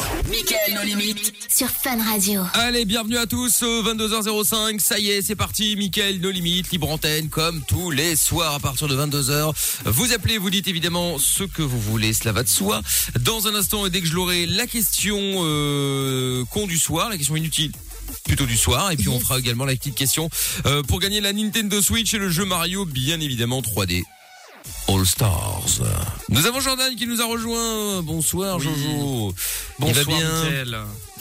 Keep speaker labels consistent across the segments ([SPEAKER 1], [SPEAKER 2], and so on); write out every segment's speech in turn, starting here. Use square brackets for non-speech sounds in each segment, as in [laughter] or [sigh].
[SPEAKER 1] Appelle nos limites.
[SPEAKER 2] sur Fun Radio.
[SPEAKER 3] Allez, bienvenue à tous, euh, 22h05, ça y est, c'est parti, Mickaël, nos limites, libre antenne, comme tous les soirs à partir de 22h. Vous appelez, vous dites évidemment ce que vous voulez, cela va de soi. Dans un instant, et dès que je l'aurai, la question euh, con du soir, la question inutile plutôt du soir et puis on fera également la petite question euh, pour gagner la Nintendo Switch et le jeu Mario bien évidemment 3D All Stars. Nous avons Jordan qui nous a rejoint. Bonsoir Jojo.
[SPEAKER 4] Bonsoir,
[SPEAKER 3] il va bien.
[SPEAKER 4] Mickaël.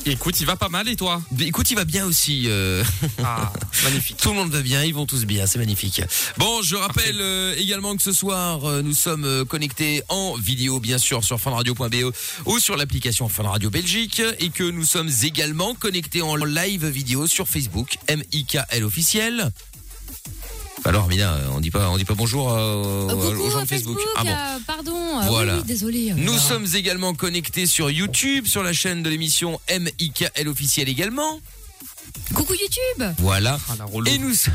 [SPEAKER 4] Écoute, il va pas mal et toi
[SPEAKER 3] Écoute, il va bien aussi. euh. [laughs]
[SPEAKER 4] Ah, magnifique.
[SPEAKER 3] Tout le monde va bien, ils vont tous bien, c'est magnifique. Bon, je rappelle euh, également que ce soir, euh, nous sommes euh, connectés en vidéo, bien sûr, sur fanradio.be ou sur l'application Fan Radio Belgique et que nous sommes également connectés en live vidéo sur Facebook, MIKL officiel. Alors, Mina, euh, on dit pas, on dit pas bonjour euh, aux,
[SPEAKER 5] Euh, coucou,
[SPEAKER 3] aux gens de
[SPEAKER 5] Facebook,
[SPEAKER 3] Facebook. Ah bon.
[SPEAKER 5] euh, pardon, euh,
[SPEAKER 3] Voilà.
[SPEAKER 5] oui, oui, désolé. euh,
[SPEAKER 3] Nous
[SPEAKER 5] voilà.
[SPEAKER 3] sommes également connectés sur YouTube, sur la chaîne de l'émission MIKL officiel également.
[SPEAKER 5] Coucou YouTube
[SPEAKER 3] Voilà.
[SPEAKER 4] Ah, la relou.
[SPEAKER 3] Et nous, so-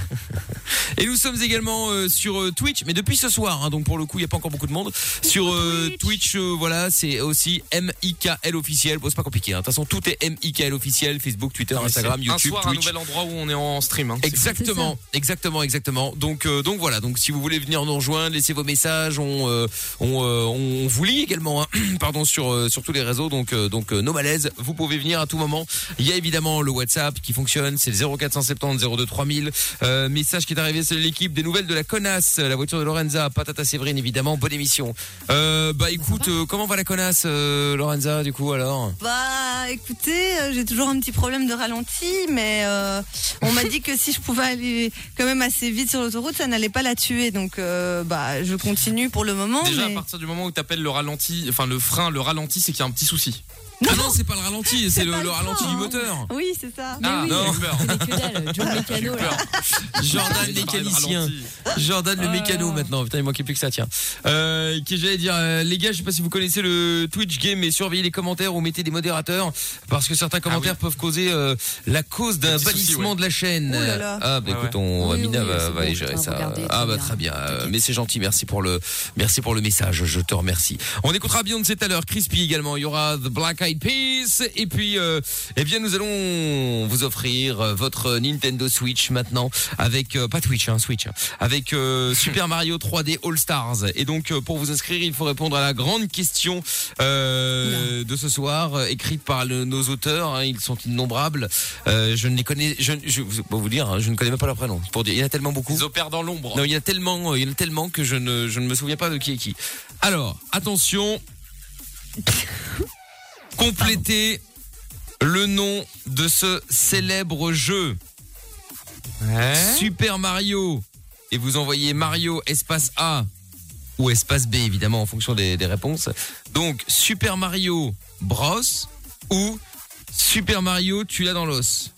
[SPEAKER 3] et nous sommes également euh, sur euh, Twitch, mais depuis ce soir, hein, donc pour le coup, il n'y a pas encore beaucoup de monde. Sur euh, Twitch, euh, voilà, c'est aussi MIKL officiel. Bon, c'est pas compliqué. hein. De toute façon, tout est MIKL officiel Facebook, Twitter,
[SPEAKER 4] Non, mais c'est
[SPEAKER 3] Instagram,
[SPEAKER 4] un
[SPEAKER 3] YouTube,
[SPEAKER 4] soir, un
[SPEAKER 3] Twitch.
[SPEAKER 4] nouvel endroit où on est en stream. hein. C'est
[SPEAKER 3] Exactement, exactement, exactement. Donc, euh, donc voilà. Donc, si vous voulez venir nous rejoindre, laissez vos messages. On, euh, on, euh, on vous lit également. hein, [clears throat] pardon sur euh, sur tous les réseaux. Donc, euh, donc euh, nos malaises. Vous pouvez venir à tout moment. Il y a évidemment le WhatsApp qui fonctionne. C'est le 0470 02 3000. Euh, message qui est arrivé, c'est de l'équipe des nouvelles de la connasse. La voiture de Lorenza, patata Séverine évidemment. Bonne émission. Euh, bah écoute, euh, comment va la connasse, euh, Lorenza Du coup alors
[SPEAKER 6] Bah écoutez, euh, j'ai toujours un petit problème de ralenti, mais euh, on m'a dit que si je pouvais aller quand même assez vite sur l'autoroute, ça n'allait pas la tuer. Donc euh, bah je continue pour le moment.
[SPEAKER 4] Déjà, à
[SPEAKER 6] Ah, mais-
[SPEAKER 4] partir du moment où t'appelles le ralenti, enfin le frein, le ralenti, c'est qu'il y a un petit souci.
[SPEAKER 3] Ah non, c'est pas le ralenti, c'est
[SPEAKER 6] pas
[SPEAKER 3] le,
[SPEAKER 6] le
[SPEAKER 3] le ralenti
[SPEAKER 6] frein,
[SPEAKER 3] du
[SPEAKER 6] hein.
[SPEAKER 3] moteur.
[SPEAKER 6] Oui, c'est ça.
[SPEAKER 5] Mais
[SPEAKER 4] ah,
[SPEAKER 5] oui,
[SPEAKER 4] non.
[SPEAKER 5] c'est des que dalle, Joe
[SPEAKER 4] J'ai eu
[SPEAKER 5] Mécano, là.
[SPEAKER 4] peur.
[SPEAKER 3] Ah, [laughs] Jordan
[SPEAKER 5] [laughs]
[SPEAKER 4] J'ai parlé de
[SPEAKER 3] mécanicien.
[SPEAKER 4] ralenti.
[SPEAKER 3] Jordan le
[SPEAKER 5] Ah.
[SPEAKER 3] mécano maintenant. Putain, il manquait plus que ça, tiens. Euh, que j'allais dire, euh, les gars, je sais pas si vous connaissez le Twitch game, mais surveillez les commentaires ou mettez des modérateurs parce que certains commentaires peuvent causer euh, la cause
[SPEAKER 4] Ah
[SPEAKER 3] d'un
[SPEAKER 4] petits soucis,
[SPEAKER 3] bannissement
[SPEAKER 4] ouais.
[SPEAKER 3] de la chaîne.
[SPEAKER 6] Ouh là là.
[SPEAKER 3] Ah bah
[SPEAKER 4] Ouais,
[SPEAKER 3] écoute, on,
[SPEAKER 5] ouais. Oui,
[SPEAKER 3] Amina
[SPEAKER 5] oui,
[SPEAKER 3] va,
[SPEAKER 5] c'est
[SPEAKER 3] va
[SPEAKER 5] bon,
[SPEAKER 3] y
[SPEAKER 5] je
[SPEAKER 3] gérer
[SPEAKER 5] vais
[SPEAKER 3] ça.
[SPEAKER 5] regarder,
[SPEAKER 3] ah bah
[SPEAKER 5] très bien.
[SPEAKER 3] très bien. Euh, Mais c'est gentil, merci pour le, merci pour le message. Je te remercie. On écoutera Beyoncé tout à l'heure, Crispy également. Il y aura The Black Eyed Peas et puis, euh, eh bien, nous allons vous offrir euh, votre Nintendo Switch maintenant avec euh, pas Twitch, hein, Switch, hein, avec euh, Super Mario 3D All Stars. Et donc, euh, pour vous inscrire, il faut répondre à la grande question euh, de ce soir, euh, écrite par le- nos auteurs. hein, ils sont innombrables. Euh, je ne les connais, je, je bon, vous dire, hein, je ne connais même pas leur prénom. Pour dire, il y en a tellement beaucoup.
[SPEAKER 4] Ils opèrent dans l'ombre.
[SPEAKER 3] Non, il y en a tellement, euh, il y en a tellement que je ne, je ne me souviens pas de qui est qui. Alors, attention. Complétez le nom de ce célèbre jeu Super Mario et vous envoyez Mario espace A ou espace B évidemment en fonction des, des réponses. Donc Super Mario Bros ou Super Mario tu l'as dans l'os.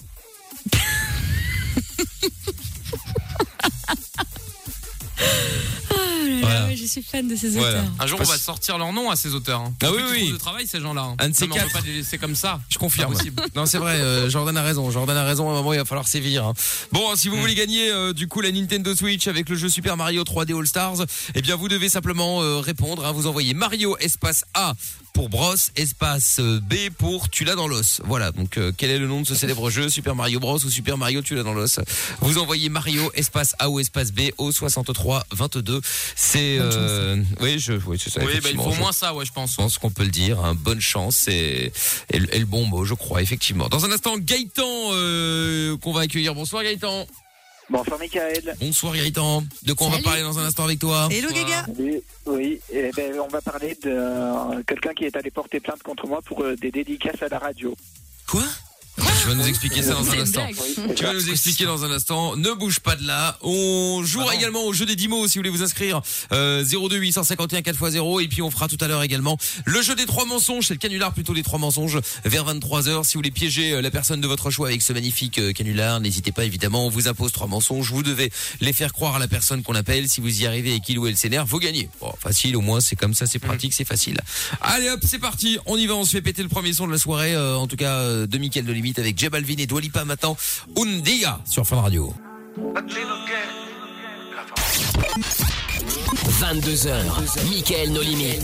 [SPEAKER 3] Voilà.
[SPEAKER 5] Oh Ouais, je suis fan de ces
[SPEAKER 3] Voilà.
[SPEAKER 5] auteurs.
[SPEAKER 4] Un jour, on va sortir leur nom à ces auteurs. hein.
[SPEAKER 3] Ah
[SPEAKER 4] Ils ont
[SPEAKER 3] oui,
[SPEAKER 4] fait du
[SPEAKER 3] oui.
[SPEAKER 4] groupe de travail, ces gens-là. hein.
[SPEAKER 3] Un de ces
[SPEAKER 4] Non, mais on peut
[SPEAKER 3] quatre.
[SPEAKER 4] pas les laisser comme ça.
[SPEAKER 3] Je confirme.
[SPEAKER 4] Pas possible.
[SPEAKER 3] Non, c'est vrai, euh, Jordan a raison. Jordan a raison, à un moment, il va falloir sévir. hein. Bon,
[SPEAKER 4] Mm.
[SPEAKER 3] si vous voulez gagner euh, du coup la Nintendo Switch avec le jeu Super Mario 3D All Stars, eh bien vous devez simplement euh, répondre. hein. Vous envoyez Mario espace A pour brosse, espace euh, B pour tu l'as dans l'os. Voilà, donc euh, quel est le nom de ce célèbre jeu Super Mario Bros ou Super Mario tu l'as dans l'os Vous envoyez Mario espace A ou espace B au 63 22. C'est... euh, oui, je, oui, c'est ça.
[SPEAKER 4] Oui, bah, il
[SPEAKER 3] effectivement,
[SPEAKER 4] faut au
[SPEAKER 3] je-
[SPEAKER 4] moins ça, ouais, je pense.
[SPEAKER 3] je pense qu'on peut le dire. hein. bonne chance et, et le- et le bon mot, je crois, effectivement. Dans un instant, Gaëtan, euh, qu'on va accueillir. Bonsoir Gaëtan.
[SPEAKER 7] Bonsoir Michael.
[SPEAKER 3] Bonsoir Gaëtan. De quoi on va
[SPEAKER 5] Salut.
[SPEAKER 3] parler dans un instant avec toi
[SPEAKER 6] Hello
[SPEAKER 4] Bonsoir.
[SPEAKER 6] Gaga
[SPEAKER 7] Salut. Oui, eh ben, on va parler de euh, quelqu'un qui est allé porter plainte contre moi pour euh, des dédicaces à la radio.
[SPEAKER 3] Quoi Tu vas nous expliquer ça dans un
[SPEAKER 5] C'est une
[SPEAKER 3] instant.
[SPEAKER 5] blague.
[SPEAKER 7] Oui,
[SPEAKER 3] Tu vas nous expliquer dans un instant. Ne bouge pas de là. On jouera
[SPEAKER 4] Ah non.
[SPEAKER 3] également au jeu des 10 mots si vous voulez vous inscrire. Euh, 02 851 4x0. Et puis on fera tout à l'heure également le jeu des trois mensonges. C'est le canular plutôt des trois mensonges vers 23h. Si vous voulez piéger euh, la personne de votre choix avec ce magnifique euh, canular, n'hésitez pas évidemment. On vous impose trois mensonges. Vous devez les faire croire à la personne qu'on appelle. Si vous y arrivez et qu'il ou elle s'énerve, vous gagnez. Bon, facile au moins. C'est comme ça. C'est pratique. C'est facile. Allez hop, c'est parti. On y va. On se fait péter le premier son de la soirée. euh, en tout cas, euh, de Mickaël de Limite avec Jeb Alvin et Dwalipa maintenant. Undia sur Fun Radio.
[SPEAKER 8] 22h, Mickaël No Limit.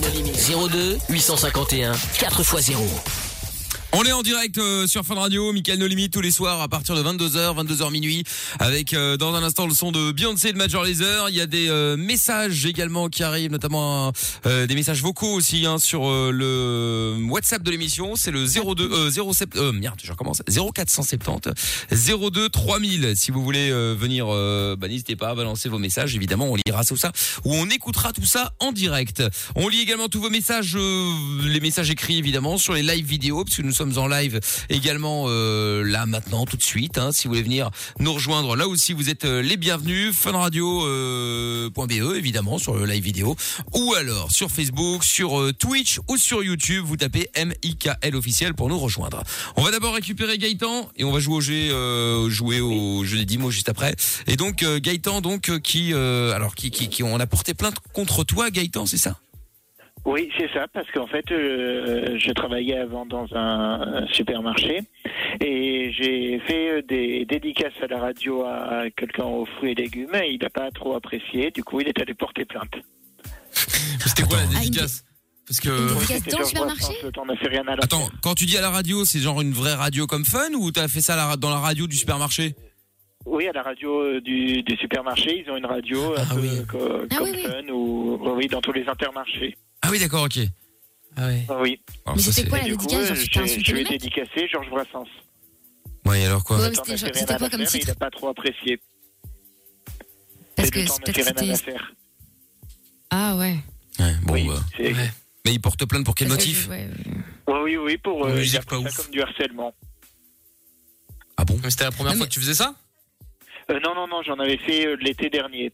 [SPEAKER 8] 02 851 4x0.
[SPEAKER 3] On est en direct euh, sur Fun Radio, Michael No Limit tous les soirs à partir de 22h, 22h minuit avec euh, dans un instant le son de Beyoncé et de Major Lazer, il y a des euh, messages également qui arrivent notamment euh, des messages vocaux aussi hein, sur euh, le WhatsApp de l'émission, c'est le 02 euh, 07 euh, merde, je recommence 0470 02 3000 si vous voulez euh, venir euh, bah, n'hésitez pas à balancer vos messages évidemment, on lira tout ça ou on écoutera tout ça en direct. On lit également tous vos messages euh, les messages écrits évidemment sur les live vidéo puisque nous sommes en live également euh, là maintenant tout de suite hein, si vous voulez venir nous rejoindre là aussi vous êtes euh, les bienvenus euh, funradio.be E, évidemment sur le live vidéo ou alors sur Facebook sur euh, Twitch ou sur YouTube vous tapez MIKL officiel pour nous rejoindre on va d'abord récupérer Gaëtan et on va jouer au jeu euh, jouer au jeu des 10 mots juste après et donc euh, Gaëtan donc euh, qui euh, alors qui, qui qui on a porté plainte contre toi Gaëtan c'est ça
[SPEAKER 7] Oui, c'est ça, parce qu'en fait, euh, je travaillais avant dans un supermarché et j'ai fait euh, des dédicaces à la radio à quelqu'un aux fruits et légumes et il n'a pas trop apprécié, du coup, il est allé porter plainte.
[SPEAKER 4] C'était quoi la
[SPEAKER 5] Ah, une-
[SPEAKER 4] dédicace Parce
[SPEAKER 5] une
[SPEAKER 4] que.
[SPEAKER 5] dédicace
[SPEAKER 7] C'était
[SPEAKER 5] dans le
[SPEAKER 7] sur
[SPEAKER 5] Euh, supermarché
[SPEAKER 7] WhatsApp, t'en as fait rien à la
[SPEAKER 3] Attends, quand tu dis à la radio, c'est genre une vraie radio comme fun ou t'as fait ça à la ra- dans la radio du supermarché
[SPEAKER 7] Oui, à la radio euh, du, du supermarché, ils ont une radio un
[SPEAKER 3] Ah
[SPEAKER 7] peu euh,
[SPEAKER 3] oui.
[SPEAKER 7] co-
[SPEAKER 5] Ah
[SPEAKER 7] comme
[SPEAKER 5] oui, oui.
[SPEAKER 7] Fun ou oui, dans tous les intermarchés.
[SPEAKER 3] Ah oui, d'accord, ok. Ah ouais.
[SPEAKER 7] Ah Oui.
[SPEAKER 5] Mais c'était quoi la
[SPEAKER 7] Et du coup,
[SPEAKER 5] dédicace
[SPEAKER 7] euh,
[SPEAKER 5] Genre, C'était
[SPEAKER 7] je,
[SPEAKER 5] un
[SPEAKER 7] je lui ai
[SPEAKER 5] sous
[SPEAKER 7] dédicacé Georges Brassens.
[SPEAKER 3] Ouais, et alors quoi
[SPEAKER 5] Ouais, mais
[SPEAKER 7] Le temps
[SPEAKER 5] c'était-
[SPEAKER 7] n'a fait rien
[SPEAKER 5] c'était
[SPEAKER 7] à
[SPEAKER 5] quoi comme
[SPEAKER 7] l'affaire,
[SPEAKER 5] titre
[SPEAKER 7] Il n'a pas trop apprécié.
[SPEAKER 5] Parce
[SPEAKER 7] Et le
[SPEAKER 5] que
[SPEAKER 7] temps
[SPEAKER 5] c'est
[SPEAKER 7] n'a fait
[SPEAKER 5] peut-être
[SPEAKER 7] rien à
[SPEAKER 5] c'était.
[SPEAKER 7] l'affaire.
[SPEAKER 5] Ah ouais.
[SPEAKER 3] Ouais, Bon,
[SPEAKER 7] Oui,
[SPEAKER 3] bah.
[SPEAKER 7] c'est-
[SPEAKER 4] Ouais.
[SPEAKER 3] mais il porte plainte pour quel
[SPEAKER 5] Parce que
[SPEAKER 3] motif
[SPEAKER 5] je- ouais, ouais.
[SPEAKER 7] oui, oui, oui, pour
[SPEAKER 4] Ouais,
[SPEAKER 7] euh,
[SPEAKER 4] musique
[SPEAKER 7] il a pris
[SPEAKER 4] pas
[SPEAKER 7] ça
[SPEAKER 4] ouf.
[SPEAKER 7] comme du harcèlement.
[SPEAKER 3] Ah bon
[SPEAKER 4] Mais c'était la première
[SPEAKER 5] Non,
[SPEAKER 4] fois
[SPEAKER 5] mais-
[SPEAKER 4] que tu faisais ça
[SPEAKER 7] Euh, non, non, non, j'en avais fait euh, l'été dernier.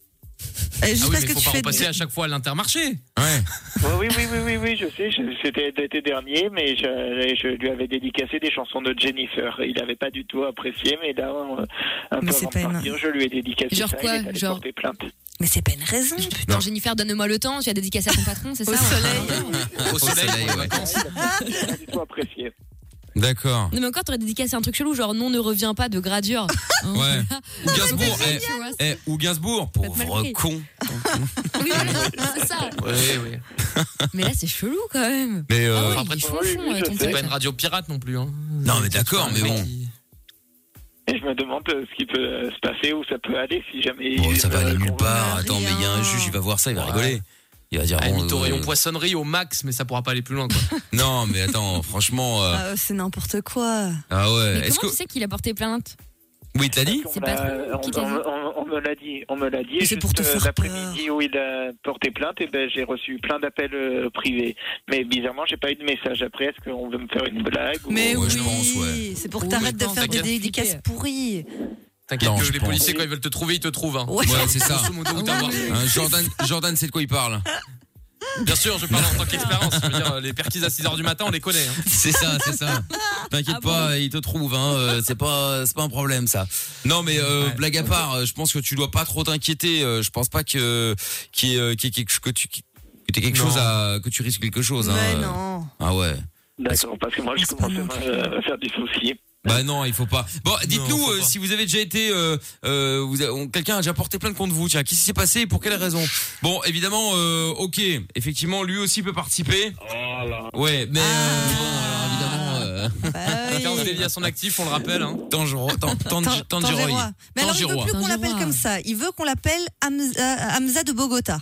[SPEAKER 6] Euh, Juste
[SPEAKER 4] Ah oui,
[SPEAKER 6] parce
[SPEAKER 4] mais
[SPEAKER 6] que
[SPEAKER 4] faut
[SPEAKER 6] tu
[SPEAKER 4] pas
[SPEAKER 6] fais.
[SPEAKER 4] repasser à chaque fois à l'intermarché.
[SPEAKER 3] Ouais.
[SPEAKER 7] Ouais, oui, oui, oui, oui, oui, je sais, je- c'était l'été dernier, mais je, je lui avais dédicacé des chansons de Jennifer. Il n'avait pas du tout apprécié, mais là, euh, un
[SPEAKER 6] Mais
[SPEAKER 7] peu
[SPEAKER 6] c'est
[SPEAKER 7] avant
[SPEAKER 6] pas
[SPEAKER 7] de
[SPEAKER 6] une-
[SPEAKER 7] partir, je lui ai dédicacé
[SPEAKER 5] Genre
[SPEAKER 7] ça.
[SPEAKER 5] quoi
[SPEAKER 7] il est allé
[SPEAKER 5] Genre-
[SPEAKER 7] porter plainte.
[SPEAKER 6] Mais c'est pas une raison.
[SPEAKER 5] Putain, Jennifer, donne-moi le temps, tu as dédicacé à ton patron, c'est ça hein
[SPEAKER 6] Au
[SPEAKER 5] ouais.
[SPEAKER 6] soleil.
[SPEAKER 3] Au soleil,
[SPEAKER 4] euh,
[SPEAKER 3] ouais.
[SPEAKER 7] Il n'a pas du tout apprécié.
[SPEAKER 3] D'accord.
[SPEAKER 5] Non, mais encore, t'aurais dédicacé un truc chelou, genre non, ne reviens pas de
[SPEAKER 6] [laughs]
[SPEAKER 5] gradure. Hein,
[SPEAKER 3] Ouais.
[SPEAKER 5] voilà.
[SPEAKER 3] Ou Gainsbourg, eh,
[SPEAKER 5] Tu
[SPEAKER 6] hein,
[SPEAKER 5] vois,
[SPEAKER 3] eh, ou Gainsbourg,
[SPEAKER 5] Faites mal
[SPEAKER 3] pauvre
[SPEAKER 5] pris.
[SPEAKER 3] con.
[SPEAKER 5] c'est- oui, voilà,
[SPEAKER 3] Ah,
[SPEAKER 5] c'est ça.
[SPEAKER 4] Ouais, ouais.
[SPEAKER 5] Mais là, c'est chelou quand même.
[SPEAKER 3] Mais
[SPEAKER 5] Ah
[SPEAKER 3] euh,
[SPEAKER 5] ouais,
[SPEAKER 4] après,
[SPEAKER 5] ils font
[SPEAKER 7] oui,
[SPEAKER 5] fond,
[SPEAKER 7] oui,
[SPEAKER 5] euh,
[SPEAKER 7] je
[SPEAKER 5] ton
[SPEAKER 7] sais.
[SPEAKER 4] C'est
[SPEAKER 5] truc.
[SPEAKER 4] pas une radio pirate non plus. Hein.
[SPEAKER 3] Non, mais d'accord, mais bon.
[SPEAKER 7] Et je me demande euh, ce qui peut euh, se passer, où ça peut aller, si jamais...
[SPEAKER 3] bon,
[SPEAKER 7] il
[SPEAKER 3] ça va
[SPEAKER 7] me
[SPEAKER 3] aller nulle
[SPEAKER 7] convainc.
[SPEAKER 3] part.
[SPEAKER 6] rien.
[SPEAKER 3] Attends, mais il y a un juge, il va voir ça, il va
[SPEAKER 4] euh, Ouais.
[SPEAKER 3] rigoler. Il va dire
[SPEAKER 4] À la limite,
[SPEAKER 3] bon.
[SPEAKER 4] au rayon
[SPEAKER 3] euh,
[SPEAKER 4] poissonnerie au max, mais ça pourra pas aller plus loin. Quoi.
[SPEAKER 3] [laughs] Non, mais attends, franchement. euh,
[SPEAKER 6] Ah, c'est n'importe quoi.
[SPEAKER 3] Ah ouais.
[SPEAKER 5] Mais
[SPEAKER 3] Est-ce
[SPEAKER 5] comment
[SPEAKER 3] que
[SPEAKER 5] tu sais qu'il a porté plainte
[SPEAKER 3] oui, il te l'a dit
[SPEAKER 5] C'est
[SPEAKER 7] On
[SPEAKER 5] pas
[SPEAKER 7] l'a-
[SPEAKER 5] trop qui
[SPEAKER 7] on-
[SPEAKER 5] t'a dit
[SPEAKER 7] on- on- on me l'a dit, on me l'a dit.
[SPEAKER 6] Mais c'est
[SPEAKER 7] Juste,
[SPEAKER 6] pour te
[SPEAKER 7] euh,
[SPEAKER 6] faire
[SPEAKER 7] L'après-midi où il a porté plainte, et ben j'ai reçu plein d'appels euh, privés. Mais bizarrement, j'ai pas eu de message après. Est-ce qu'on veut me faire une blague ou-
[SPEAKER 6] Mais
[SPEAKER 3] Ouais,
[SPEAKER 6] oui,
[SPEAKER 3] je pense, ouais.
[SPEAKER 6] c'est pour que
[SPEAKER 5] Oui,
[SPEAKER 6] t'arrêtes
[SPEAKER 5] je
[SPEAKER 6] de
[SPEAKER 5] pense,
[SPEAKER 6] faire des
[SPEAKER 5] t'inquiète.
[SPEAKER 6] dédicaces
[SPEAKER 5] Flipper.
[SPEAKER 6] pourries.
[SPEAKER 4] T'inquiète
[SPEAKER 3] Non,
[SPEAKER 4] que
[SPEAKER 3] je
[SPEAKER 4] les
[SPEAKER 3] pense.
[SPEAKER 4] policiers, quand ils veulent te trouver, ils te trouvent. Hein.
[SPEAKER 6] Ouais.
[SPEAKER 3] Ouais, c'est ça.
[SPEAKER 4] Grosso modo, ou t'avoir-
[SPEAKER 3] Hein, Jordan, Jordan, c'est de quoi il parle
[SPEAKER 4] Bien sûr, je parle en tant qu'expérience. Je veux dire, les perquises à 6h du matin, on les connaît. hein.
[SPEAKER 3] C'est ça, c'est ça. T'inquiète
[SPEAKER 5] Ah bon
[SPEAKER 3] pas, il te trouve. Hein, euh, c'est pas, c'est pas un problème ça. Non, mais euh,
[SPEAKER 4] Ouais.
[SPEAKER 3] blague à part, euh, je pense que tu dois pas trop t'inquiéter. euh, Je pense pas que qu'il y ait, euh, qu'il y ait quelque- que tu que t'aies quelque
[SPEAKER 4] Non.
[SPEAKER 3] chose à que tu risques quelque chose. hein,
[SPEAKER 6] Mais
[SPEAKER 3] euh.
[SPEAKER 6] non.
[SPEAKER 3] Ah ouais.
[SPEAKER 7] D'accord, parce que moi, je
[SPEAKER 6] C'est pas
[SPEAKER 7] commence
[SPEAKER 6] mon hein.
[SPEAKER 7] à me- à faire du souci.
[SPEAKER 3] Bah non, il faut pas. Bon, dites-nous
[SPEAKER 4] faut
[SPEAKER 3] euh,
[SPEAKER 4] pas.
[SPEAKER 3] si vous avez déjà été, euh, euh, vous avez- on- quelqu'un a déjà porté plainte contre vous. Tiens, qu'est-ce qui s'est passé et pour quelle raison Bon, évidemment, euh, ok, effectivement, lui aussi peut participer. Ouais, mais euh, bon, alors évidemment. euh,
[SPEAKER 6] Ah.
[SPEAKER 3] [laughs]
[SPEAKER 6] Bah oui.
[SPEAKER 4] 15 délits à son actif, on le rappelle. Hein.
[SPEAKER 3] Tangero, tan- tan-
[SPEAKER 6] Tan-
[SPEAKER 3] Tangeroy.
[SPEAKER 6] Tangeroy. Mais alors, il veut
[SPEAKER 3] Tangeroy.
[SPEAKER 6] plus qu'on l'appelle
[SPEAKER 5] Tangeroy.
[SPEAKER 6] comme ça. Il veut qu'on l'appelle Hamza, euh, Hamza de Bogota.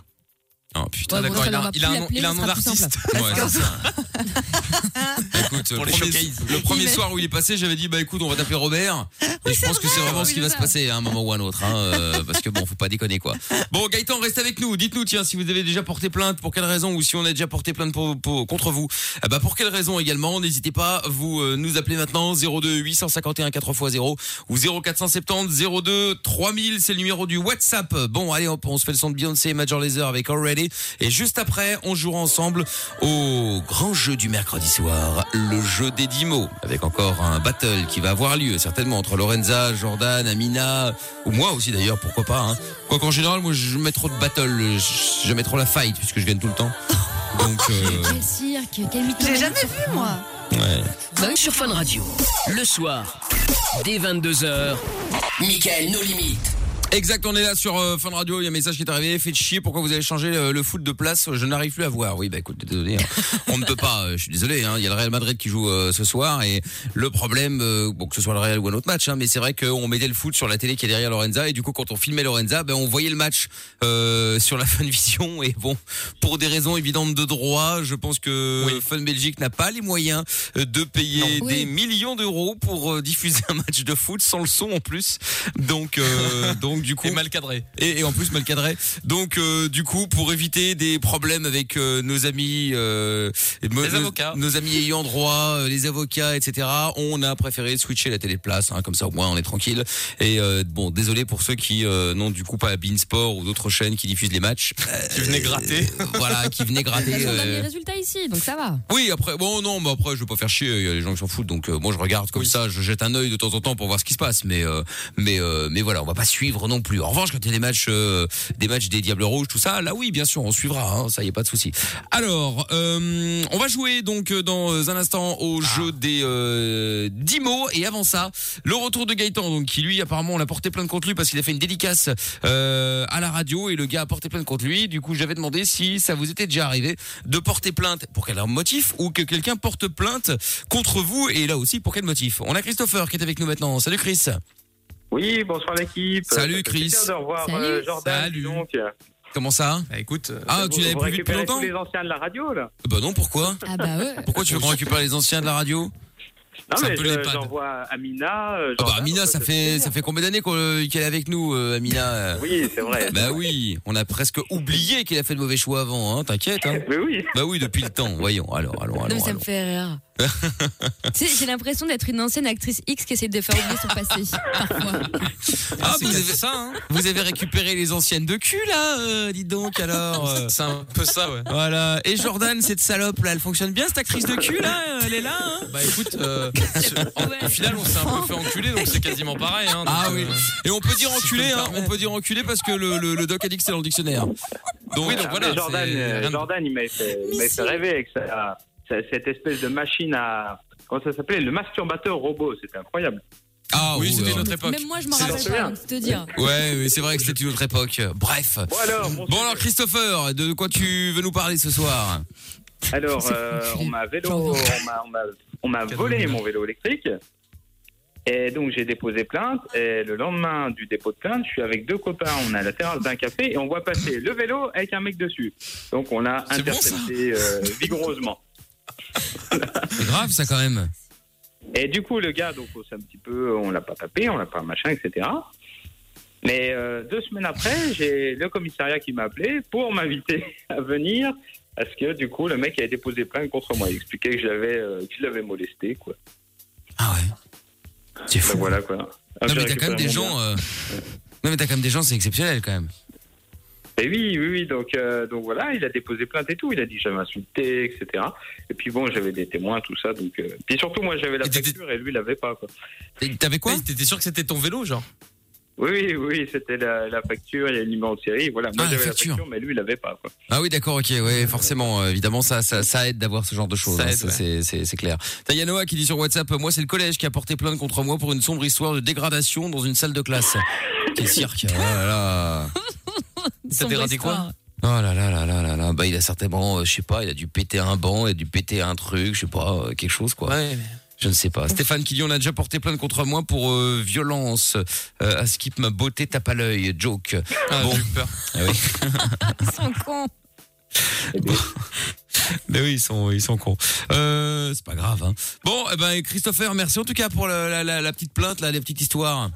[SPEAKER 3] Oh putain,
[SPEAKER 5] Ouais, bon,
[SPEAKER 4] d'accord,
[SPEAKER 5] ça,
[SPEAKER 4] il
[SPEAKER 5] on
[SPEAKER 4] a,
[SPEAKER 5] va
[SPEAKER 4] il a
[SPEAKER 5] plus
[SPEAKER 4] un nom,
[SPEAKER 5] l'appeler,
[SPEAKER 4] il a un
[SPEAKER 5] ce
[SPEAKER 4] nom
[SPEAKER 5] sera plus
[SPEAKER 4] d'artiste.
[SPEAKER 3] Ouais, c'est ça.
[SPEAKER 5] [laughs]
[SPEAKER 3] écoute,
[SPEAKER 4] Pour
[SPEAKER 3] le
[SPEAKER 4] les
[SPEAKER 3] premier,
[SPEAKER 4] showcase.
[SPEAKER 3] le premier
[SPEAKER 6] Il est-
[SPEAKER 3] soir où il est passé, j'avais dit bah écoute, on va t'appeler
[SPEAKER 5] [laughs]
[SPEAKER 3] Robert. Et je
[SPEAKER 6] c'est
[SPEAKER 3] pense que c'est
[SPEAKER 6] vrai,
[SPEAKER 3] vraiment ce
[SPEAKER 5] oui,
[SPEAKER 3] qui va
[SPEAKER 5] c'est
[SPEAKER 3] se
[SPEAKER 5] ça.
[SPEAKER 3] passer à un moment ou à un autre, hein, euh, parce que bon, faut pas déconner quoi. Bon, Gaëtan, reste avec nous. Dites-nous tiens si vous avez déjà porté plainte, pour quelle raison, ou si on a déjà porté plainte pour- pour- contre vous. Eh ben, pour quelle raison également. N'hésitez pas, vous euh, nous appelez maintenant 02 851 4x0 ou 0470 02 3000, c'est le numéro du WhatsApp. Bon, allez, hop, on se fait le son de Beyoncé et Major Lazer avec Already. Et juste après, on jouera ensemble au grand jeu du mercredi soir, le jeu des 10 mots, avec encore un battle qui va avoir lieu, certainement, entre Lorenza, Jordan, Amina, ou moi aussi d'ailleurs, pourquoi pas. Hein. Quoi qu'en général, moi, je mets trop de battle, je, je mets trop la fight, puisque je gagne tout le temps. Donc, euh,
[SPEAKER 5] Quel cirque, quel mytho.
[SPEAKER 6] J'ai jamais vu, moi.
[SPEAKER 3] ouais.
[SPEAKER 1] Sur Fun Radio. Le soir, dès 22h, Michael No Limit.
[SPEAKER 3] Exact, on est là sur euh, Fun Radio, il y a un message qui est arrivé, faites chier, pourquoi vous avez changé euh, le foot de place, je n'arrive plus à voir. Oui, bah écoute, désolé, hein. on ne peut pas, euh, je suis désolé, hein. il y a le Real Madrid qui joue euh, ce soir, et le problème, euh, bon que ce soit le Real ou un autre match, hein, mais c'est vrai qu'on mettait le foot sur la télé qui est derrière Lorenza, et du coup quand on filmait Lorenza, ben, on voyait le match euh, sur la [laughs] Fun Vision, et bon, pour des raisons évidentes de droit, je pense que Fun Belgique n'a pas les moyens euh, de payer
[SPEAKER 5] Non.
[SPEAKER 3] des
[SPEAKER 5] Oui.
[SPEAKER 3] millions d'euros pour euh, diffuser un match de foot sans le son en plus. Donc, euh, donc du coup,
[SPEAKER 4] Et mal cadré.
[SPEAKER 3] et, et en plus mal cadré. Donc euh, du coup, pour éviter des problèmes avec euh, nos amis, euh, mo-
[SPEAKER 4] Les
[SPEAKER 3] nos,
[SPEAKER 4] avocats.
[SPEAKER 3] nos amis ayant droit, euh, les avocats, etc. On a préféré switcher la téléplace, hein, comme ça au moins on est tranquille. Et euh, bon, désolé pour ceux qui euh, n'ont du coup pas Beansport ou d'autres chaînes qui diffusent les matchs.
[SPEAKER 4] Qui venait gratter.
[SPEAKER 3] Euh, [laughs] voilà, qui venaient gratter.
[SPEAKER 5] Ils ont donné les
[SPEAKER 3] euh,
[SPEAKER 5] résultats ici, donc ça va.
[SPEAKER 3] oui, après, bon, non, mais après, je veux pas faire chier. Il y a les gens qui s'en foutent, donc euh, moi, je regarde comme ça, je jette un œil de temps en temps pour voir ce qui se passe. Mais, euh, mais, euh, mais voilà, on va pas suivre non plus. En revanche, quand il y a des matchs, euh, des matchs des Diables Rouges, tout ça, là, oui, bien sûr, on suivra. Hein, ça, y a pas de souci. Alors, euh, on va jouer donc euh, dans un instant au
[SPEAKER 4] Ah.
[SPEAKER 3] jeu des euh, 10 mots. Et avant ça, le retour de Gaëtan, donc qui lui, apparemment, on l'a porté plein de contre lui parce qu'il a fait une dédicace euh, à la radio et le gars a porté plainte contre lui. Du coup, j'avais demandé si ça vous était déjà arrivé de porter plainte pour quel motif ou que quelqu'un porte plainte contre vous et là aussi pour quel motif. On a Christopher qui est avec nous maintenant. Salut Chris.
[SPEAKER 1] Oui, bonsoir l'équipe.
[SPEAKER 3] Salut,
[SPEAKER 1] Ça fait
[SPEAKER 3] Chris.
[SPEAKER 1] plaisir de revoir
[SPEAKER 5] Salut.
[SPEAKER 1] euh, Jordan.
[SPEAKER 3] Salut.
[SPEAKER 1] dis Donc,
[SPEAKER 3] Comment ça
[SPEAKER 4] Bah écoute,
[SPEAKER 3] Ah, tu
[SPEAKER 1] Vous-
[SPEAKER 3] l'avais
[SPEAKER 1] vous
[SPEAKER 3] prévu depuis
[SPEAKER 1] récupérez
[SPEAKER 3] longtemps
[SPEAKER 1] tous les anciens de la radio là.
[SPEAKER 3] Bah non, pourquoi
[SPEAKER 5] Ah bah ouais.
[SPEAKER 3] Pourquoi tu veux qu'on récupère les anciens de la radio
[SPEAKER 1] Non
[SPEAKER 3] C'est un
[SPEAKER 1] mais
[SPEAKER 3] peu
[SPEAKER 1] je-
[SPEAKER 3] l'EHPAD.
[SPEAKER 1] j'envoie Amina.
[SPEAKER 3] Ah
[SPEAKER 1] euh,
[SPEAKER 3] bah
[SPEAKER 1] Jordan,
[SPEAKER 3] Amina,
[SPEAKER 1] donc,
[SPEAKER 3] ça
[SPEAKER 1] euh,
[SPEAKER 3] fait ça fait combien d'années qu'on- qu'elle est avec nous, euh, Amina
[SPEAKER 1] Oui, c'est vrai.
[SPEAKER 3] Bah oui, on a presque oublié qu'elle a fait de mauvais choix avant, hein, t'inquiète. Hein.
[SPEAKER 1] Mais oui.
[SPEAKER 3] Bah oui, depuis le temps, voyons. Alors,
[SPEAKER 4] Oh,
[SPEAKER 3] alors,
[SPEAKER 5] Non, mais
[SPEAKER 3] alors.
[SPEAKER 5] ça me fait
[SPEAKER 4] [laughs]
[SPEAKER 5] rire. Tu sais, j'ai l'impression d'être une ancienne actrice X qui essaie de faire oublier
[SPEAKER 4] [laughs]
[SPEAKER 5] son passé, parfois.
[SPEAKER 3] Ah,
[SPEAKER 4] c'est
[SPEAKER 3] vous
[SPEAKER 4] quasi
[SPEAKER 3] avez-
[SPEAKER 4] ça, hein.
[SPEAKER 3] Vous avez récupéré les anciennes de cul là, euh, dis donc alors. euh.
[SPEAKER 4] C'est un peu ça, ouais.
[SPEAKER 3] Voilà. Et Jordan, cette salope là, elle fonctionne bien cette actrice de cul
[SPEAKER 4] [laughs]
[SPEAKER 3] là, euh, elle est là. hein
[SPEAKER 4] Bah écoute, euh, au final, on s'est un peu fait enculer, donc c'est quasiment pareil. Hein,
[SPEAKER 3] ah
[SPEAKER 4] Donc,
[SPEAKER 3] oui.
[SPEAKER 4] euh,
[SPEAKER 3] Et on peut dire
[SPEAKER 4] Si je
[SPEAKER 3] enculé,
[SPEAKER 4] peux me
[SPEAKER 3] hein, on
[SPEAKER 4] permettre.
[SPEAKER 3] peut dire enculé parce que le, le- le doc a dit que c'était dans le dictionnaire.
[SPEAKER 4] Donc, oui, donc
[SPEAKER 1] Ah,
[SPEAKER 4] voilà.
[SPEAKER 1] mais Jordan,
[SPEAKER 4] c'est
[SPEAKER 1] euh,
[SPEAKER 4] rien de-
[SPEAKER 1] Jordan, il m'a fait, il m'a fait rêver avec sa- sa- cette espèce de machine à. Comment ça s'appelait Le masturbateur robot. C'était incroyable.
[SPEAKER 3] Ah
[SPEAKER 4] oui, c'était notre époque.
[SPEAKER 5] Même moi, je m'en
[SPEAKER 4] C'est
[SPEAKER 5] rappelle
[SPEAKER 1] leur
[SPEAKER 5] pas,
[SPEAKER 1] souvenir.
[SPEAKER 5] donc c'est te dire. [laughs]
[SPEAKER 3] Ouais, mais c'est vrai que c'était une autre époque. Bref.
[SPEAKER 1] Bon alors. Bon,
[SPEAKER 3] Bon alors Christopher, de quoi tu veux nous parler ce soir
[SPEAKER 1] Alors, euh,
[SPEAKER 5] c'est-
[SPEAKER 1] on m'a vélo,
[SPEAKER 5] J'en veux.
[SPEAKER 1] on m'a- on m'a- on m'a volé mon vélo électrique. Et donc, j'ai déposé plainte. Et le lendemain du dépôt de plainte, je suis avec deux copains. On est à la terrasse d'un café et on voit passer le vélo avec un mec dessus. Donc, on l'a
[SPEAKER 3] C'est bon,
[SPEAKER 1] intercepté euh, vigoureusement.
[SPEAKER 3] C'est grave ça quand même.
[SPEAKER 1] Et du coup, le gars, donc, on s'est un petit peu, on l'a pas tapé, on l'a pas machin, etc. Mais euh, deux semaines après, j'ai le commissariat qui m'a appelé pour m'inviter [laughs] à venir. Parce que du coup, le mec avait déposé plainte contre moi. Il expliquait que je l'avais euh, que je l'avais molesté, quoi.
[SPEAKER 3] Ah ouais. C'est
[SPEAKER 1] Ben
[SPEAKER 3] fou.
[SPEAKER 1] voilà quoi. Ah,
[SPEAKER 3] Non
[SPEAKER 1] j'ai
[SPEAKER 3] mais t'as quand même
[SPEAKER 1] récupéré
[SPEAKER 3] des
[SPEAKER 1] mon
[SPEAKER 3] gens.
[SPEAKER 1] bien.
[SPEAKER 3] euh, Non mais t'as quand même des gens, c'est exceptionnel quand même.
[SPEAKER 1] Et oui, oui, oui. Donc, euh, donc voilà, il a déposé plainte et tout. Il a dit j'avais insulté, etc. Et puis bon, j'avais des témoins, tout ça. Donc, euh, puis surtout, moi, j'avais la
[SPEAKER 3] Et t'étais-
[SPEAKER 1] facture et lui, il l'avait pas. Quoi.
[SPEAKER 3] Et T'avais quoi
[SPEAKER 4] Mais T'étais sûr que c'était ton vélo, genre
[SPEAKER 1] Oui, oui, oui, c'était la, la facture. Il y a le numéro de série. Voilà, moi
[SPEAKER 3] Ah, la
[SPEAKER 1] j'avais la
[SPEAKER 3] facture.
[SPEAKER 1] facture. mais lui, il l'avait pas. Quoi.
[SPEAKER 3] Ah oui, d'accord, ok, ouais, forcément, euh, évidemment, ça, ça, ça aide d'avoir ce genre de choses,
[SPEAKER 4] Ça
[SPEAKER 3] hein,
[SPEAKER 4] aide,
[SPEAKER 3] ça,
[SPEAKER 4] ouais.
[SPEAKER 3] c'est, c'est, c'est clair. T'as Yanoa qui dit sur WhatsApp, moi c'est le collège qui a porté plainte contre moi pour une sombre histoire de dégradation dans une salle de classe. Quel cirque, oh là là.
[SPEAKER 5] Sombre
[SPEAKER 4] dégradé quoi
[SPEAKER 5] histoire.
[SPEAKER 3] Oh là là là là là là, bah il a certainement, euh, je sais pas, il a dû péter un banc, il a dû péter un truc, je sais pas, euh, quelque chose quoi.
[SPEAKER 4] Ouais.
[SPEAKER 3] Je ne sais pas. Stéphane qui dit on a déjà porté plainte contre moi pour euh, violence. Euh, à skip ma beauté tape à l'œil, joke.
[SPEAKER 4] bon. Ah,
[SPEAKER 3] Bon. Ah
[SPEAKER 4] peur. [laughs]
[SPEAKER 5] Ils sont cons.
[SPEAKER 3] [laughs] Mais oui, ils sont, ils sont cons. Euh, c'est pas grave. Hein. Bon, eh ben Christopher, merci en tout cas pour la, la- la- la petite plainte, là, la petite histoire.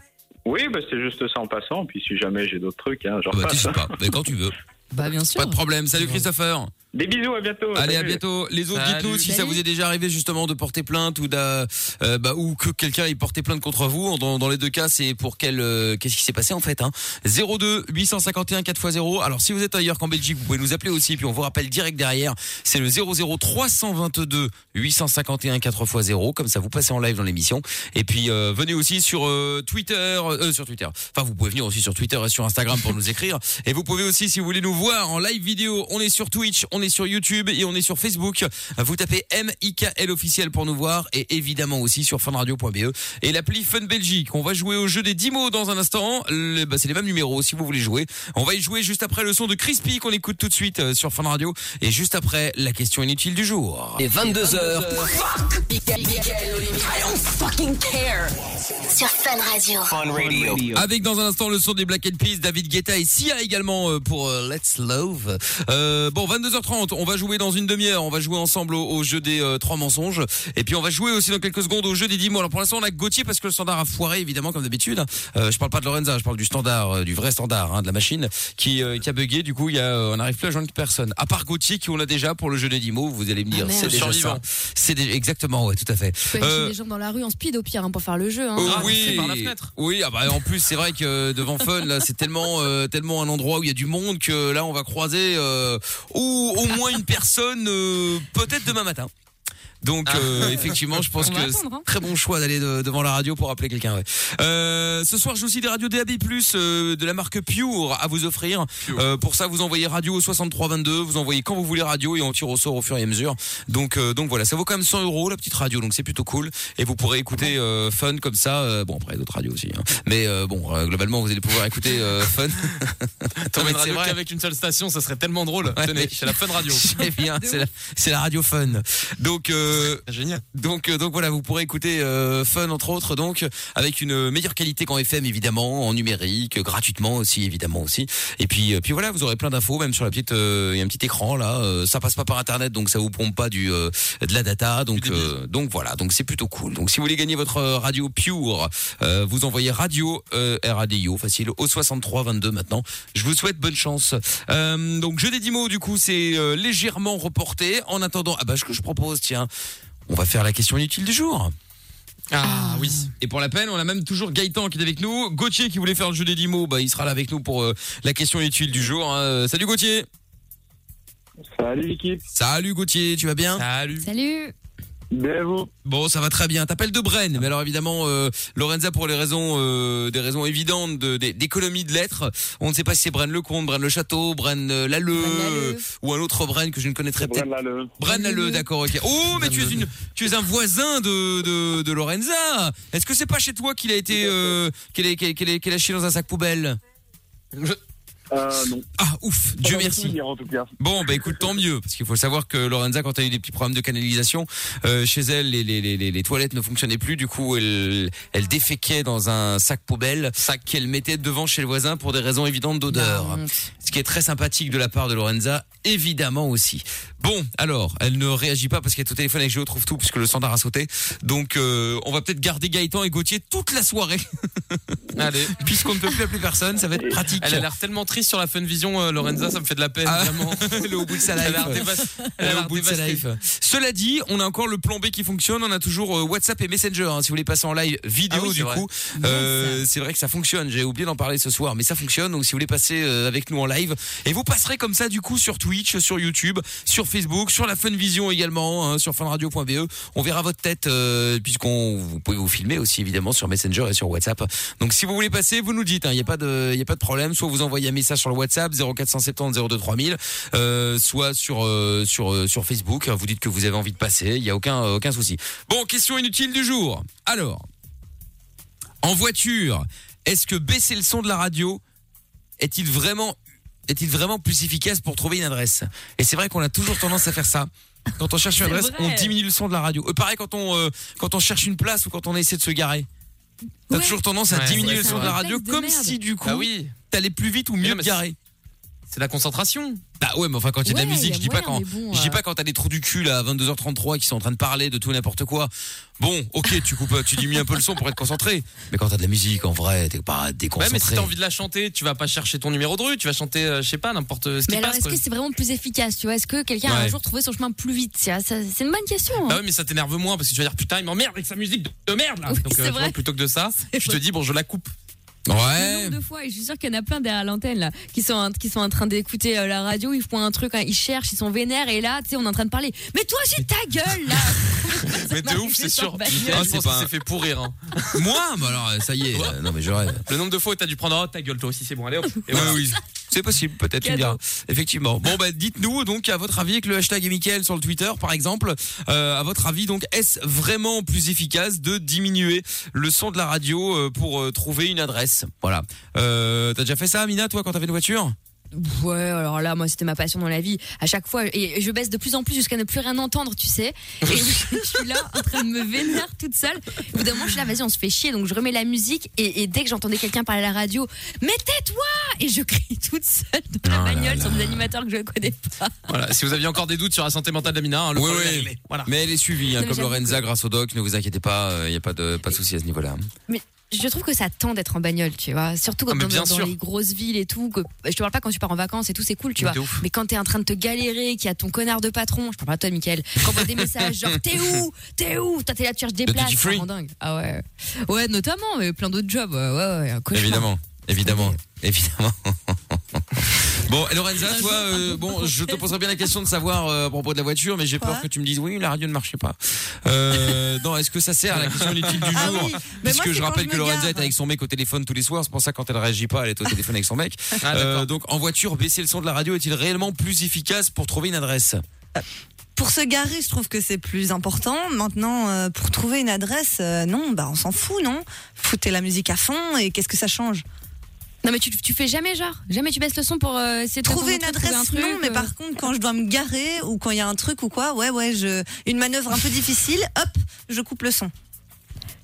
[SPEAKER 1] Oui, bah, c'est juste ça en passant. Puis si jamais j'ai d'autres trucs, hein, j'en
[SPEAKER 3] Ah bah, tu
[SPEAKER 1] passe.
[SPEAKER 3] sais
[SPEAKER 1] [laughs]
[SPEAKER 3] pas. Mais quand tu veux.
[SPEAKER 5] Bah, bien sûr.
[SPEAKER 3] Pas de problème. Salut Christopher.
[SPEAKER 1] Des bisous, à bientôt.
[SPEAKER 3] Allez, à
[SPEAKER 1] Salut.
[SPEAKER 3] bientôt. Les autres,
[SPEAKER 4] Salut.
[SPEAKER 3] dites-nous si ça
[SPEAKER 5] Salut.
[SPEAKER 3] vous est déjà arrivé justement de porter plainte ou d'a- euh, bah, ou que quelqu'un ait porté plainte contre vous. Dans, dans les deux cas, c'est pour quel euh, qu'est-ce qui s'est passé en fait. Hein. 02 851 4x0. Alors si vous êtes ailleurs qu'en Belgique, vous pouvez nous appeler aussi. Puis on vous rappelle direct derrière. C'est le 00 322 851 4x0. Comme ça, vous passez en live dans l'émission. Et puis euh, venez aussi sur euh, Twitter, euh, sur Twitter. Enfin, vous pouvez venir aussi sur Twitter et sur Instagram pour nous écrire. Et vous pouvez aussi, si vous voulez nous voir en live vidéo, on est sur Twitch, on on est sur YouTube et on est sur Facebook. Vous tapez MIKL officiel pour nous voir et évidemment aussi sur funradio.be E et l'appli Fun Belgique. On va jouer au jeu des 10 mots dans un instant. Le- bah, c'est les mêmes numéros si vous voulez jouer. On va y jouer juste après le son de Crispy qu'on écoute tout de suite euh, sur Fun Radio et juste après la question inutile du jour.
[SPEAKER 2] Et
[SPEAKER 3] Euh,
[SPEAKER 2] 22h.
[SPEAKER 8] Sur Fun Radio.
[SPEAKER 3] Avec dans un instant le son des Black Eyed Peas, David Guetta et Sia également euh, pour euh, Let's Love. Euh, bon, 22h30, on va jouer dans une demi-heure, on va jouer ensemble au, au jeu des euh, trois mensonges. Et puis on va jouer aussi dans quelques secondes au jeu des 10 mots. Alors pour l'instant on a Gauthier parce que le standard a foiré évidemment comme d'habitude. Euh, je parle pas de Lorenza, je parle du standard, euh, du vrai standard hein, de la machine qui, euh, qui a bugué. Du coup il y a, euh, on n'arrive plus à joindre personne. À part Gauthier qui on l'a déjà pour le jeu des 10 mots, vous allez me dire,
[SPEAKER 5] Ah, merde.
[SPEAKER 3] c'est déjà
[SPEAKER 4] Survivant.
[SPEAKER 3] ça. C'est déjà- exactement, ouais, tout à fait.
[SPEAKER 5] Tu peux acheter
[SPEAKER 3] Euh,
[SPEAKER 5] des gens dans la rue en speed au pire hein, pour faire le jeu. hein.
[SPEAKER 3] Oh,
[SPEAKER 4] Ah,
[SPEAKER 3] oui,
[SPEAKER 4] c'est par la fenêtre.
[SPEAKER 3] oui. Ah bah en plus c'est vrai que devant Fun là c'est tellement euh, tellement un endroit où il y a du monde que là on va croiser euh, ou au moins une personne euh, peut-être demain matin. Donc
[SPEAKER 5] [laughs]
[SPEAKER 3] euh, effectivement je pense
[SPEAKER 5] Ah. On
[SPEAKER 3] que
[SPEAKER 5] va
[SPEAKER 3] c'est
[SPEAKER 5] attendre, hein.
[SPEAKER 3] très bon choix d'aller de- devant la radio pour appeler quelqu'un. ouais. Euh, ce soir j'ai aussi des radios DAB+ euh, de la marque Pure à vous offrir.
[SPEAKER 4] Pure.
[SPEAKER 3] Euh, pour ça vous envoyez radio au 6322, vous envoyez quand vous voulez radio et on tire au sort au fur et à mesure. Donc euh, donc voilà ça vaut quand même 100 euros la petite radio donc c'est plutôt cool et vous pourrez écouter euh, Fun comme ça. euh, bon après d'autres radios aussi. hein. Mais euh, bon euh, globalement vous allez pouvoir écouter euh, Fun.
[SPEAKER 4] T'emmènes
[SPEAKER 3] c'est
[SPEAKER 4] radio
[SPEAKER 3] vrai.
[SPEAKER 4] qu'avec une seule station, ça serait tellement drôle.
[SPEAKER 3] Ouais,
[SPEAKER 4] Tenez,
[SPEAKER 3] mais-
[SPEAKER 4] c'est la fun radio.
[SPEAKER 3] [laughs] C'est bien, c'est la, c'est la radio Fun. Donc euh,
[SPEAKER 4] Génial.
[SPEAKER 3] Donc, euh, donc voilà, vous pourrez écouter euh, Fun entre autres, donc avec une meilleure qualité qu'en FM évidemment, en numérique, euh, gratuitement aussi évidemment aussi. Et puis, euh, puis voilà, vous aurez plein d'infos même sur la petite, euh, il y a un petit écran là. euh, ça passe pas par internet, donc ça vous pompe pas du euh, de la data. Donc, euh, donc voilà, donc c'est plutôt cool. Donc si vous voulez gagner votre euh, radio Pure, euh, vous envoyez radio euh, RADIO facile au 63 22 maintenant. Je vous souhaite bonne chance. Euh, donc jeu des 10 mots du coup c'est euh, légèrement reporté. En attendant, ah bah ce que je propose, tiens. On va faire la question inutile du jour.
[SPEAKER 4] Ah oui.
[SPEAKER 3] Et pour la peine, on a même toujours Gaëtan qui est avec nous. Gauthier qui voulait faire le jeu des 10 mots, bah, il sera là avec nous pour euh, la question inutile du jour. hein. Euh, Salut Gauthier
[SPEAKER 1] Salut l'équipe,
[SPEAKER 3] Salut Gauthier, tu vas bien
[SPEAKER 4] Salut.
[SPEAKER 5] Salut.
[SPEAKER 1] bien vous.
[SPEAKER 3] Bon, ça va très bien. T'appelles de Brenne, mais alors évidemment, euh, Lorenza, pour les raisons, euh, des raisons évidentes de- des- d'économie de, lettres, on ne sait pas si c'est Brenne-le-Comte, Brenne-le-Château, Brenne-l'Aleu,
[SPEAKER 5] Brenne-l'Alleud.
[SPEAKER 3] euh, ou un autre Brenne que je ne connaîtrais peut-être Bran le
[SPEAKER 5] Brenne-le.
[SPEAKER 3] d'accord, ok. Oh, mais tu es, une, tu es un voisin de, de, de Lorenza. Est-ce que c'est pas chez toi qu'il a été, euh, qu'elle est, qu'elle est- qu'elle est, qu'elle a chié dans un sac poubelle
[SPEAKER 1] Euh, non.
[SPEAKER 3] Ah, ouf, Dieu
[SPEAKER 1] Pas dans le
[SPEAKER 3] merci.
[SPEAKER 1] souvenir, en tout cas.
[SPEAKER 3] Bon, bah écoute, tant mieux, parce qu'il faut savoir que Lorenza, quand elle a eu des petits problèmes de canalisation, euh, chez elle, les, les, les, les, les toilettes ne fonctionnaient plus, du coup, elle, elle déféquait dans un sac poubelle, sac qu'elle mettait devant chez le voisin pour des raisons évidentes d'odeur. Ce qui est très sympathique de la part de Lorenza, évidemment aussi. Bon, alors, elle ne réagit pas parce qu'elle est au téléphone avec Géo trouve tout puisque le standard a sauté. Donc, euh, on va peut-être garder Gaëtan et Gauthier toute la soirée [laughs]
[SPEAKER 4] Allez.
[SPEAKER 3] puisqu'on ne peut plus appeler personne. Ça va être pratique.
[SPEAKER 4] Elle a l'air tellement triste sur la fun vision, euh, Lorenza, ça me fait de la peine.
[SPEAKER 3] Ah.
[SPEAKER 4] Vraiment.
[SPEAKER 3] [laughs] Elle est au bout de sa
[SPEAKER 4] Elle a
[SPEAKER 3] life.
[SPEAKER 4] l'air dévastée.
[SPEAKER 3] Elle
[SPEAKER 4] Elle a
[SPEAKER 3] est au
[SPEAKER 4] l'air
[SPEAKER 3] bout de sa
[SPEAKER 4] dévastée.
[SPEAKER 3] life. Cela dit, on a encore le plan B qui fonctionne. On a toujours euh, WhatsApp et Messenger. hein, si vous voulez passer en live vidéo,
[SPEAKER 4] Ah oui, c'est
[SPEAKER 3] du
[SPEAKER 4] vrai.
[SPEAKER 3] coup, Euh, c'est vrai que ça fonctionne. J'ai oublié d'en parler ce soir, mais ça fonctionne. Donc, si vous voulez passer euh, avec nous en live, et vous passerez comme ça du coup sur Twitch, sur YouTube, sur Facebook, sur la Funvision également, hein, sur funradio.be. On verra votre tête euh, puisqu'on vous pouvez vous filmer aussi évidemment sur Messenger et sur WhatsApp. Donc, si vous voulez passer, vous nous dites. hein. Il n'y a pas de, il y a pas de problème. Soit vous envoyez un message sur le WhatsApp 0470 02 3000 euh, soit sur euh, sur euh, sur Facebook. Vous dites que vous avez envie de passer, il y a aucun euh, aucun souci. Bon, question inutile du jour. Alors, en voiture, est-ce que baisser le son de la radio est-il vraiment est-il vraiment plus efficace pour trouver une adresse Et c'est vrai qu'on a toujours tendance à faire ça. Quand on cherche une
[SPEAKER 5] C'est
[SPEAKER 3] adresse,
[SPEAKER 5] vrai.
[SPEAKER 3] on diminue le son de la radio. Euh, pareil quand on euh, quand on cherche une place ou quand on essaie de se garer. T'as
[SPEAKER 5] Ouais.
[SPEAKER 3] toujours tendance à
[SPEAKER 4] Ouais,
[SPEAKER 3] diminuer
[SPEAKER 4] ouais,
[SPEAKER 3] le
[SPEAKER 4] c'est
[SPEAKER 3] son
[SPEAKER 4] un
[SPEAKER 3] de la radio
[SPEAKER 5] réflexe de
[SPEAKER 3] comme
[SPEAKER 5] merde.
[SPEAKER 3] si du coup
[SPEAKER 4] Bah oui.
[SPEAKER 3] t'allais plus vite ou mieux
[SPEAKER 4] non,
[SPEAKER 3] te
[SPEAKER 4] mais
[SPEAKER 3] garer.
[SPEAKER 4] C'est la concentration.
[SPEAKER 3] Bah ouais, mais enfin quand il y a de la
[SPEAKER 5] Ouais,
[SPEAKER 3] musique,
[SPEAKER 5] y a
[SPEAKER 3] je dis pas
[SPEAKER 5] moyen,
[SPEAKER 3] quand
[SPEAKER 5] mais bon,
[SPEAKER 3] je dis
[SPEAKER 5] euh,
[SPEAKER 3] pas quand t'as des trous du cul là, à 22h33 qui sont en train de parler de tout et n'importe quoi. Bon, ok, tu coupes, tu diminues un peu le son pour être concentré. Mais quand t'as de la musique, en vrai, t'es pas
[SPEAKER 4] Ouais, mais si
[SPEAKER 3] déconcentré.
[SPEAKER 4] t'as envie de la chanter, tu vas pas chercher ton numéro de rue, tu vas chanter, euh, je sais pas, n'importe ce qui
[SPEAKER 5] Mais alors,
[SPEAKER 4] passe.
[SPEAKER 5] est-ce
[SPEAKER 4] quoi.
[SPEAKER 5] que c'est vraiment plus efficace Tu vois, est-ce que quelqu'un a un
[SPEAKER 4] Ouais.
[SPEAKER 5] jour trouvé son chemin plus vite tu vois Ça- C'est une bonne question. hein.
[SPEAKER 4] Bah ouais, mais ça t'énerve moins parce que tu vas dire putain, il m'emmerde avec sa musique de- de merde là.
[SPEAKER 5] Oui,
[SPEAKER 4] Donc euh,
[SPEAKER 5] c'est
[SPEAKER 4] tu vois,
[SPEAKER 5] vrai.
[SPEAKER 4] plutôt que de ça,
[SPEAKER 5] [laughs] C'est
[SPEAKER 4] je te
[SPEAKER 5] vrai.
[SPEAKER 4] dis bon, je la coupe.
[SPEAKER 5] Le
[SPEAKER 3] Ouais.
[SPEAKER 5] nombre de fois, et je suis sûre qu'il y en a plein derrière l'antenne là, qui sont en- qui sont en train d'écouter euh, la radio, ils font un truc, hein, ils cherchent, ils sont vénères et là, tu sais, on est en train de parler. Mais toi, j'ai ta gueule
[SPEAKER 4] [laughs]
[SPEAKER 5] là.
[SPEAKER 3] [laughs]
[SPEAKER 4] Mais de
[SPEAKER 5] m'arrive
[SPEAKER 4] ouf, c'est
[SPEAKER 5] juste
[SPEAKER 4] sûr.
[SPEAKER 5] en bas.
[SPEAKER 4] Michael, je
[SPEAKER 3] Ah, c'est
[SPEAKER 4] pense
[SPEAKER 3] pas
[SPEAKER 4] qu'il
[SPEAKER 3] un-
[SPEAKER 4] s'est fait pourrir.
[SPEAKER 3] [laughs]
[SPEAKER 4] hein.
[SPEAKER 3] Moi, bah alors euh, ça y est. euh, non mais je rêve.
[SPEAKER 4] Le nombre de fois où t'as dû prendre oh, ta gueule toi aussi, c'est bon, allez hop. Et voilà.
[SPEAKER 3] oui. C'est possible, peut-être, tu me diras. Effectivement. Bon, bah, dites-nous, donc, à votre avis, avec le hashtag et Mickaël sur le Twitter, par exemple, euh, à votre avis, donc, est-ce vraiment plus efficace de diminuer le son de la radio euh, pour euh, trouver une adresse Voilà. Euh, T'as déjà fait ça, Amina, toi, quand t'avais une voiture
[SPEAKER 5] Ouais, alors là, moi, c'était ma passion dans la vie. À chaque fois, et et je baisse de plus en plus jusqu'à ne plus rien entendre, tu sais.
[SPEAKER 3] [laughs]
[SPEAKER 5] Et je suis là, en train de me vénère toute seule. Au bout d'un moment, je suis là, vas-y, on se fait chier. Donc, je remets la musique. Et, et dès que j'entendais quelqu'un parler à la radio, mais tais-toi Et je crie toute seule dans la
[SPEAKER 3] Oh là
[SPEAKER 5] bagnole
[SPEAKER 3] là.
[SPEAKER 5] sur des animateurs que je ne connais pas.
[SPEAKER 4] Voilà, si vous aviez encore des doutes sur la santé mentale d'Amina, hein, le
[SPEAKER 3] Oui,
[SPEAKER 4] problème est
[SPEAKER 3] oui.
[SPEAKER 4] réglé. Voilà.
[SPEAKER 3] Mais elle est suivie, hein,
[SPEAKER 5] Non, mais
[SPEAKER 3] comme
[SPEAKER 5] j'avoue
[SPEAKER 3] Lorenza, grâce au doc. Ne vous inquiétez pas, il n'y a pas de, pas de souci à ce niveau-là.
[SPEAKER 5] Mais je trouve que ça tend d'être en bagnole, tu vois. Surtout quand
[SPEAKER 4] Ah, mais
[SPEAKER 5] dans,
[SPEAKER 4] bien
[SPEAKER 5] dans
[SPEAKER 4] sûr.
[SPEAKER 5] les grosses villes et tout. Que, je te parle pas quand tu pars en vacances et tout, c'est cool, tu
[SPEAKER 4] Mais
[SPEAKER 5] vois.
[SPEAKER 4] de ouf.
[SPEAKER 5] Mais quand t'es en train de te galérer, qu'il y a ton connard de patron, je parle pas de toi, Michael, qu'on voit des messages genre t'es où T'es où Toi, t'es là, tu cherches des
[SPEAKER 3] Le
[SPEAKER 5] places.
[SPEAKER 3] duty
[SPEAKER 5] ça
[SPEAKER 3] free.
[SPEAKER 5] rend dingue. Ah ouais. Ouais, notamment, mais plein d'autres jobs. Ouais, ouais, ouais, un cauchemar.
[SPEAKER 3] Évidemment,
[SPEAKER 6] [laughs]
[SPEAKER 3] évidemment, évidemment. Bon, et Lorenza, toi, euh, bon, je te poserai bien la question de savoir euh, à propos de la voiture, mais j'ai peur
[SPEAKER 6] Quoi
[SPEAKER 3] que tu me dises oui, la radio ne marchait pas. Euh, non, est-ce que ça sert à la question inutile du jour
[SPEAKER 6] Ah oui, mais
[SPEAKER 3] Puisque
[SPEAKER 6] moi, c'est
[SPEAKER 3] je
[SPEAKER 6] quand
[SPEAKER 3] rappelle
[SPEAKER 6] je
[SPEAKER 3] que
[SPEAKER 6] me
[SPEAKER 3] Lorenza
[SPEAKER 6] gare.
[SPEAKER 3] est avec son mec au téléphone tous les soirs, c'est pour ça que quand elle réagit pas, elle est au téléphone avec son mec.
[SPEAKER 4] Ah,
[SPEAKER 3] Euh,
[SPEAKER 4] d'accord.
[SPEAKER 3] donc en voiture, baisser le son de la radio est-il réellement plus efficace pour trouver une adresse
[SPEAKER 6] Pour se garer, je trouve que c'est plus important. Maintenant, euh, pour trouver une adresse, euh, non, bah on s'en fout, non Foutez la musique à fond et qu'est-ce que ça change
[SPEAKER 5] Non, mais tu, tu fais jamais genre. Jamais tu baisses le son pour euh, essayer de te
[SPEAKER 6] Trouver une
[SPEAKER 5] concentrer, trouver
[SPEAKER 6] adresse,
[SPEAKER 5] un truc,
[SPEAKER 6] non, mais
[SPEAKER 5] euh.
[SPEAKER 6] par contre, quand je dois me garer ou quand il y a un truc ou quoi, ouais, ouais, je une manœuvre un peu difficile, hop, je coupe le son.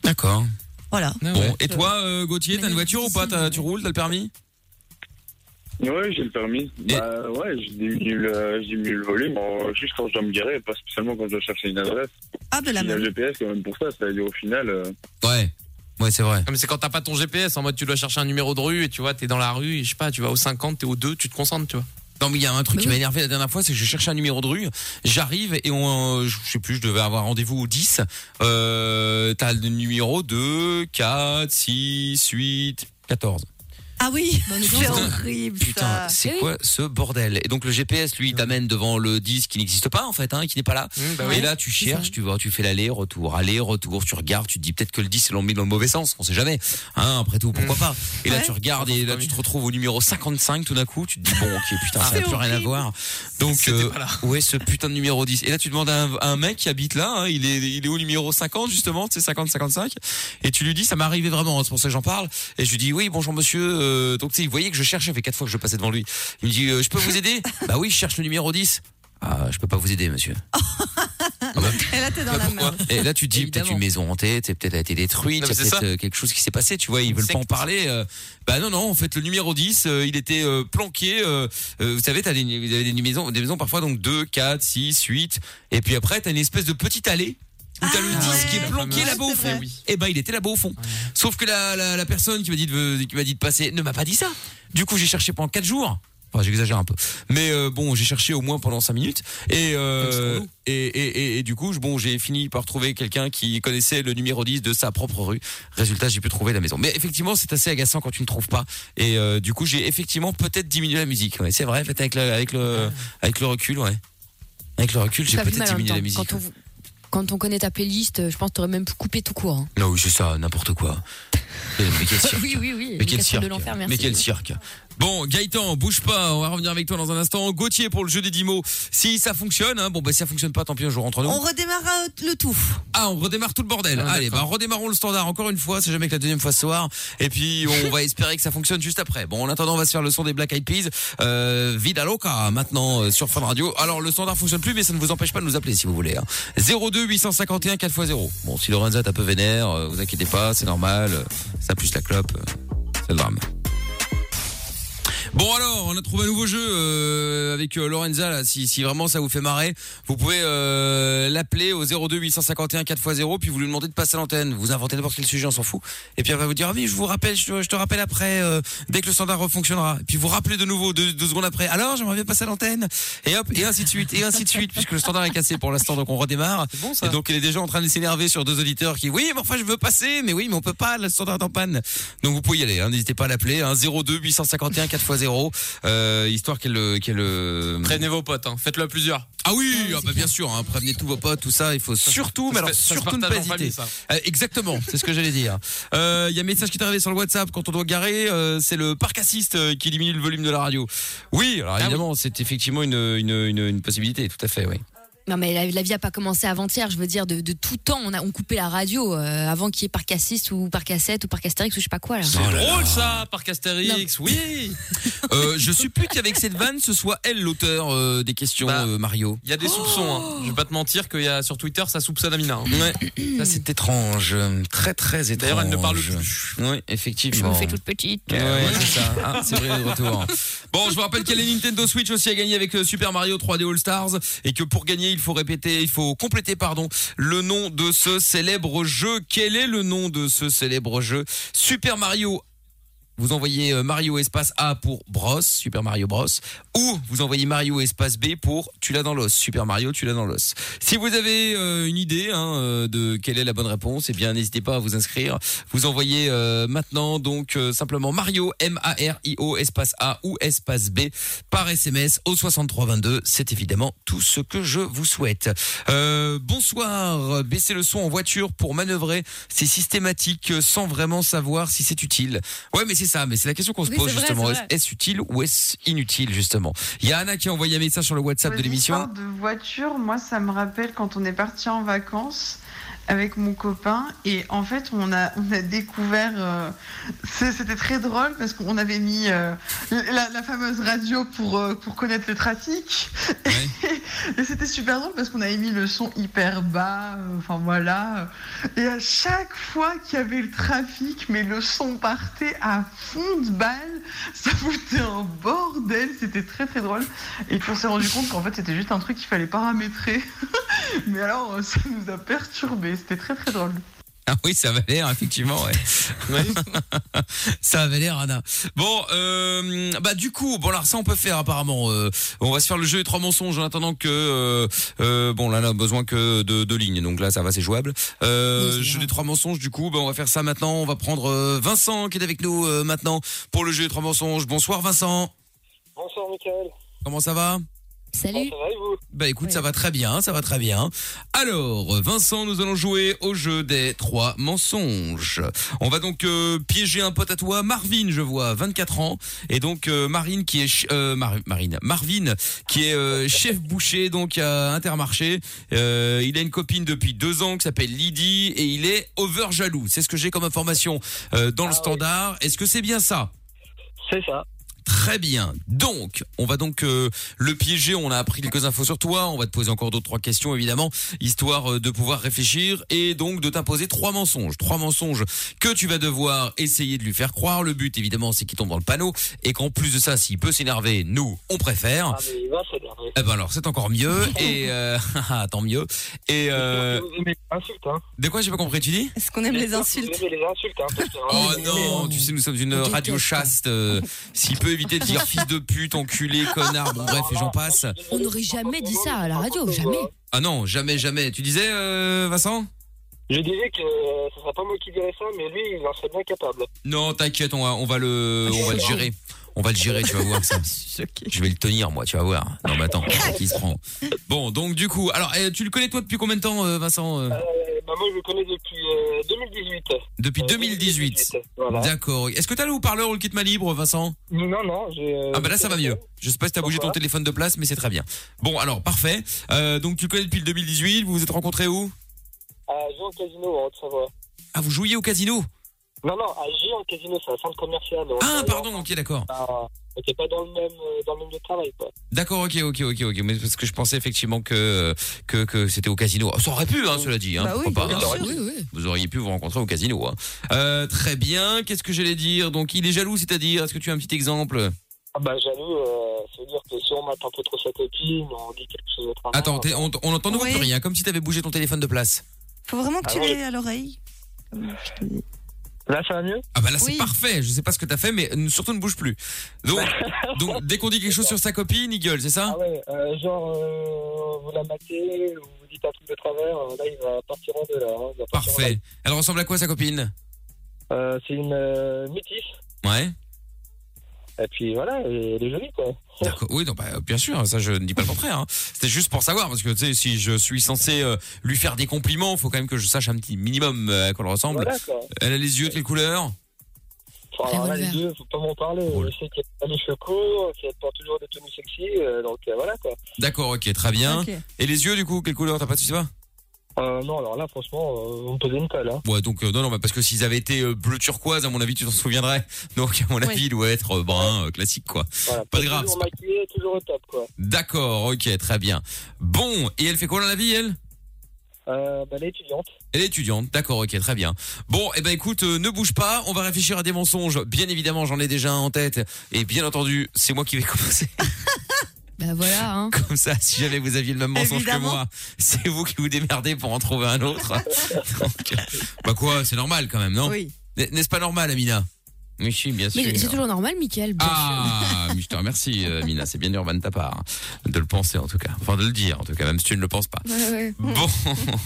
[SPEAKER 3] D'accord.
[SPEAKER 6] Voilà.
[SPEAKER 4] Ah ouais.
[SPEAKER 3] Bon, et toi, euh, Gauthier,
[SPEAKER 5] Mais
[SPEAKER 3] t'as une
[SPEAKER 5] non,
[SPEAKER 3] voiture ou pas
[SPEAKER 5] si,
[SPEAKER 3] T'as-
[SPEAKER 5] mais-
[SPEAKER 3] Tu roules, t'as le permis
[SPEAKER 1] Ouais, j'ai le permis.
[SPEAKER 3] Et-
[SPEAKER 1] Bah, ouais, je diminue, le, je diminue le volume en- juste quand je dois me garer, pas spécialement quand je dois chercher une adresse.
[SPEAKER 6] Ah, de la
[SPEAKER 1] Il y a le
[SPEAKER 6] même.
[SPEAKER 1] GPS quand même pour ça, ça veut dire au final. euh,
[SPEAKER 3] Ouais, ouais, c'est vrai.
[SPEAKER 4] Ah, mais c'est quand t'as pas ton GPS, en mode tu dois chercher un numéro de rue et tu vois, t'es dans la rue, et je sais pas, tu vas au 50, t'es au 2, tu te concentres, tu vois.
[SPEAKER 3] Non mais il y a un truc
[SPEAKER 5] Bah
[SPEAKER 3] qui m'a énervé la dernière fois, c'est que je cherchais un numéro de rue, j'arrive et on, euh, je sais plus, je devais avoir rendez-vous au 10. Euh, T'as le numéro 2, 4, 6, 8, 14.
[SPEAKER 6] Ah oui,
[SPEAKER 5] Bon, nous,
[SPEAKER 6] [laughs] c'est
[SPEAKER 5] on-
[SPEAKER 6] horrible.
[SPEAKER 3] Putain,
[SPEAKER 6] ça.
[SPEAKER 3] c'est
[SPEAKER 6] [laughs]
[SPEAKER 5] Eh oui.
[SPEAKER 3] quoi ce bordel Et donc le GPS lui t'amène devant le 10 qui n'existe pas en fait, hein, qui n'est pas là.
[SPEAKER 4] bah
[SPEAKER 3] Et là tu cherches,
[SPEAKER 5] ça.
[SPEAKER 3] tu vois, tu fais l'aller-retour, aller-retour, tu regardes, tu te dis peut-être que le 10 ils l'ont mis dans le mauvais sens, on sait jamais. Hein, après tout, pourquoi pas Et là
[SPEAKER 6] Ouais.
[SPEAKER 3] tu regardes et là tu te retrouves au numéro 55 tout d'un coup, tu te dis bon ok putain ça n'a
[SPEAKER 6] C'est
[SPEAKER 3] plus rien à
[SPEAKER 6] horrible.
[SPEAKER 3] voir. Donc
[SPEAKER 4] C'était
[SPEAKER 3] euh,
[SPEAKER 4] pas là.
[SPEAKER 3] Ouais, ce putain de numéro 10. Et là, tu demandes à un, à un mec qui habite là, hein, il, est, il est au numéro 50, justement, c'est 50-55. Et tu lui dis, ça m'est arrivé vraiment, hein, c'est pour ça que j'en parle. Et je lui dis, oui, bonjour monsieur. euh, donc, tu sais, il voyait que je cherchais, ça fait quatre fois que je passais devant lui. Il me dit, euh, je peux vous
[SPEAKER 4] [laughs]
[SPEAKER 3] aider Bah oui, je cherche le numéro 10. Ah, je peux pas vous aider, monsieur.
[SPEAKER 4] Ah,
[SPEAKER 6] Et là, t'es dans la merde.
[SPEAKER 3] Et là, tu te dis,
[SPEAKER 5] Évidemment.
[SPEAKER 3] peut-être une maison hantée, t'es peut-être a été détruite,
[SPEAKER 4] Non, mais
[SPEAKER 3] t'as
[SPEAKER 4] c'est
[SPEAKER 3] peut-être
[SPEAKER 4] ça.
[SPEAKER 3] euh, quelque chose qui s'est passé, tu vois, ils veulent pas en
[SPEAKER 4] secte.
[SPEAKER 3] parler. euh, bah non, non, en fait, le numéro 10, euh, il était euh, planqué. euh, euh, vous savez, t'as des, vous avez des maisons, des maisons parfois, donc 2, 4, 6, 8. Et puis après, t'as une espèce de petite allée où t'as le 10
[SPEAKER 6] Ah ouais,
[SPEAKER 3] qui est
[SPEAKER 6] la
[SPEAKER 3] planqué
[SPEAKER 6] fameuse.
[SPEAKER 3] là-bas au
[SPEAKER 6] C'est
[SPEAKER 3] fond.
[SPEAKER 6] vrai.
[SPEAKER 3] Et ben, il était là-bas au fond. Sauf que la, la, la personne qui m'a dit de, qui m'a dit de passer ne m'a pas dit ça. Du coup, j'ai cherché pendant 4 jours. Enfin, j'exagère un peu. Mais euh, bon, j'ai cherché au moins pendant 5 minutes. Et, euh,
[SPEAKER 4] Comme c'est relou.
[SPEAKER 3] et, et, et, et du coup, je- bon, j'ai fini par trouver quelqu'un qui connaissait le numéro 10 de sa propre rue. Résultat, j'ai pu trouver la maison. Mais effectivement, c'est assez agaçant quand tu ne trouves pas. Et euh, du coup, j'ai effectivement peut-être diminué la musique. Ouais, c'est vrai, peut-être avec, le- avec, le, avec le recul, ouais. Avec le recul, j'ai
[SPEAKER 5] Ça fait
[SPEAKER 3] peut-être
[SPEAKER 5] Ah. mal en même
[SPEAKER 3] diminué la
[SPEAKER 5] temps.
[SPEAKER 3] musique.
[SPEAKER 5] Quand on, quand on connaît ta playlist, euh, je pense que t'aurais même coupé tout court. hein.
[SPEAKER 3] Non, oui, c'est ça, n'importe quoi. Mais quel cirque.
[SPEAKER 5] [laughs] Oui, oui, oui.
[SPEAKER 3] Mais quel
[SPEAKER 5] Catherine
[SPEAKER 3] cirque.
[SPEAKER 5] de l'enfer, merci.
[SPEAKER 3] Mais quel cirque. Bon, Gaëtan, bouge pas, on va revenir avec toi dans un instant. Gauthier pour le jeu des 10 mots. Si ça fonctionne, hein, bon, bah, si ça fonctionne pas, tant pis, un jour entre nous.
[SPEAKER 6] On redémarre euh, le tout.
[SPEAKER 3] Ah, on redémarre tout le bordel.
[SPEAKER 4] Ah,
[SPEAKER 3] Allez, bah,
[SPEAKER 4] d'accord.
[SPEAKER 3] redémarrons le standard encore une fois. C'est jamais que la deuxième fois ce soir. Et puis,
[SPEAKER 4] [laughs]
[SPEAKER 3] on va espérer que ça fonctionne juste après. Bon, en attendant, on va se faire le son des Black Eyed Peas. Euh, Vida Loca, maintenant, euh, sur Fun Radio. Alors, le standard fonctionne plus, mais ça ne vous empêche pas de nous appeler si vous voulez. Hein. 02 851 4x0. Bon, si Lorenza est un peu vénère, euh, vous inquiétez pas, c'est normal. Euh, Ça plus la clope, euh, c'est le drame. Bon alors, on a trouvé un nouveau jeu euh, avec euh, Lorenza là. Si, si vraiment ça vous fait marrer, vous pouvez euh, l'appeler au 02 851 4x0 puis vous lui demandez de passer à l'antenne. Vous inventez n'importe quel sujet, on s'en fout. Et puis elle va vous dire ah oui, je vous rappelle, je, je te rappelle après euh, dès que le standard fonctionnera. Puis vous rappelez de nouveau deux, deux secondes après. Alors j'aimerais bien passer à l'antenne. Et hop et ainsi de suite et ainsi de suite puisque le standard est cassé pour l'instant donc on redémarre.
[SPEAKER 4] C'est bon ça.
[SPEAKER 3] Et donc elle est déjà en train de s'énerver sur deux auditeurs qui oui mais enfin je veux passer mais oui mais on peut pas le standard est en panne. Donc vous pouvez y aller, hein, n'hésitez pas à l'appeler hein, 02 851 4x0 0, euh, histoire qu'elle euh, qu'elle euh,
[SPEAKER 4] Prévenez vos potes, hein. faites-le à plusieurs.
[SPEAKER 3] Ah oui, ah bah bien sûr, hein, prévenez tous vos potes, tout ça, il faut surtout,
[SPEAKER 4] Ça se-
[SPEAKER 3] mais
[SPEAKER 4] ça
[SPEAKER 3] alors
[SPEAKER 4] se
[SPEAKER 3] surtout ne
[SPEAKER 4] partage
[SPEAKER 3] pas
[SPEAKER 4] en famille,
[SPEAKER 3] hésiter.
[SPEAKER 4] ça.
[SPEAKER 3] Euh, exactement, c'est ce que j'allais dire. Euh, Il y a un message qui est arrivé sur le WhatsApp quand on doit garer, euh, c'est le parc assist euh, qui diminue le volume de la radio. Oui,
[SPEAKER 4] Ah
[SPEAKER 3] alors évidemment, c'est effectivement une, une, une, une possibilité, tout à fait, oui.
[SPEAKER 5] Non, mais la, la vie a pas commencé avant-hier, je veux dire, de, de tout temps, on a on coupait la radio euh, avant qu'il y ait par assist ou par cassette ou par astérix ou je sais pas quoi Oh là.
[SPEAKER 4] C'est drôle ça, Parc Astérix, [laughs] oui
[SPEAKER 3] Euh, je suppute qu'avec cette vanne, ce soit elle l'auteur euh, des questions,
[SPEAKER 4] Bah,
[SPEAKER 3] euh, Mario.
[SPEAKER 4] Il y a des soupçons, hein. je vais pas te mentir qu'il y a sur Twitter, ça soupçonne Amina. hein.
[SPEAKER 3] Ouais, ça c'est étrange, euh, très très étrange.
[SPEAKER 4] D'ailleurs, elle ne parle plus.
[SPEAKER 3] Oui,
[SPEAKER 5] Je me
[SPEAKER 3] effectivement.
[SPEAKER 5] fais toute petite.
[SPEAKER 3] Ouais, c'est ça. Ah, c'est vrai, le retour. Bon, je vous rappelle qu'il y a les Nintendo Switch aussi à gagner avec euh, Super Mario 3D All Stars et que pour gagner, il faut répéter, il faut compléter, pardon, le nom de ce célèbre jeu. Quel est le nom de ce célèbre jeu Super Mario vous envoyez euh, Mario espace A pour Bros, Super Mario Bros, ou vous envoyez Mario espace B pour Tu l'as dans l'os, Super Mario, tu l'as dans l'os. Si vous avez euh, une idée hein, euh, de quelle est la bonne réponse, eh bien n'hésitez pas à vous inscrire. Vous envoyez euh, maintenant donc euh, simplement Mario M A R I O espace A ou espace B par SMS au 6322. C'est évidemment tout ce que je vous souhaite. Euh, bonsoir, baissez le son en voiture pour manœuvrer. C'est systématique euh, sans vraiment savoir si c'est utile. Ouais, mais c'est ça, mais c'est la question qu'on se
[SPEAKER 5] Oui,
[SPEAKER 3] pose
[SPEAKER 5] c'est vrai,
[SPEAKER 3] justement.
[SPEAKER 5] c'est vrai.
[SPEAKER 3] Est-ce utile ou est-ce inutile justement Il y a Anna qui a envoyé un message sur le WhatsApp de
[SPEAKER 2] Les
[SPEAKER 3] l'émission.
[SPEAKER 2] histoires de voiture, moi, ça me rappelle quand on est parti en vacances avec mon copain et en fait on a on a découvert euh, [laughs] c'est- c'était très drôle parce qu'on avait mis euh, la, la fameuse radio pour euh, pour connaître le trafic [laughs] et c'était super drôle parce qu'on avait mis le son hyper bas euh, enfin voilà et à chaque fois qu'il y avait le trafic mais le son partait à fond de balle [laughs] ça foutait un bordel c'était très très drôle et puis on s'est rendu compte qu'en fait c'était juste un truc qu'il fallait paramétrer. [laughs] Mais alors euh, ça nous a perturbés, c'était très très drôle.
[SPEAKER 3] [laughs] Ah oui, ça avait l'air, effectivement, ouais. [laughs] ça avait l'air, Anna. Bon, euh, bah du coup, bon alors ça on peut faire apparemment. euh, on va se faire le jeu des trois mensonges en attendant que... euh, euh, bon là, on a besoin que de deux lignes, donc là ça va, c'est jouable. Euh,
[SPEAKER 5] Oui, c'est
[SPEAKER 3] jeu des
[SPEAKER 5] bien.
[SPEAKER 3] trois mensonges, du coup, bah, on va faire ça maintenant. On va prendre euh, Vincent qui est avec nous euh, maintenant pour le jeu des trois mensonges. Bonsoir Vincent,
[SPEAKER 8] Bonsoir Michael.
[SPEAKER 3] comment ça va
[SPEAKER 5] Salut.
[SPEAKER 8] Ça va et vous
[SPEAKER 3] bah écoute,
[SPEAKER 5] Ouais.
[SPEAKER 3] ça va très bien, ça va très bien. Alors, Vincent, nous allons jouer au jeu des trois mensonges. On va donc euh, piéger un pote à toi, Marvin, je vois, 24 ans, et donc euh, Marine qui est ch- euh, Mar- Marine, Marvin qui est euh, chef boucher donc à Intermarché. Euh, il a une copine depuis deux ans qui s'appelle Lydie et il est over jaloux. C'est ce que j'ai comme information euh, dans le
[SPEAKER 8] Ah oui.
[SPEAKER 3] standard. Est-ce que c'est bien ça
[SPEAKER 8] C'est ça.
[SPEAKER 3] Très bien. Donc, on va donc euh, le piéger. On a appris quelques infos sur toi. On va te poser encore d'autres trois questions, évidemment, histoire euh, de pouvoir réfléchir et donc de t'imposer trois mensonges. Trois mensonges que tu vas devoir essayer de lui faire croire. Le but, évidemment, c'est qu'il tombe dans le panneau et qu'en plus de ça, s'il peut s'énerver, nous, on préfère.
[SPEAKER 8] Ah mais il va s'énerver.
[SPEAKER 3] Eh ben alors, c'est
[SPEAKER 8] [laughs]
[SPEAKER 3] encore mieux. Et euh, [laughs] haha, tant mieux. Et euh,
[SPEAKER 8] Vous aimez les insultes, hein
[SPEAKER 3] de quoi j'ai pas compris, tu dis
[SPEAKER 6] Est-ce qu'on aime les insultes
[SPEAKER 8] Vous aimez les insultes, hein parce que,
[SPEAKER 3] Oh
[SPEAKER 8] hein,
[SPEAKER 3] non, tu sais, nous sommes une
[SPEAKER 5] Tout
[SPEAKER 3] radio
[SPEAKER 5] est-
[SPEAKER 3] chaste. euh, S'il peut éviter de dire fils de pute, enculé, connard, bon, bref, et j'en passe.
[SPEAKER 5] On n'aurait jamais dit ça à la radio,
[SPEAKER 8] N'importe
[SPEAKER 5] jamais.
[SPEAKER 8] quoi.
[SPEAKER 3] Ah non, jamais, jamais. Tu disais, euh, Vincent
[SPEAKER 8] Je disais que euh, ce sera pas moi qui dirais ça, mais lui, il en serait bien capable.
[SPEAKER 3] Non, t'inquiète, on va, on va le, on va le gérer. On va le gérer, tu vas
[SPEAKER 8] [laughs]
[SPEAKER 3] voir ça. Je vais le tenir, moi, tu vas voir. Non, mais attends, c'est qui se prend. Bon, donc du coup, alors, eh, tu le connais toi depuis combien de temps, euh, Vincent euh,
[SPEAKER 8] Euh, bah, moi, je le connais depuis euh, 2018.
[SPEAKER 3] Depuis
[SPEAKER 8] Euh,
[SPEAKER 3] 2018.
[SPEAKER 8] Voilà.
[SPEAKER 3] D'accord. Est-ce que t'as le haut-parleur ou le kit ma libre, Vincent
[SPEAKER 8] Non, non, j'ai... euh,
[SPEAKER 3] Ah bah là, ça va mieux. Je sais pas si t'as bougé ton
[SPEAKER 8] Pourquoi
[SPEAKER 3] téléphone de place, mais c'est très bien. Bon, alors, parfait. Euh, donc, tu le connais depuis le 2018. Vous vous êtes rencontrés où
[SPEAKER 8] À Jean Casino, en Haute-Savoie.
[SPEAKER 3] Ah, vous jouiez au casino
[SPEAKER 8] Non, non, à Jean Casino, c'est un centre commercial.
[SPEAKER 3] Ah, pardon, ok, d'accord.
[SPEAKER 8] Ah, ok, pas dans le même, euh, dans le même lieu de travail, quoi.
[SPEAKER 3] D'accord, ok, ok, ok, ok. Mais parce que je pensais effectivement que que, que c'était au casino. Oh, Ça aurait pu, hein, cela dit. Hein,
[SPEAKER 6] Bah oui,
[SPEAKER 3] pourquoi pas,
[SPEAKER 6] bien
[SPEAKER 3] ça aurait
[SPEAKER 6] sûr.
[SPEAKER 3] pu. Vous auriez pu vous rencontrer au casino. Hein. Euh, très bien. Qu'est-ce que j'allais dire Donc, il est jaloux, c'est-à-dire. Est-ce que tu as un petit exemple
[SPEAKER 8] Ah bah jaloux, euh, ça veut dire que si on mate un peu trop sa copine, on dit quelque chose de travers.
[SPEAKER 3] Attends, t'es- on, on entend nouveau
[SPEAKER 6] Oui.
[SPEAKER 3] plus rien, comme si t'avais bougé ton téléphone de place.
[SPEAKER 6] Faut vraiment que tu
[SPEAKER 8] Ah oui.
[SPEAKER 6] l'aies à l'oreille.
[SPEAKER 8] Là ça va mieux
[SPEAKER 3] Ah bah là, c'est
[SPEAKER 6] Oui.
[SPEAKER 3] parfait. Je sais pas ce que t'as fait, mais euh, surtout ne bouge plus.
[SPEAKER 8] [laughs]
[SPEAKER 3] Donc, donc dès qu'on dit quelque chose sur sa copine, il gueule, c'est ça
[SPEAKER 8] Ah ouais, euh, genre euh, vous la matez, vous vous dites un truc de travers, euh, là il va partir en deux là. hein, il va partir en
[SPEAKER 3] Parfait. Elle ressemble à quoi sa copine
[SPEAKER 8] deux. Euh, c'est une euh, métisse,
[SPEAKER 3] Ouais.
[SPEAKER 8] Et puis voilà, et elle est jolie, quoi.
[SPEAKER 3] D'accord. Oui, non, bah, euh, bien sûr, ça je ne dis pas le contraire. hein. C'était juste pour savoir, parce que tu sais, si je suis censé euh, lui faire des compliments, faut quand même que je sache un petit minimum euh, à quoi elle ressemble.
[SPEAKER 8] Voilà, quoi.
[SPEAKER 3] Elle a les yeux, quelle couleur
[SPEAKER 8] Enfin, alors là, les
[SPEAKER 5] Revolver.
[SPEAKER 8] deux, faut pas m'en parler.
[SPEAKER 3] Drôle.
[SPEAKER 8] Je sais qu'elle a les cheveux courts, qu'elle porte toujours des tenues sexy, euh, donc euh, voilà, quoi.
[SPEAKER 3] D'accord, ok, très bien.
[SPEAKER 6] Ok.
[SPEAKER 3] Et les yeux, du coup, quelle couleur T'as pas, tu sais pas
[SPEAKER 8] Euh, non, alors là, franchement, euh, on me posait une colle, hein.
[SPEAKER 3] Ouais, donc euh, non, non, bah, parce que s'ils avaient été euh, bleu turquoise, à mon avis, tu t'en souviendrais. [laughs] Donc, à mon avis, il doit être euh, brun euh, classique, quoi.
[SPEAKER 8] Voilà.
[SPEAKER 3] Pas de grave,
[SPEAKER 8] Toujours
[SPEAKER 3] c'est
[SPEAKER 8] maquillée, toujours au top, quoi.
[SPEAKER 3] D'accord, ok, très bien. Bon, et elle fait quoi dans la vie, elle
[SPEAKER 8] Euh, bah, elle est étudiante.
[SPEAKER 3] Elle est étudiante, d'accord, ok, très bien. Bon, eh ben écoute, euh, ne bouge pas, on va réfléchir à des mensonges. Bien évidemment, j'en ai déjà un en tête. Et bien entendu, c'est moi qui vais [laughs] commencer.
[SPEAKER 5] Bah voilà, hein.
[SPEAKER 3] Comme ça, si jamais vous aviez le même mensonge
[SPEAKER 6] Évidemment.
[SPEAKER 3] que moi, c'est vous qui vous démerdez pour en trouver un autre. Donc, euh, bah quoi, c'est normal quand même, non
[SPEAKER 6] Oui.
[SPEAKER 3] N- N'est-ce pas normal, Amina Oui, si, bien sûr.
[SPEAKER 5] Mais c'est toujours normal, Michael. bien
[SPEAKER 3] Ah, mais je te remercie, euh, Amina. C'est bien urbain de ta part. hein, De le penser, en tout cas. Enfin, de le dire, en tout cas, même si tu ne le penses pas.
[SPEAKER 5] sûr. Ouais, ouais.
[SPEAKER 3] Bon, [laughs]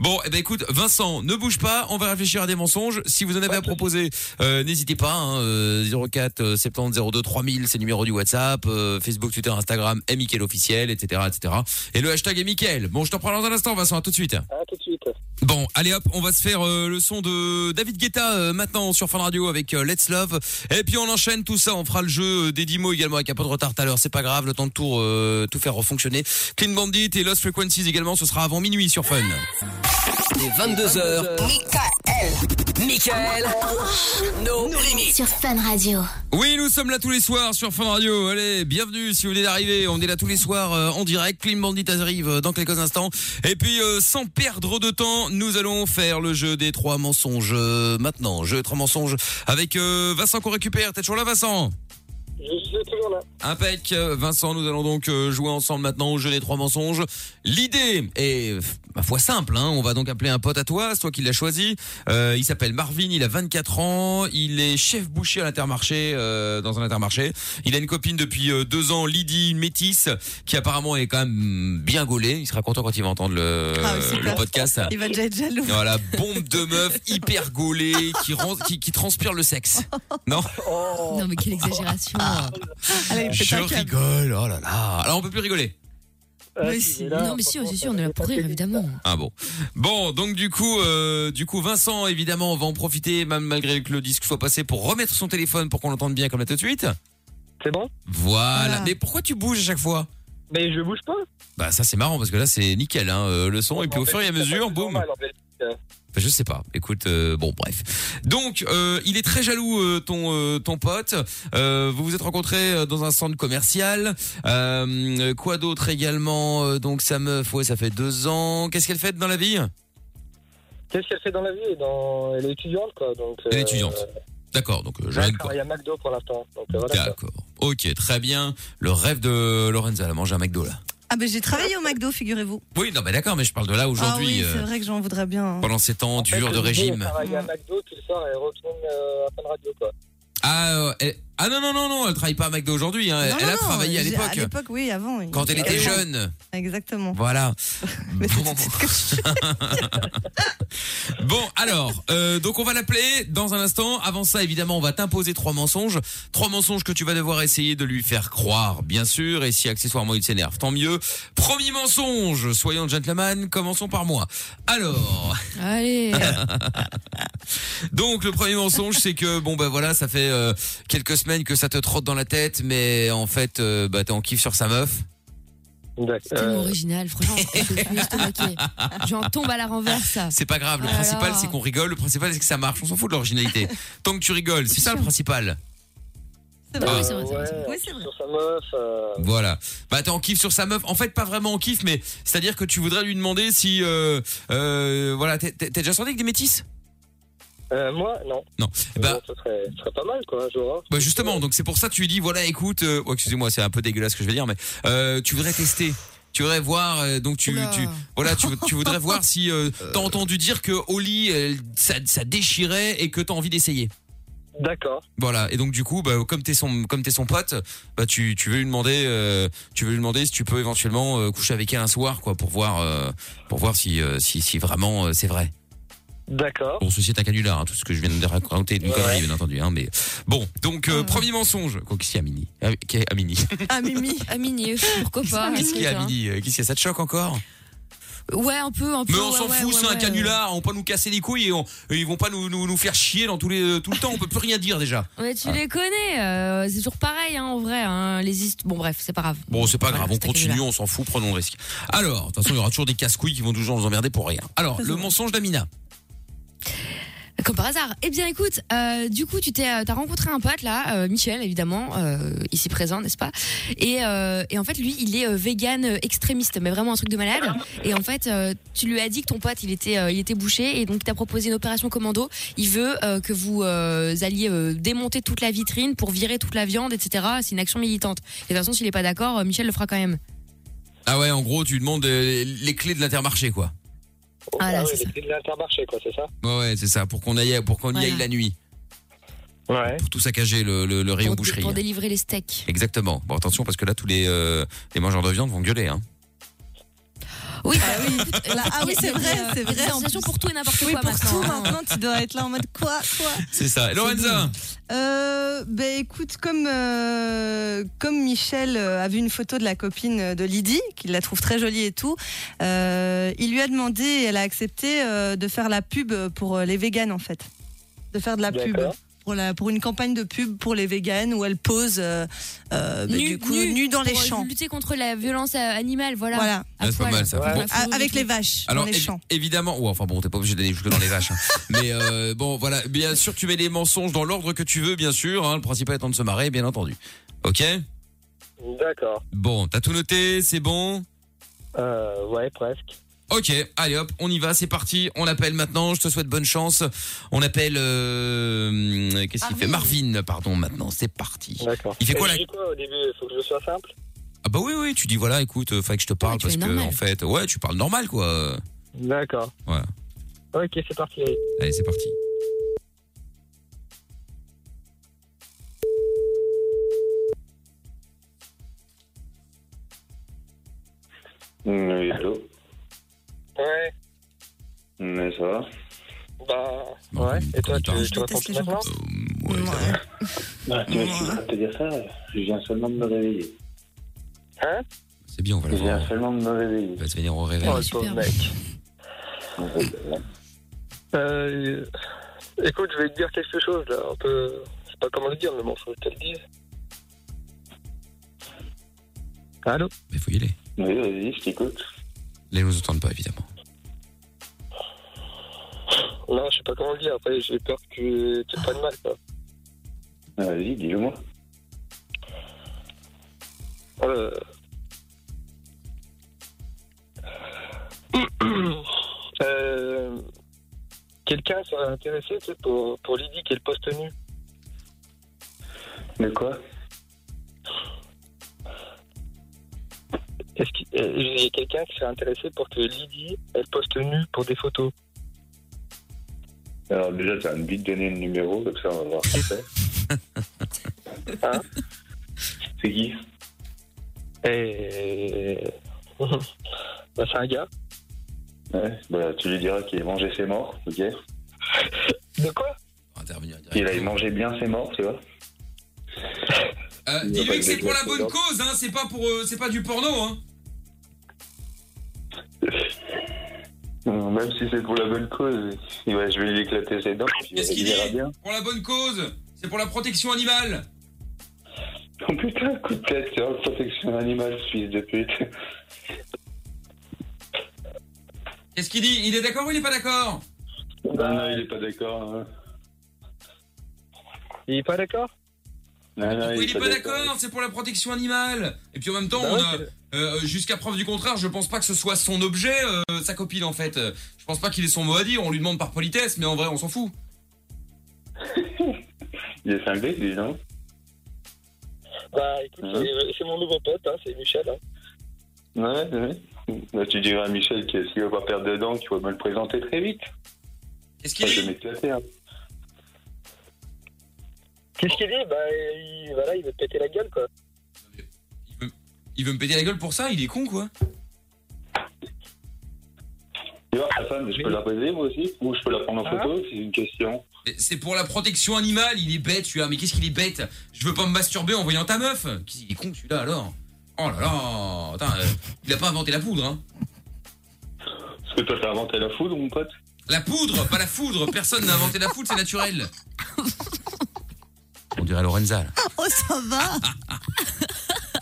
[SPEAKER 3] bon, eh ben écoute, Vincent, ne bouge pas, on va réfléchir à des mensonges. Si vous en avez à proposer, euh, n'hésitez pas. Hein, euh, 04 euh, 70 02 3000, c'est le numéro du WhatsApp, euh, Facebook, Twitter, Instagram, Mickaël officiel, etc., etc. Et le hashtag est Mickaël. Bon, je t'en parle dans un instant, Vincent. À tout de suite.
[SPEAKER 8] À tout de suite.
[SPEAKER 3] Bon, allez hop, on va se faire euh, le son de David Guetta euh, maintenant sur Fun Radio avec euh, Let's Love. Et puis on enchaîne tout ça, on fera le jeu euh, des 10 mots également avec un peu de retard tout à l'heure, c'est pas grave, le temps de tout, euh, tout faire fonctionner. Clean Bandit et Lost Frequencies également, ce sera avant minuit sur Fun.
[SPEAKER 9] Dès 22h, Michael. Michael. No, limites.
[SPEAKER 10] Sur Fun Radio.
[SPEAKER 3] Oui, nous sommes là tous les soirs sur Fun Radio. Allez, bienvenue si vous venez d'arriver. On est là tous les soirs euh, en direct. Clean Bandit arrive euh, dans quelques instants. Et puis, euh, sans perdre de temps, nous allons faire le jeu des trois mensonges. euh, maintenant, jeu des trois mensonges avec euh, Vincent qu'on récupère. T'es toujours là, Vincent
[SPEAKER 8] Je suis toujours là.
[SPEAKER 3] Impec, euh, Vincent, nous allons donc euh, jouer ensemble maintenant au jeu des trois mensonges. L'idée est, euh, ma foi, simple. Hein. On va donc appeler un pote à toi, c'est toi qui l'as choisi. Euh, il s'appelle Marvin, il a 24 ans, il est chef boucher à l'intermarché, euh, dans un intermarché. Il a une copine depuis euh, deux ans, Lydie, une métisse, qui apparemment est quand même bien gaulée. Il sera content quand il va entendre le,
[SPEAKER 6] Ah, super.
[SPEAKER 3] le podcast.
[SPEAKER 6] Il va déjà être jaloux.
[SPEAKER 3] Voilà, bombe de meuf hyper gaulée qui, ran- qui, qui transpire le sexe. Non
[SPEAKER 8] Oh,
[SPEAKER 5] Non, mais quelle exagération. [laughs]
[SPEAKER 6] Allez,
[SPEAKER 3] Ah. Je
[SPEAKER 6] pète un câble.
[SPEAKER 3] rigole, oh là là. Alors on peut plus rigoler.
[SPEAKER 8] euh,
[SPEAKER 6] mais
[SPEAKER 8] si,
[SPEAKER 6] si.
[SPEAKER 8] là,
[SPEAKER 5] non, mais si,
[SPEAKER 8] franchement,
[SPEAKER 5] c'est sûr,
[SPEAKER 8] ça
[SPEAKER 5] on est là
[SPEAKER 8] fait
[SPEAKER 5] pour
[SPEAKER 8] pas
[SPEAKER 5] rire,
[SPEAKER 8] plaisir.
[SPEAKER 5] évidemment.
[SPEAKER 3] Ah bon. Bon, donc du coup, euh, du coup, Vincent, évidemment, on va en profiter, même malgré que le disque soit passé, pour remettre son téléphone pour qu'on l'entende bien comme là tout de suite.
[SPEAKER 8] C'est bon
[SPEAKER 3] Voilà.
[SPEAKER 6] Voilà.
[SPEAKER 3] Mais pourquoi tu bouges à chaque fois
[SPEAKER 8] Mais je bouge pas.
[SPEAKER 3] Bah ça c'est marrant parce que là c'est nickel, hein, euh, le son. Et puis
[SPEAKER 8] En
[SPEAKER 3] au fur et à
[SPEAKER 8] Belgique, c'est pas
[SPEAKER 3] mesure,
[SPEAKER 8] plus
[SPEAKER 3] boum.
[SPEAKER 8] normal, en Belgique.
[SPEAKER 3] Enfin, je sais pas. Écoute, euh, bon, bref. Donc, euh, il est très jaloux, euh, ton euh, ton pote. Euh, vous vous êtes rencontrés euh, dans un centre commercial. Euh, euh, quoi d'autre également Euh, Donc sa meuf, ouais, ça fait deux ans. Qu'est-ce qu'elle fait dans la vie
[SPEAKER 8] Qu'est-ce qu'elle fait dans la vie dans... Elle est étudiante, quoi. Donc,
[SPEAKER 3] Elle est
[SPEAKER 8] euh,
[SPEAKER 3] étudiante. D'accord, donc euh,
[SPEAKER 8] elle
[SPEAKER 3] jeune quoi.
[SPEAKER 8] travaille à McDo pour l'instant. Donc, euh, voilà. quoi.
[SPEAKER 3] D'accord. Ok, très bien. Le rêve de Lorenza, elle a mangé un McDo là.
[SPEAKER 6] Ah, ben j'ai travaillé au McDo, figurez-vous.
[SPEAKER 3] Oui, non, mais d'accord, mais je parle de là
[SPEAKER 6] Ah
[SPEAKER 3] aujourd'hui.
[SPEAKER 6] oui,
[SPEAKER 3] euh,
[SPEAKER 6] c'est vrai que j'en voudrais bien. hein.
[SPEAKER 3] pendant ces temps durs de
[SPEAKER 8] Elle
[SPEAKER 3] régime.
[SPEAKER 8] travaille à McDo, tu le sors et elle retourne euh, à Fun Radio, quoi.
[SPEAKER 3] Ah, euh, elle- ah non, non, non, non, elle travaille pas à McDo aujourd'hui. hein. Elle,
[SPEAKER 6] Non,
[SPEAKER 3] elle
[SPEAKER 6] non,
[SPEAKER 3] a
[SPEAKER 6] non,
[SPEAKER 3] travaillé à
[SPEAKER 6] j'ai- À
[SPEAKER 3] l'époque.
[SPEAKER 6] l'époque, oui, avant. il-
[SPEAKER 3] Quand elle était
[SPEAKER 6] avant.
[SPEAKER 3] jeune.
[SPEAKER 6] Exactement.
[SPEAKER 3] Voilà.
[SPEAKER 6] [laughs] Mais
[SPEAKER 3] Bon. [laughs]
[SPEAKER 6] c'est- c'est-
[SPEAKER 3] Bon, alors, euh, donc on va l'appeler dans un instant. Avant ça, évidemment, on va t'imposer trois mensonges. Trois mensonges que tu vas devoir essayer de lui faire croire, bien sûr. Et si accessoirement il s'énerve, tant mieux. Premier mensonge, soyons gentlemen, commençons par moi. Alors,
[SPEAKER 4] [laughs]
[SPEAKER 5] Allez.
[SPEAKER 3] [laughs] Donc le premier mensonge c'est que bon bah voilà ça fait euh, quelques semaines que ça te trotte dans la tête mais en fait euh, bah t'es en kiff sur sa meuf.
[SPEAKER 8] D'accord.
[SPEAKER 5] Tellement
[SPEAKER 8] Euh,
[SPEAKER 5] original, franchement, je je suis estomaquée. J'en tombe à la renverse, ça.
[SPEAKER 3] C'est pas grave, le
[SPEAKER 5] Oh là
[SPEAKER 3] principal
[SPEAKER 5] là.
[SPEAKER 3] c'est qu'on rigole, le principal c'est que ça marche, on s'en fout de l'originalité. Tant que tu rigoles, c'est ça le principal. Ah.
[SPEAKER 6] c'est
[SPEAKER 8] Euh,
[SPEAKER 6] vrai.
[SPEAKER 5] oui, c'est vrai, c'est vrai, c'est vrai.
[SPEAKER 6] Oui, c'est vrai.
[SPEAKER 8] Sur sa meuf. euh,
[SPEAKER 3] Voilà. Bah t'es en kiff sur sa meuf, en fait pas vraiment en kiff mais c'est-à-dire que tu voudrais lui demander si euh, euh, voilà, t'es t'es- t'es déjà sorti avec des métisses
[SPEAKER 8] euh, moi, non. Euh,
[SPEAKER 3] Non. Bah,
[SPEAKER 8] Bon, ce, serait, ce serait pas mal, quoi, hein, Jorah.
[SPEAKER 3] Bah justement, donc c'est pour ça que tu lui dis voilà, écoute, euh, oh, excusez-moi, c'est un peu dégueulasse ce que je vais dire, mais euh, tu voudrais tester, tu voudrais voir, euh, donc tu,
[SPEAKER 5] Oula.
[SPEAKER 3] tu voilà, tu, tu voudrais voir si euh, t'as entendu dire que au lit elle- ça, ça déchirait et que t'as envie d'essayer.
[SPEAKER 8] D'accord.
[SPEAKER 3] Voilà, et donc du coup, bah, comme t'es son comme t'es son pote, bah tu, tu veux lui demander, euh, tu veux lui demander si tu peux éventuellement euh, coucher avec elle un soir quoi pour voir euh, pour voir si euh, si, si vraiment euh, c'est vrai.
[SPEAKER 8] D'accord.
[SPEAKER 3] Bon, ceci est un canular, hein, tout ce que je viens de raconter est une connerie, bien entendu. Hein, mais bon, donc
[SPEAKER 5] Ah.
[SPEAKER 3] euh, premier mensonge. Quoi quest à Mini Ah, qu'est-ce qu'il y a à Mini
[SPEAKER 5] À Ah, Mimi. À Mini, euh, pourquoi pas.
[SPEAKER 3] Qu'est-ce qu'il y a à
[SPEAKER 5] hein.
[SPEAKER 3] Mini Qu'est-ce qu'il y a Ça te choque encore
[SPEAKER 5] Ouais, un peu, un peu.
[SPEAKER 3] Mais on
[SPEAKER 5] ouais,
[SPEAKER 3] s'en
[SPEAKER 5] ouais,
[SPEAKER 3] fout,
[SPEAKER 5] ouais,
[SPEAKER 3] c'est un
[SPEAKER 5] ouais.
[SPEAKER 3] canular. On va pas nous casser les couilles et, on- et ils vont pas nous, nous, nous faire chier dans tous les, euh, tout le temps. On peut plus rien dire déjà.
[SPEAKER 5] Ouais, tu les connais, euh, c'est toujours pareil hein, en vrai. Hein, les hist- bon, bref, c'est pas grave.
[SPEAKER 3] Bon, c'est pas
[SPEAKER 5] Voilà,
[SPEAKER 3] grave, on
[SPEAKER 5] c'est un
[SPEAKER 3] continue,
[SPEAKER 5] canular.
[SPEAKER 3] on s'en fout, prenons le risque. Alors, de toute façon, il y aura toujours des casse-couilles qui vont toujours nous emmerder pour rien. Alors, le mensonge d'Amina.
[SPEAKER 5] Comme par hasard. Eh bien, écoute, euh, du coup, tu t'es, euh, t'as rencontré un pote là, euh, Michel, évidemment, euh, ici présent, n'est-ce pas et, euh, et en fait, lui, il est euh, vegan euh, extrémiste, mais vraiment un truc de malade. Et en fait, euh, tu lui as dit que ton pote, il était, euh, il était bouché, et donc il t'a proposé une opération commando. Il veut euh, que vous euh, alliez euh, démonter toute la vitrine pour virer toute la viande, etc. C'est une action militante. Et de toute façon, s'il est pas d'accord, euh, Michel le fera quand même.
[SPEAKER 3] Ah ouais, en gros, tu demandes euh, les clés de l'intermarché, quoi.
[SPEAKER 5] Ah là,
[SPEAKER 8] Ah oui,
[SPEAKER 5] c'est
[SPEAKER 8] les
[SPEAKER 5] ça.
[SPEAKER 8] prix de l'intermarché, quoi, c'est ça
[SPEAKER 3] Ouais, ouais, c'est ça, pour qu'on aille, pour qu'on y
[SPEAKER 5] Voilà.
[SPEAKER 3] aille la nuit.
[SPEAKER 8] Ouais.
[SPEAKER 3] Pour tout saccager, le, le, le rayon
[SPEAKER 5] Pour,
[SPEAKER 3] boucherie.
[SPEAKER 6] hein.
[SPEAKER 5] pour délivrer les steaks.
[SPEAKER 3] Exactement. Bon, attention, parce que là, tous les, euh, les mangeurs de viande vont gueuler, hein.
[SPEAKER 5] Oui, bah oui. écoute, euh,
[SPEAKER 6] Là, ah oui, c'est
[SPEAKER 5] il y a des,
[SPEAKER 6] vrai,
[SPEAKER 5] euh,
[SPEAKER 6] c'est
[SPEAKER 5] il y a des
[SPEAKER 6] vrai, en
[SPEAKER 5] associations
[SPEAKER 6] plus.
[SPEAKER 5] pour tout et n'importe
[SPEAKER 6] Oui,
[SPEAKER 5] quoi
[SPEAKER 6] pour
[SPEAKER 5] maintenant.
[SPEAKER 6] tout
[SPEAKER 5] hein.
[SPEAKER 6] maintenant, tu dois être là en mode quoi, quoi
[SPEAKER 3] C'est ça. Lorenza
[SPEAKER 6] Euh, ben écoute, comme euh, comme Michel euh, a vu une photo de la copine euh, de Lydie, qu'il la trouve très jolie et tout, euh, il lui a demandé, et elle a accepté euh, de faire la pub pour euh, les véganes en fait, de faire de la pub
[SPEAKER 8] D'accord.
[SPEAKER 6] pour la pour une campagne de pub pour les véganes où elle pose euh, euh, ben,
[SPEAKER 5] Nu-
[SPEAKER 6] du coup
[SPEAKER 5] nu,
[SPEAKER 6] nue dans les
[SPEAKER 5] pour euh,
[SPEAKER 6] champs,
[SPEAKER 5] lutter contre la violence euh, animale, voilà.
[SPEAKER 6] voilà,
[SPEAKER 5] À
[SPEAKER 3] Ah, c'est pas
[SPEAKER 5] poil.
[SPEAKER 3] mal, ça.
[SPEAKER 8] Ouais.
[SPEAKER 5] Dans la
[SPEAKER 6] A-
[SPEAKER 5] fourrure
[SPEAKER 6] avec
[SPEAKER 5] et
[SPEAKER 6] les
[SPEAKER 5] tout.
[SPEAKER 6] vaches
[SPEAKER 3] Alors,
[SPEAKER 6] dans les
[SPEAKER 3] évi-
[SPEAKER 6] champs.
[SPEAKER 3] évidemment, ouais, enfin bon, t'es pas obligé d'aller jusque dans les vaches. hein. Mais euh, bon, voilà, bien sûr, tu mets les mensonges dans l'ordre que tu veux, bien sûr. hein, le principal étant de se marrer, bien entendu. Ok
[SPEAKER 8] D'accord.
[SPEAKER 3] Bon, t'as tout noté, c'est bon
[SPEAKER 8] Euh, ouais, presque.
[SPEAKER 3] Ok, allez hop, on y va, c'est parti. On appelle maintenant. Je te souhaite bonne chance. On appelle. euh, Qu'est-ce
[SPEAKER 5] Ah
[SPEAKER 3] qu'il fait Marvin, pardon, maintenant. C'est parti.
[SPEAKER 8] D'accord.
[SPEAKER 3] Il fait quoi,
[SPEAKER 8] Et
[SPEAKER 3] là
[SPEAKER 8] Je dis quoi au début Faut que je sois simple
[SPEAKER 3] Ah bah oui, oui, tu dis voilà, écoute, euh, fallait que je te parle
[SPEAKER 5] Ouais, tu
[SPEAKER 3] parce
[SPEAKER 5] es
[SPEAKER 3] que,
[SPEAKER 5] normal.
[SPEAKER 3] en fait, ouais, tu parles normal, quoi.
[SPEAKER 8] D'accord.
[SPEAKER 3] Ouais.
[SPEAKER 8] Ok, c'est parti.
[SPEAKER 3] Allez, c'est parti.
[SPEAKER 10] Oui, allô
[SPEAKER 8] Ouais,
[SPEAKER 10] Mais ça va
[SPEAKER 8] bah,
[SPEAKER 3] Bon,
[SPEAKER 8] ouais. Et toi,
[SPEAKER 3] il parle.
[SPEAKER 8] tu, tu réponds
[SPEAKER 6] déteste
[SPEAKER 8] tout
[SPEAKER 6] les gens
[SPEAKER 8] maintenant
[SPEAKER 4] Oh.
[SPEAKER 3] Euh, ouais, ça va.
[SPEAKER 10] Ah, Tu vois, je suis en train de te dire ça, je viens seulement de me réveiller.
[SPEAKER 8] Hein
[SPEAKER 3] C'est bien, on va
[SPEAKER 10] Je
[SPEAKER 3] le
[SPEAKER 10] viens
[SPEAKER 3] voir.
[SPEAKER 10] seulement de me réveiller.
[SPEAKER 3] Il va se venir au réveil.
[SPEAKER 8] Oh, le
[SPEAKER 5] super.
[SPEAKER 8] pauvre mec.
[SPEAKER 10] En fait, là.
[SPEAKER 8] Euh, écoute, je vais te dire quelque chose, là, un peu... Je sais pas comment le dire, mais bon, faut que je te le dise. Allô
[SPEAKER 3] Mais faut y aller.
[SPEAKER 10] Oui, vas-y, je t'écoute.
[SPEAKER 3] Là, ils nous entendent pas, évidemment.
[SPEAKER 8] Non, je sais pas comment le dire, après, j'ai peur que tu tu aies pas de mal, quoi.
[SPEAKER 10] Ah, Vas-y, dis-le-moi.
[SPEAKER 8] Euh... [coughs] Euh, Quelqu'un serait intéressé tu sais, pour, pour Lydie qui est le poste nu.
[SPEAKER 10] Mais quoi
[SPEAKER 8] Est-ce qu'il euh, il y a quelqu'un qui serait intéressé pour que Lydie elle poste nu pour des photos
[SPEAKER 10] Alors déjà, tu vas me vite donner le numéro, comme ça on va voir qui c'est.
[SPEAKER 8] [laughs] Hein
[SPEAKER 10] C'est qui
[SPEAKER 8] Et [laughs] bah, c'est un gars.
[SPEAKER 10] Ouais, bah, tu lui diras qu'il ait mangé ses morts, ok
[SPEAKER 8] [laughs] De quoi
[SPEAKER 3] On va intervenir direct.
[SPEAKER 10] Qu'il aille manger bien ses morts, tu vois
[SPEAKER 3] Euh,
[SPEAKER 10] Il va
[SPEAKER 3] Dis-lui
[SPEAKER 10] pas
[SPEAKER 3] que c'est
[SPEAKER 10] le
[SPEAKER 3] pour la
[SPEAKER 10] dégueuler,
[SPEAKER 3] bonne
[SPEAKER 10] c'est
[SPEAKER 3] cause, hein. C'est pas pour, euh, c'est pas du porno, hein.
[SPEAKER 10] Euh, Même si c'est pour la bonne cause, il va- je vais lui éclater ses dents, puis
[SPEAKER 3] Qu'est-ce
[SPEAKER 10] il
[SPEAKER 3] qu'il
[SPEAKER 10] verra
[SPEAKER 3] dit
[SPEAKER 10] bien.
[SPEAKER 3] Pour la bonne cause. C'est pour la protection animale.
[SPEAKER 10] Oh putain, coup de tête, c'est la protection animale, fils de pute.
[SPEAKER 3] Qu'est-ce qu'il dit Il est d'accord ou il est pas d'accord
[SPEAKER 10] Non, non, il est pas d'accord. hein.
[SPEAKER 8] Il est pas d'accord
[SPEAKER 10] Ah, Non, non,
[SPEAKER 3] Oui, il est pas d'accord. C'est pour la protection animale. Et puis en même temps,
[SPEAKER 8] Bah
[SPEAKER 3] on
[SPEAKER 8] ouais,
[SPEAKER 3] a- euh, jusqu'à preuve du contraire, je pense pas que ce soit son objet, euh, sa copine en fait. Euh, Je pense pas qu'il ait son mot à dire. On lui demande par politesse, mais en vrai, on s'en fout.
[SPEAKER 10] Il est cinglé, lui, non
[SPEAKER 8] Bah écoute,
[SPEAKER 10] Hein
[SPEAKER 8] c'est- c'est mon nouveau pote, hein, c'est Michel. hein.
[SPEAKER 10] Ouais, ouais. Bah, tu diras à Michel que s'il veut pas perdre de dents, tu vas me le présenter très vite.
[SPEAKER 3] Qu'est-ce qu'il
[SPEAKER 10] Moi, je vais
[SPEAKER 3] dit
[SPEAKER 10] m'éclater. hein.
[SPEAKER 8] Qu'est-ce qu'il dit Bah il, voilà, il veut te péter la gueule quoi.
[SPEAKER 3] Il veut me péter la gueule pour ça Il est con quoi
[SPEAKER 10] D'ailleurs, Hassan, je peux la baiser moi aussi Ou je peux la prendre en
[SPEAKER 8] Ah.
[SPEAKER 10] photo C'est une question.
[SPEAKER 3] Mais C'est pour la protection animale, il est bête celui-là, mais qu'est-ce qu'il est bête Je veux pas me masturber en voyant ta meuf Il est con celui-là alors Oh là là Putain, euh, Il a pas inventé la poudre hein
[SPEAKER 10] Parce que toi, t'as inventé la foudre, mon pote
[SPEAKER 3] La poudre, pas la foudre Personne n'a inventé la foudre, c'est naturel On dirait Lorenza là.
[SPEAKER 6] [laughs] Oh, ça
[SPEAKER 3] Ah,
[SPEAKER 6] va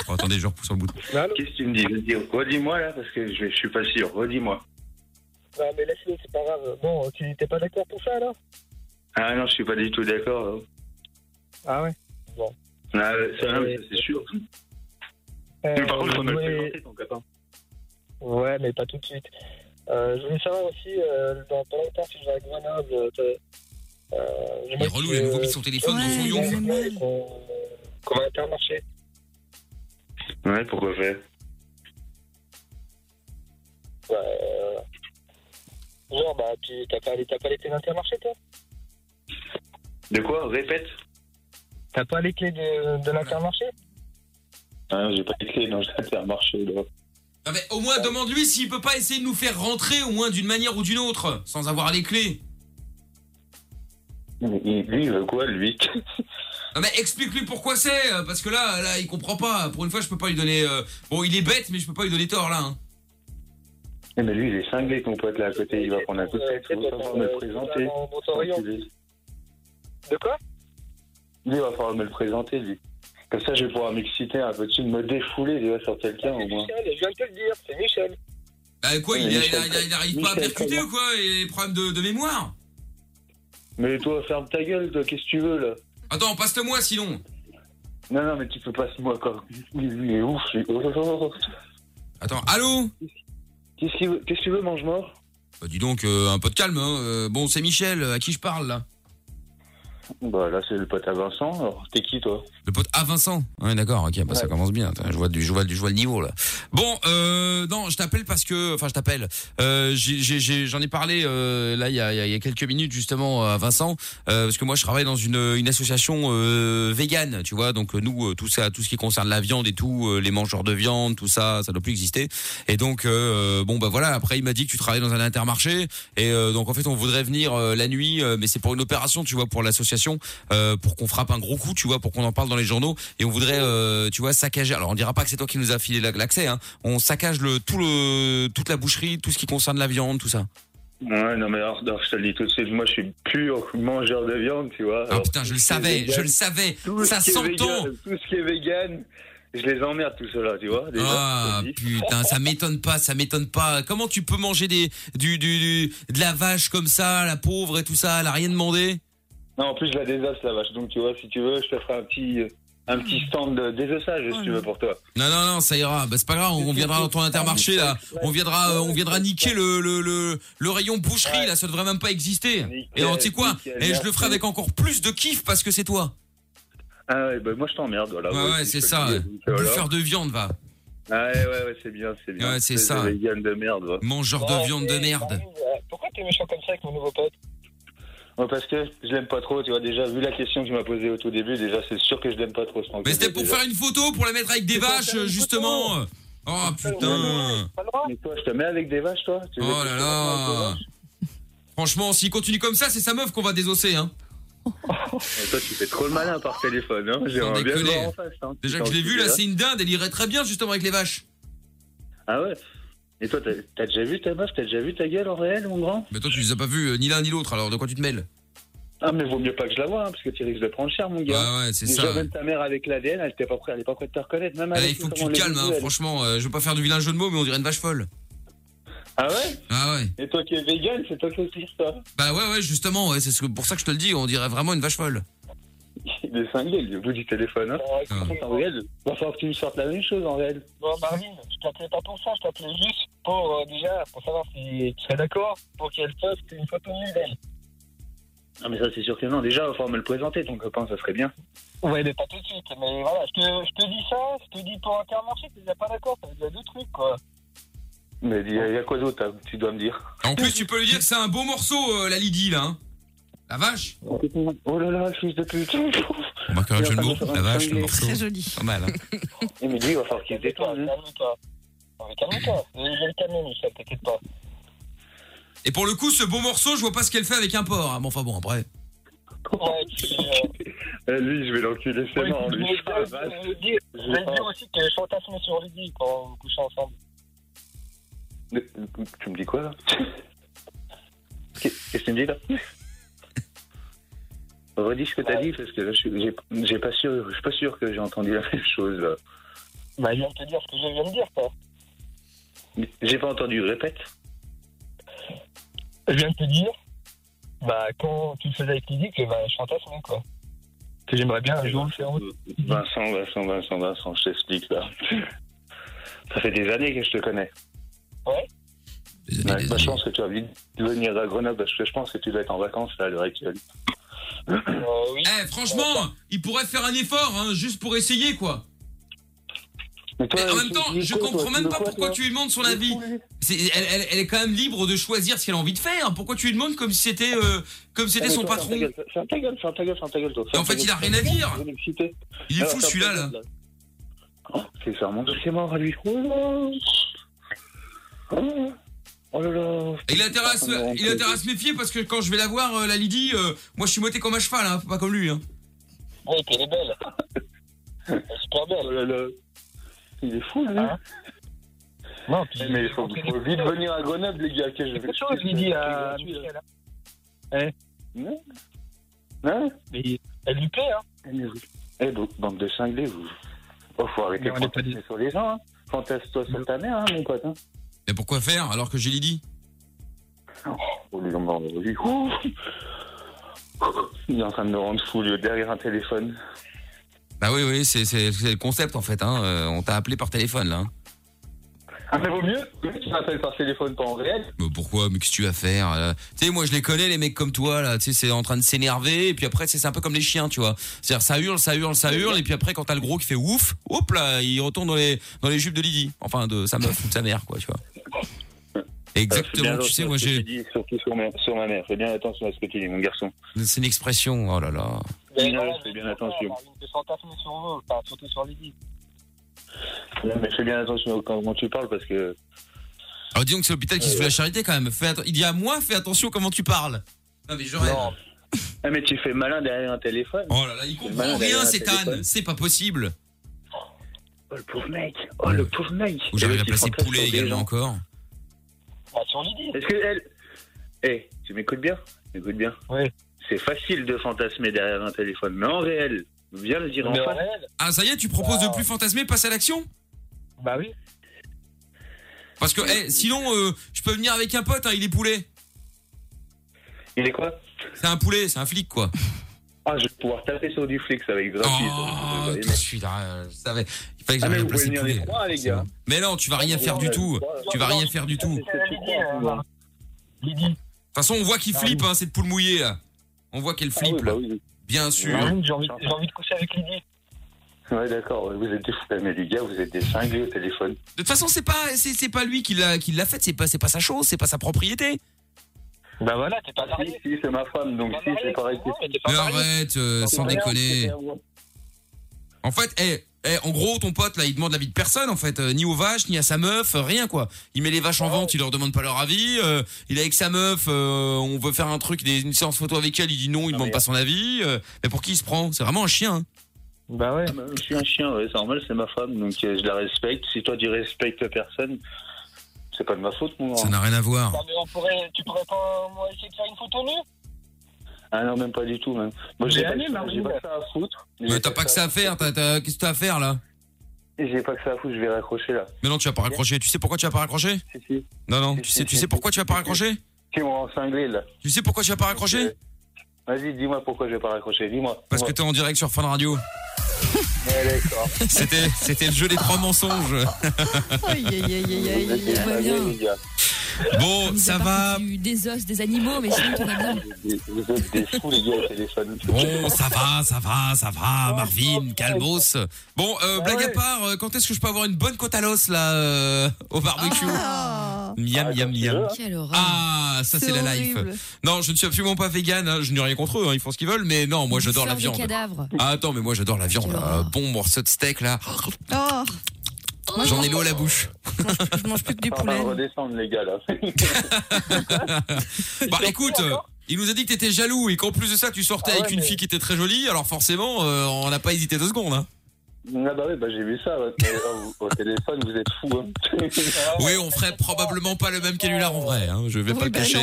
[SPEAKER 3] Oh, attendez, je repousse le bout.
[SPEAKER 8] Bah,
[SPEAKER 10] Qu'est-ce que tu me dis Vas-y, Redis-moi là, parce que je, je suis pas sûr. Redis-moi.
[SPEAKER 8] Ah, mais laisse-le, c'est pas grave. Bon, euh, tu n'étais pas d'accord pour ça, alors
[SPEAKER 10] Ah non, je suis pas du tout d'accord. là.
[SPEAKER 8] Ah ouais Bon.
[SPEAKER 10] Ah, ça, non, mais ça, c'est sûr. Mais par contre, on a le présenté, ton copain.
[SPEAKER 8] Euh, Ouais, mais pas tout de suite. Euh, je voulais savoir aussi, euh, dans pas longtemps, si je vais à Grenoble, euh, t'as- euh,
[SPEAKER 3] Il est relou, il a nouveau mis son téléphone dans son yonf.
[SPEAKER 8] Comment Intermarché
[SPEAKER 10] Ouais, pourquoi faire
[SPEAKER 8] Ouais. euh, Genre, bah, tu t'as pas, allé- t'as pas les clés d'Intermarché, toi
[SPEAKER 10] De quoi Répète.
[SPEAKER 8] T'as pas les clés de, de l'Intermarché
[SPEAKER 10] Ah, j'ai pas les clés, non, [laughs] je vais faire marcher là.
[SPEAKER 3] Non, mais Ah ben, au moins demande-lui s'il peut pas essayer de nous faire rentrer au moins d'une manière ou d'une autre, sans avoir les clés.
[SPEAKER 10] Mais il- Lui, il veut quoi, lui [laughs]
[SPEAKER 3] Non mais Ah ben, explique-lui pourquoi c'est, euh, parce que là, là, il comprend pas. Pour une fois, je peux pas lui donner. euh, Bon, il est bête, mais je peux pas lui donner tort là. hein.
[SPEAKER 10] Eh, Mais lui, il est cinglé, ton pote là à côté. Il va prendre un coup de tête. Il va falloir me le présenter.
[SPEAKER 8] De quoi
[SPEAKER 10] Lui, il va falloir me le présenter, lui. Comme ça, je vais pouvoir m'exciter un peu dessus, me défouler déjà sur quelqu'un au moins.
[SPEAKER 8] Michel, je viens de te le dire, c'est Michel.
[SPEAKER 3] Bah quoi, il, il- il- il arrive pas à
[SPEAKER 10] Michel,
[SPEAKER 3] percuter
[SPEAKER 10] comment
[SPEAKER 3] ou quoi Et problème de, de mémoire
[SPEAKER 10] Mais toi, ferme ta gueule, toi, qu'est-ce que tu veux là
[SPEAKER 3] Attends, passe-le-moi sinon.
[SPEAKER 10] Non, non, mais tu peux pas se moi encore. Lui, lui, il est ouf, lui. Oh, oh, oh.
[SPEAKER 3] Attends, allô
[SPEAKER 10] Qu'est-ce qu'il veut- qu'est-ce que tu veux, mange-mort
[SPEAKER 3] Bah dis donc, euh, un peu de calme. hein. Euh, bon, c'est Michel, euh, à qui je parle là
[SPEAKER 10] Bah là, c'est le pote à Vincent. Alors, t'es qui, toi
[SPEAKER 3] Le pote à Ah, Vincent. Ouais, d'accord, ok, bah, ça commence bien. Attends, Je vois, du, je, vois, du- je vois le niveau là. Bon, euh, non, je t'appelle parce que, enfin, je t'appelle. Euh, j'ai- j'ai- j'ai- J'en ai, parlé euh, là il y a, il y a- il y a quelques minutes justement à Vincent, euh, parce que moi je travaille dans une, une association euh, végane, tu vois. Donc euh, nous, euh, tout ça, tout ce qui concerne la viande et tout, euh, les mangeurs de viande, tout ça, ça doit plus exister. Et donc euh, bon bah voilà. Après, il m'a dit que tu travailles dans un intermarché, et euh, donc en fait, on voudrait venir euh, la nuit, euh, mais c'est pour une opération, tu vois, pour l'association, euh, pour qu'on frappe un gros coup, tu vois, pour qu'on en parle dans les journaux, et on voudrait, euh, tu vois, saccager. Alors on dira pas que c'est toi qui nous a filé la- l'accès, hein. On saccage le tout le toute la boucherie, tout ce qui concerne la viande, tout ça.
[SPEAKER 10] Ouais, non, mais alors, alors, je te le dis tout de suite, moi, je suis pur mangeur de viande, tu vois.
[SPEAKER 3] Ah putain, je le savais, je le savais, ça s'entend.
[SPEAKER 10] Tout ce qui est vegan, je les emmerde, tout cela, tu vois. Déjà,
[SPEAKER 3] Ah
[SPEAKER 10] je te le dis.
[SPEAKER 3] putain, ça m'étonne pas, ça m'étonne pas. Comment tu peux manger des du, du, du- de la vache comme ça, la pauvre et tout ça, elle a rien demandé.
[SPEAKER 10] Non, en plus, je la désosse, la vache. Donc, tu vois, si tu veux, je te ferai un petit, euh, un petit stand de désossage, si tu veux, pour toi.
[SPEAKER 3] Non non non, ça ira. Bah c'est pas grave, on viendra dans ton intermarché là. On viendra euh, on viendra niquer le le le, le rayon boucherie là, ça devrait même pas exister. Et alors, tu sais quoi
[SPEAKER 10] nickel,
[SPEAKER 3] Et je le
[SPEAKER 10] merci.
[SPEAKER 3] ferai avec encore plus de kiff parce que c'est toi.
[SPEAKER 10] Ah ouais, bah, moi, je t'emmerde, voilà.
[SPEAKER 3] Ouais, ouais,
[SPEAKER 10] si
[SPEAKER 3] c'est
[SPEAKER 10] je te
[SPEAKER 3] ça.
[SPEAKER 10] le
[SPEAKER 3] ouais.
[SPEAKER 10] dis, donc, voilà.
[SPEAKER 3] Bouffeur de viande, va.
[SPEAKER 10] Ah ouais, ouais, ouais, c'est bien, c'est bien.
[SPEAKER 3] Ouais, c'est
[SPEAKER 10] Espèce
[SPEAKER 3] ça.
[SPEAKER 10] de vegan de merde, Oh, va.
[SPEAKER 3] Mangeur de viande de merde.
[SPEAKER 10] euh,
[SPEAKER 8] Pourquoi t'es méchant comme ça avec mon nouveau pote
[SPEAKER 10] Ouais, oh, parce que je l'aime pas trop, tu vois. Déjà, vu la question que tu m'as posée au tout début, déjà, c'est sûr que je l'aime pas trop, ce
[SPEAKER 3] Mais c'était pour faire une photo, pour la mettre avec des vaches, justement. Oh putain.
[SPEAKER 10] Mais toi, je te mets avec des vaches, toi Tu veux
[SPEAKER 3] Oh
[SPEAKER 10] que
[SPEAKER 3] là
[SPEAKER 10] je te mette avec des
[SPEAKER 3] là.
[SPEAKER 10] vaches
[SPEAKER 3] Franchement, s'il continue comme ça, c'est sa meuf qu'on va désosser. Hein.
[SPEAKER 10] Mais Toi, tu fais trop le malin par téléphone, hein.
[SPEAKER 3] Sans
[SPEAKER 10] J'aimerais bien le
[SPEAKER 3] déconner.
[SPEAKER 10] voir en face, hein.
[SPEAKER 3] Déjà que je l'ai vu, là, c'est une dinde. Elle irait très bien, justement, avec les vaches.
[SPEAKER 10] Ah ouais Et toi, t'as- t'as déjà vu ta meuf T'as déjà vu ta gueule en réel, mon grand
[SPEAKER 3] Mais toi, tu les as pas vus, euh, ni l'un ni l'autre, alors de quoi tu te mêles
[SPEAKER 10] Ah, mais vaut mieux pas que je la vois, hein, parce que tu risques de prendre cher, mon gars.
[SPEAKER 3] Ah ouais, c'est
[SPEAKER 10] Déjà,
[SPEAKER 3] ça.
[SPEAKER 10] même ta mère avec l'ADN, elle, t'est pas prête- elle est pas prête de te reconnaître, même
[SPEAKER 3] Allez,
[SPEAKER 10] avec
[SPEAKER 3] il faut
[SPEAKER 10] tout
[SPEAKER 3] que tu
[SPEAKER 10] comment
[SPEAKER 3] te
[SPEAKER 10] on l'a
[SPEAKER 3] calmes,
[SPEAKER 10] vu,
[SPEAKER 3] hein,
[SPEAKER 10] elle.
[SPEAKER 3] franchement. euh, je veux pas faire du vilain jeu de mots, mais on dirait une vache folle.
[SPEAKER 10] Ah ouais
[SPEAKER 3] Ah ouais
[SPEAKER 10] Et toi qui es vegan, c'est toi qui es triste, hein. toi
[SPEAKER 3] Bah ouais, ouais, justement, ouais, c'est ce que- pour ça que je te le dis, on dirait vraiment une vache folle.
[SPEAKER 10] Il est cinglé, lui, au bout du téléphone. Hein. En réel, va falloir que tu me sortes la même chose, en réel.
[SPEAKER 8] Bon, Marvin, je t'appelais pas pour ça, je t'appelais juste pour, euh, déjà, pour savoir si tu serais d'accord pour qu'elle poste une photo nulle d'elle.
[SPEAKER 10] Ah, mais ça, c'est sûr que non. Déjà, va falloir me le présenter, ton copain, ça serait bien.
[SPEAKER 8] Ouais, mais pas tout de suite, mais voilà, je te, je te dis ça, je te dis pour Intermarché, t'es déjà pas d'accord, ça veut dire deux trucs, quoi.
[SPEAKER 10] Mais il y, a- il y a quoi d'autre, hein, tu dois me dire
[SPEAKER 3] En plus, tu peux lui dire que c'est un beau morceau, euh, la Lydie, là. hein. La vache
[SPEAKER 10] Oh là là, fils de pute
[SPEAKER 3] On marquera le jeu de mots.
[SPEAKER 10] Ah
[SPEAKER 3] La vache, le morceau.
[SPEAKER 6] Très joli.
[SPEAKER 3] Pas mal, hein.
[SPEAKER 10] Eh, Mais lui, il va falloir qu'il se détende. hein.
[SPEAKER 8] Calme-toi. Non, mais calme-toi, je vais le calmer, Michel, t'inquiète pas.
[SPEAKER 3] Et pour le coup, ce beau morceau, je vois pas ce qu'elle fait avec un porc. hein. Mais enfin bon, après.
[SPEAKER 10] Eh, Euh, lui, je vais l'enculer, c'est mort, lui. Ah,
[SPEAKER 8] Je vais dire je vais dire aussi que je fantasme sur Lydie quand vous couchez ensemble.
[SPEAKER 10] Tu me dis quoi, là Qu'est- Qu'est-ce que tu me dis, là Redis ce que t'as dit, parce que là, je suis j'ai- j'ai pas sûr, je suis pas sûr que j'ai entendu la même chose, là.
[SPEAKER 8] Bah, je viens de te dire ce que je viens de dire, quoi.
[SPEAKER 10] J'ai pas entendu, répète.
[SPEAKER 8] Je viens de te dire, bah, quand tu le faisais avec Lydie, que bah, je fantasme, quoi. Que j'aimerais bien un jour le faire.
[SPEAKER 10] Vincent, Vincent, Vincent, Vincent, je t'explique, là. Ça fait des années que je te connais.
[SPEAKER 8] Ouais.
[SPEAKER 10] Ouais, bah, je pense que tu as envie de venir à Grenoble, parce que je pense que tu dois être en vacances, là, à l'heure actuelle. Euh,
[SPEAKER 3] Eh, franchement, il pourrait faire un effort, hein, juste pour essayer, quoi.
[SPEAKER 10] Mais toi, euh,
[SPEAKER 3] Mais en
[SPEAKER 10] tu-
[SPEAKER 3] même temps,
[SPEAKER 10] tu dis
[SPEAKER 3] je
[SPEAKER 10] quoi, toi
[SPEAKER 3] comprends
[SPEAKER 10] Tu
[SPEAKER 3] même
[SPEAKER 10] veux
[SPEAKER 3] pas
[SPEAKER 10] quoi,
[SPEAKER 3] pourquoi
[SPEAKER 10] toi
[SPEAKER 3] tu lui demandes son avis. C'est- Elle, elle- elle est quand même libre de choisir ce qu'elle a envie de faire. Pourquoi tu lui demandes comme si c'était euh, comme si c'était
[SPEAKER 10] Ah,
[SPEAKER 3] son
[SPEAKER 10] mais toi,
[SPEAKER 3] patron
[SPEAKER 10] ferme ta gueule, Ferme ta gueule, ferme ta gueule, ferme ta gueule, toi.
[SPEAKER 3] en fait, il a rien à dire. Il est fou, celui-là, là.
[SPEAKER 10] C'est ça, mon c'est mort, lui. Oh là là. Oh là là.
[SPEAKER 3] Et Il a intérêt à se, il a intérêt à se méfier parce que quand je vais la voir, euh, la Lydie, euh, moi je suis moité comme un cheval, hein, pas comme lui. Hein.
[SPEAKER 8] Ouais, qu'elle est belle. Elle est super belle.
[SPEAKER 10] euh, Il est fou, lui.
[SPEAKER 8] Non,
[SPEAKER 10] Eh, mais il faut, faut vite venir à Grenoble, les gars. Que je vais
[SPEAKER 8] Quelque chose, je lui dis à Michel. Hein
[SPEAKER 10] Non Hein
[SPEAKER 8] Mais elle lui plaît, hein
[SPEAKER 10] Eh, bo- bande de cinglés, vous. Oh, faut arrêter
[SPEAKER 3] Mais
[SPEAKER 10] de
[SPEAKER 3] on est pas
[SPEAKER 10] fantasmer sur les gens, hein. Fantasme-toi sur ta mère, hein, mon pote, hein.
[SPEAKER 3] Mais pourquoi faire alors que j'ai Lydie
[SPEAKER 10] Oh, lui, on va- lui. Oh. Il est en train de me rendre fou, lui, derrière un téléphone.
[SPEAKER 3] Bah oui, oui, c'est c'est- c'est le concept en fait. Hein. euh, on t'a appelé par téléphone là. hein.
[SPEAKER 10] Ah, mais vaut mieux que tu m'appelles par téléphone, pas en réel.
[SPEAKER 3] Mais pourquoi Mais qu'est-ce que tu vas faire là Tu sais, moi je les connais, les mecs comme toi là. Tu sais, c'est en train de s'énerver et puis après, c'est c'est un peu comme les chiens, tu vois. C'est-à-dire, ça hurle, ça hurle, ça hurle et puis après, quand t'as le gros qui fait ouf, hop là, il retourne dans les dans les jupes de Lydie, enfin de sa meuf ou de sa mère, quoi, tu vois.
[SPEAKER 10] Fais Euh, bien
[SPEAKER 3] Exactement. Tu
[SPEAKER 10] attention
[SPEAKER 3] sais,
[SPEAKER 10] à
[SPEAKER 3] moi
[SPEAKER 10] ce que
[SPEAKER 3] j'ai.
[SPEAKER 10] tu dis, Surtout sur ma, sur ma mère. Fais bien attention à ce que tu dis, mon garçon.
[SPEAKER 3] C'est une expression. Oh là là.
[SPEAKER 10] Non, fais bien attention.
[SPEAKER 8] Je fantasme sur vous, enfin, surtout sur Lydie.
[SPEAKER 10] Non, mais fais bien attention à comment tu parles parce que.
[SPEAKER 3] Alors dis donc, c'est l'hôpital
[SPEAKER 10] Euh,
[SPEAKER 3] qui se fait la charité quand même. Fais atten- il dit à moi, fais attention comment tu parles. Non mais je rêve.
[SPEAKER 10] Non. Ah, mais tu fais malin derrière un téléphone.
[SPEAKER 3] Oh là là, il comprend
[SPEAKER 10] Malin derrière
[SPEAKER 3] rien,
[SPEAKER 10] un
[SPEAKER 3] c'est
[SPEAKER 10] téléphone.
[SPEAKER 3] Anne. C'est pas possible.
[SPEAKER 10] Oh, le pauvre mec. Oh, le pauvre mec.
[SPEAKER 3] Ou j'arrive à
[SPEAKER 10] Et le
[SPEAKER 3] placer
[SPEAKER 10] petit fantasme
[SPEAKER 3] poulet
[SPEAKER 10] sur des
[SPEAKER 3] également
[SPEAKER 10] gens.
[SPEAKER 3] encore.
[SPEAKER 8] Bah,
[SPEAKER 10] Est-ce que elle. Eh, tu m'écoutes bien Écoute bien.
[SPEAKER 8] Ouais.
[SPEAKER 10] C'est facile de fantasmer derrière un téléphone, mais en réel, viens le dire
[SPEAKER 8] Mais
[SPEAKER 10] en
[SPEAKER 8] en
[SPEAKER 10] face.
[SPEAKER 8] réel
[SPEAKER 3] Ah ça y est, tu proposes
[SPEAKER 10] Bah.
[SPEAKER 3] de plus fantasmer, passer à l'action
[SPEAKER 8] Bah oui.
[SPEAKER 3] Parce que eh, sinon, euh, je peux venir avec un pote, hein, il est poulet.
[SPEAKER 10] Il est quoi
[SPEAKER 3] C'est un poulet, c'est un flic quoi.
[SPEAKER 10] Ah, je vais pouvoir taper sur du flex avec gratuit.
[SPEAKER 3] Oh, tout de suite, hein, je savais. Il fallait que
[SPEAKER 10] Ah,
[SPEAKER 3] j'arrive
[SPEAKER 10] mais
[SPEAKER 3] à
[SPEAKER 10] vous pouvez
[SPEAKER 3] placer
[SPEAKER 10] venir les
[SPEAKER 3] poulet.
[SPEAKER 10] trois, les gars.
[SPEAKER 3] Mais non, tu vas rien faire du tout. Tu vas rien faire du tout. De toute façon, on voit
[SPEAKER 8] Ah
[SPEAKER 3] qu'il flippe, hein, cette poule mouillée là. On voit
[SPEAKER 10] Ah
[SPEAKER 3] qu'elle flippe
[SPEAKER 10] bah
[SPEAKER 3] là. Bien sûr.
[SPEAKER 8] J'ai envie, j'ai envie de coucher avec Lydie.
[SPEAKER 10] Ouais, d'accord, vous êtes des fous, mais les gars, vous êtes des cinglés au téléphone.
[SPEAKER 3] De toute façon, c'est pas c'est c'est pas lui qui l'a qui l'a fait, c'est pas c'est pas sa chose, c'est pas sa propriété.
[SPEAKER 8] Bah voilà, t'es pas
[SPEAKER 10] Si, si, c'est ma femme, donc si, c'est pareil.
[SPEAKER 3] Mais arrête, euh, sans déconner. En fait, eh, eh, en gros, ton pote là, il demande l'avis de personne en fait, euh, ni aux vaches, ni à sa meuf, euh, rien quoi. Il met les vaches en vente, il leur demande pas leur avis. euh, il est avec sa meuf, euh, on veut faire un truc, des- une séance photo avec elle, il dit
[SPEAKER 10] Ah,
[SPEAKER 3] non, il demande pas son avis. euh, mais pour qui il se prend C'est vraiment un chien. hein.
[SPEAKER 8] Bah ouais.
[SPEAKER 10] Ah, Je suis un chien, ouais, c'est normal, c'est ma femme, donc euh, je la respecte. Si toi, tu respectes personne, c'est pas de ma faute, mon grand.
[SPEAKER 3] Ça n'a rien à voir.
[SPEAKER 8] Non, mais on pourrait, tu pourrais pas moi, essayer de faire une photo nue
[SPEAKER 10] Ah non, même pas du tout, même. Moi, j'ai
[SPEAKER 8] Mais
[SPEAKER 10] pas,
[SPEAKER 8] allez,
[SPEAKER 10] j'ai
[SPEAKER 8] Marie.
[SPEAKER 10] pas que ça à foutre.
[SPEAKER 3] Mais t'as pas que ça à faire. t'as- t'as- Qu'est-ce que t'as à faire là
[SPEAKER 10] J'ai pas que ça à foutre, je vais raccrocher là.
[SPEAKER 3] Mais non, tu vas pas raccrocher. Tu sais pourquoi tu vas pas raccrocher
[SPEAKER 10] Si, si.
[SPEAKER 3] Non, non. Tu sais, tu sais pourquoi tu vas pas raccrocher
[SPEAKER 10] Tu m'as en cinglé là. Euh,
[SPEAKER 3] Tu sais pourquoi tu vas pas raccrocher
[SPEAKER 10] Vas-y, dis-moi pourquoi je vais pas raccrocher, dis-moi.
[SPEAKER 3] Parce que t'es en direct sur Fun Radio.
[SPEAKER 10] Ouais, d'accord.
[SPEAKER 3] [laughs] C'était, c'était le jeu des trois mensonges.
[SPEAKER 5] Aïe, aïe, aïe, aïe, aïe, aïe, tout va bien.
[SPEAKER 10] les gars.
[SPEAKER 6] Oh,
[SPEAKER 3] Bon, ça
[SPEAKER 5] À part
[SPEAKER 3] va.
[SPEAKER 5] que tu- Des os, des animaux, mais sinon tout va bien.
[SPEAKER 10] Vous êtes des fous, les gars, au téléphone.
[SPEAKER 3] Bon, ça va, ça va, ça va, Marvin, calmos. Bon, euh,
[SPEAKER 10] Bah
[SPEAKER 3] blague à part, euh, quand est-ce que je peux avoir une bonne côte à l'os, là, euh, au barbecue Miam,
[SPEAKER 10] Ah,
[SPEAKER 3] miam, miam.
[SPEAKER 5] Quelle horreur.
[SPEAKER 3] Ah, ça c'est la life.
[SPEAKER 5] horrible.
[SPEAKER 3] Non, je ne suis absolument pas vegan, hein, je n'ai rien contre eux, hein, ils font ce qu'ils veulent, mais non, moi j'adore la
[SPEAKER 5] Bouffeur de
[SPEAKER 3] viande.
[SPEAKER 5] cadavres.
[SPEAKER 3] Ah, attends, mais moi j'adore la viande. là. Un bon morceau de steak, là.
[SPEAKER 6] Oh, Ah. Moi, je
[SPEAKER 3] J'en
[SPEAKER 6] mange
[SPEAKER 3] ai l'eau à la bouche.
[SPEAKER 6] [laughs] Je mange plus que du
[SPEAKER 10] Ah, On va redescendre, les
[SPEAKER 6] [laughs]
[SPEAKER 10] gars, là.
[SPEAKER 3] [laughs] Bah écoute, euh, il nous a dit que t'étais jaloux et qu'en plus de ça, tu sortais
[SPEAKER 10] Ah
[SPEAKER 3] avec une fille qui était très jolie. Alors forcément, euh, on n'a pas hésité deux secondes. hein.
[SPEAKER 10] Ah bah oui, bah j'ai vu ça. ouais. Mais, oh, Au téléphone, vous êtes fous.
[SPEAKER 3] [laughs]
[SPEAKER 10] Hein.
[SPEAKER 3] Oui, on ferait probablement pas le même canular en vrai. hein, Je vais pas le
[SPEAKER 6] bah,
[SPEAKER 3] cacher.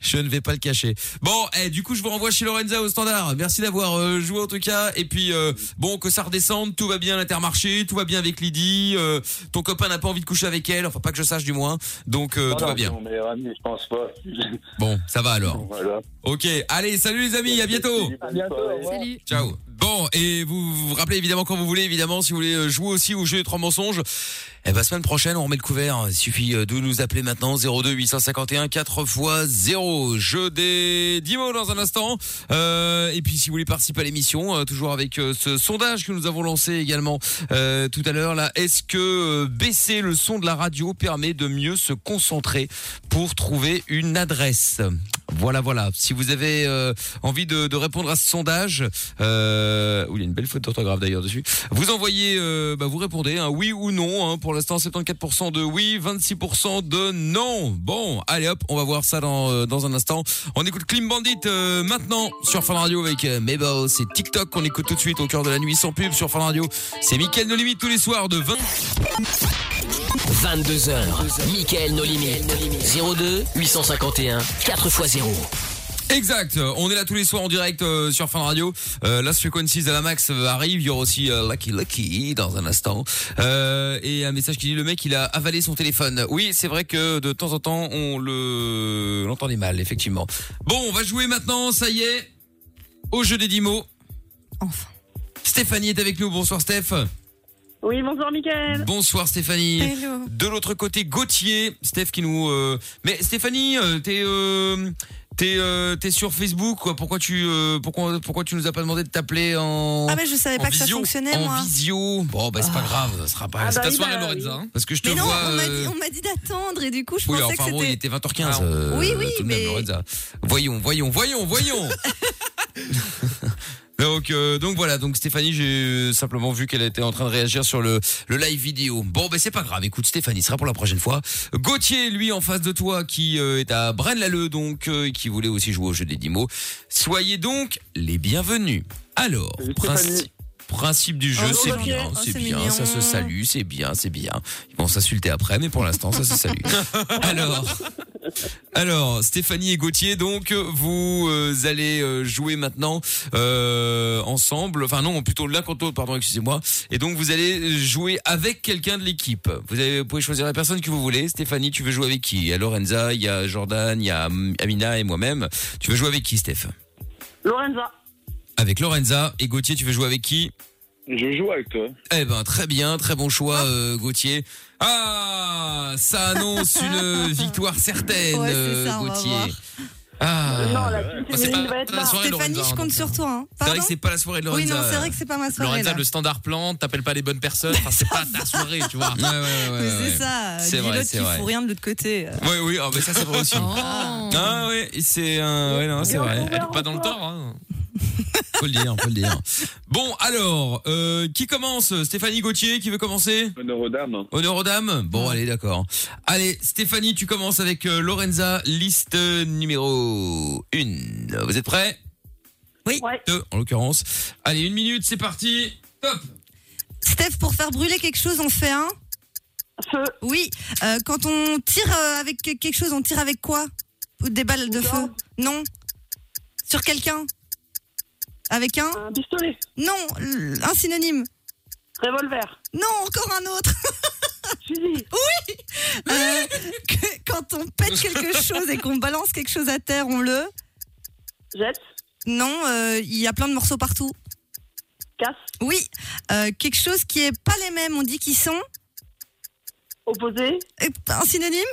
[SPEAKER 3] Je ne vais pas le cacher. Bon, eh, du coup, je vous renvoie chez Lorenza au standard. Merci d'avoir euh, joué en tout cas. Et puis, euh, bon, que ça redescende, tout va bien à l'intermarché, tout va bien avec Lydie. euh, ton copain n'a pas envie de coucher avec elle, enfin pas que je sache du moins. Donc, euh,
[SPEAKER 10] Non,
[SPEAKER 3] tout
[SPEAKER 10] non,
[SPEAKER 3] va bien.
[SPEAKER 10] c'est Mon meilleur ami, je pense pas.
[SPEAKER 3] Bon, ça va alors.
[SPEAKER 10] Voilà.
[SPEAKER 3] Ok, allez, salut les amis, à bientôt.
[SPEAKER 10] À bientôt.
[SPEAKER 5] Salut.
[SPEAKER 3] Ciao. Bon, et vous vous rappelez évidemment quand vous voulez, évidemment, si vous voulez euh, jouer aussi au jeu des trois mensonges, eh ben, semaine prochaine, on remet le couvert. Il suffit euh, de nous appeler maintenant, 02 851 4 x 0. Jeu des 10 mots dans un instant. Euh, et puis, si vous voulez participer à l'émission, euh, toujours avec euh, ce sondage que nous avons lancé également euh, tout à l'heure, là, est-ce que euh, baisser le son de la radio permet de mieux se concentrer pour trouver une adresse voilà, voilà. Si vous avez euh, envie de, de répondre à ce sondage, euh, où il y a une belle faute d'orthographe d'ailleurs dessus, vous envoyez, euh, bah, vous répondez un oui ou non. hein. pour l'instant, 74% de oui, 26% de non. Bon, allez hop, on va voir ça dans, euh, dans un instant. On écoute Clean Bandit euh, maintenant sur Fan Radio avec euh, Mabel. C'est TikTok qu'on écoute tout de suite au cœur de la nuit sans pub sur Fan Radio. C'est Mickaël No Limite tous les soirs de 20...
[SPEAKER 9] 22h, Mickaël No Limites. 02 851 4x0.
[SPEAKER 3] Exact, euh, on est là tous les soirs en direct euh, sur Fin Radio. Euh, là, Frequencies à la max euh, arrive, il y aura aussi euh, Lucky Lucky dans un instant. Euh, et un message qui dit le mec, il a avalé son téléphone. Oui, c'est vrai que de temps en temps, on le on l'entendait mal, effectivement. Bon, on va jouer maintenant, ça y est, au jeu des 10 mots.
[SPEAKER 5] Enfin.
[SPEAKER 3] Stéphanie est avec nous, bonsoir Steph.
[SPEAKER 11] Oui, bonjour Mickaël.
[SPEAKER 3] Bonsoir Stéphanie.
[SPEAKER 11] Hello.
[SPEAKER 3] De l'autre côté, Gauthier, Steph qui nous. euh, Mais Stéphanie, euh, t'es euh, t'es euh, t'es sur Facebook quoi Pourquoi tu euh, pourquoi pourquoi tu nous as pas demandé de t'appeler en
[SPEAKER 6] Ah, mais je savais
[SPEAKER 3] en
[SPEAKER 6] pas que ça
[SPEAKER 3] visio
[SPEAKER 6] fonctionnait,
[SPEAKER 3] en
[SPEAKER 6] moi.
[SPEAKER 3] visio. Bon bah c'est pas grave, ce sera pas.
[SPEAKER 6] Ah,
[SPEAKER 3] c'est
[SPEAKER 6] bah
[SPEAKER 3] ta
[SPEAKER 6] oui,
[SPEAKER 3] soirée
[SPEAKER 6] bah
[SPEAKER 3] Lorenza.
[SPEAKER 6] oui.
[SPEAKER 3] hein. Parce que je te
[SPEAKER 6] Mais non,
[SPEAKER 3] vois.
[SPEAKER 6] on m'a dit-
[SPEAKER 3] euh,
[SPEAKER 6] on m'a dit, d'attendre et du coup, je
[SPEAKER 3] oui,
[SPEAKER 6] pensais
[SPEAKER 3] enfin
[SPEAKER 6] que
[SPEAKER 3] bon, il
[SPEAKER 6] c'était. Ah
[SPEAKER 3] était 20h15. euh,
[SPEAKER 6] Oui, oui,
[SPEAKER 3] tout de même,
[SPEAKER 6] mais-
[SPEAKER 3] Lorenza. Voyons, voyons, voyons,
[SPEAKER 6] [laughs]
[SPEAKER 3] voyons. Donc, euh, donc voilà, donc Stéphanie, j'ai euh, simplement vu qu'elle était en train de réagir sur le, le live vidéo. Bon, ben c'est pas grave, écoute Stéphanie, ce sera pour la prochaine fois. Gauthier, lui, en face de toi, qui euh, est à Braine-l'Alleud, donc, euh, qui voulait aussi jouer au jeu des 10 mots. Soyez donc les bienvenus. Alors, principe. Principe du jeu,
[SPEAKER 4] Oh,
[SPEAKER 3] c'est
[SPEAKER 4] Gauthier.
[SPEAKER 3] bien,
[SPEAKER 4] Oh,
[SPEAKER 3] c'est
[SPEAKER 4] c'est
[SPEAKER 3] bien,
[SPEAKER 4] mignon.
[SPEAKER 3] ça se salue, c'est bien, c'est bien. Ils vont s'insulter après, mais pour l'instant, ça
[SPEAKER 4] [laughs]
[SPEAKER 3] se salue. Alors, alors, Stéphanie et Gauthier, donc, vous euh, allez euh, jouer maintenant euh, ensemble. Enfin, non, plutôt l'un contre l'autre, pardon, excusez-moi. Et donc, vous allez jouer avec quelqu'un de l'équipe. Vous, avez- vous pouvez choisir la personne que vous voulez. Stéphanie, tu veux jouer avec qui Il y a Lorenza, il y a Jordan, il y a mm, Amina et moi-même. Tu veux jouer avec qui, Steph
[SPEAKER 11] Lorenza.
[SPEAKER 3] Avec Lorenza. Et Gauthier, tu veux jouer avec qui
[SPEAKER 10] Je joue avec toi.
[SPEAKER 3] Eh ben, très bien, très bon choix, euh, Gauthier. Ah, ça
[SPEAKER 6] [laughs]
[SPEAKER 3] annonce une victoire certaine,
[SPEAKER 6] Ouais, c'est ça,
[SPEAKER 3] euh,
[SPEAKER 6] on va
[SPEAKER 3] Gauthier.
[SPEAKER 6] voir. Euh,
[SPEAKER 3] Ah,
[SPEAKER 6] Non, la
[SPEAKER 3] Bah,
[SPEAKER 6] petite
[SPEAKER 3] c'est
[SPEAKER 6] Émilie
[SPEAKER 3] pas
[SPEAKER 6] va être
[SPEAKER 3] la
[SPEAKER 6] là.
[SPEAKER 3] soirée de
[SPEAKER 6] Stéphanie,
[SPEAKER 3] Lorenza,
[SPEAKER 6] je
[SPEAKER 3] hein,
[SPEAKER 6] compte
[SPEAKER 3] donc.
[SPEAKER 6] sur toi. hein.
[SPEAKER 3] C'est vrai
[SPEAKER 6] Pardon
[SPEAKER 3] que c'est pas la soirée de Lorenza.
[SPEAKER 6] Oui, non, c'est vrai que c'est pas ma soirée.
[SPEAKER 4] Lorenza,
[SPEAKER 6] là.
[SPEAKER 4] le standard plan, t'appelles pas les bonnes personnes, enfin,
[SPEAKER 6] [laughs]
[SPEAKER 4] c'est pas ta soirée, tu vois.
[SPEAKER 3] Ouais, ouais, ouais,
[SPEAKER 6] Mais
[SPEAKER 3] ouais, ouais.
[SPEAKER 6] c'est ça,
[SPEAKER 3] C'est
[SPEAKER 6] dis
[SPEAKER 3] vrai,
[SPEAKER 6] l'autre
[SPEAKER 3] c'est
[SPEAKER 6] qui
[SPEAKER 3] vrai.
[SPEAKER 6] fout rien de l'autre côté. euh.
[SPEAKER 3] Oui, oui, ah, bah, ça, c'est
[SPEAKER 6] [laughs]
[SPEAKER 3] vrai aussi.
[SPEAKER 6] Oh.
[SPEAKER 3] Ah, ouais, c'est un. Ouais, non, c'est vrai. Elle est pas dans le tort, hein. Faut le dire, faut le dire. Bon, alors, euh, qui commence Stéphanie Gauthier, qui veut commencer
[SPEAKER 10] Honneur aux dames.
[SPEAKER 3] Honneur aux dames Bon, allez, d'accord. Allez, Stéphanie, tu commences avec euh, Lorenza, liste numéro 1. Vous êtes prêts
[SPEAKER 6] Oui.
[SPEAKER 3] Deux, en l'occurrence. Allez, une minute, c'est parti. Top
[SPEAKER 6] Steph, pour faire brûler quelque chose, on fait un
[SPEAKER 11] Feu.
[SPEAKER 6] Oui. Euh, quand on tire euh, avec que- quelque chose, on tire avec quoi Ou Des balles de feu Non. Sur quelqu'un Avec un
[SPEAKER 11] Un pistolet.
[SPEAKER 6] Non, l- un synonyme.
[SPEAKER 11] Revolver.
[SPEAKER 6] Non, encore un autre.
[SPEAKER 11] [laughs] Fusil.
[SPEAKER 6] Oui. Euh, que- quand on pète quelque chose et qu'on balance quelque chose à terre, on le
[SPEAKER 11] jette.
[SPEAKER 6] Non, euh, il y a plein de morceaux partout.
[SPEAKER 11] Casse.
[SPEAKER 6] Oui. Euh, quelque chose qui est pas les mêmes. On dit qu'ils sont
[SPEAKER 11] Opposé.
[SPEAKER 6] Et Un synonyme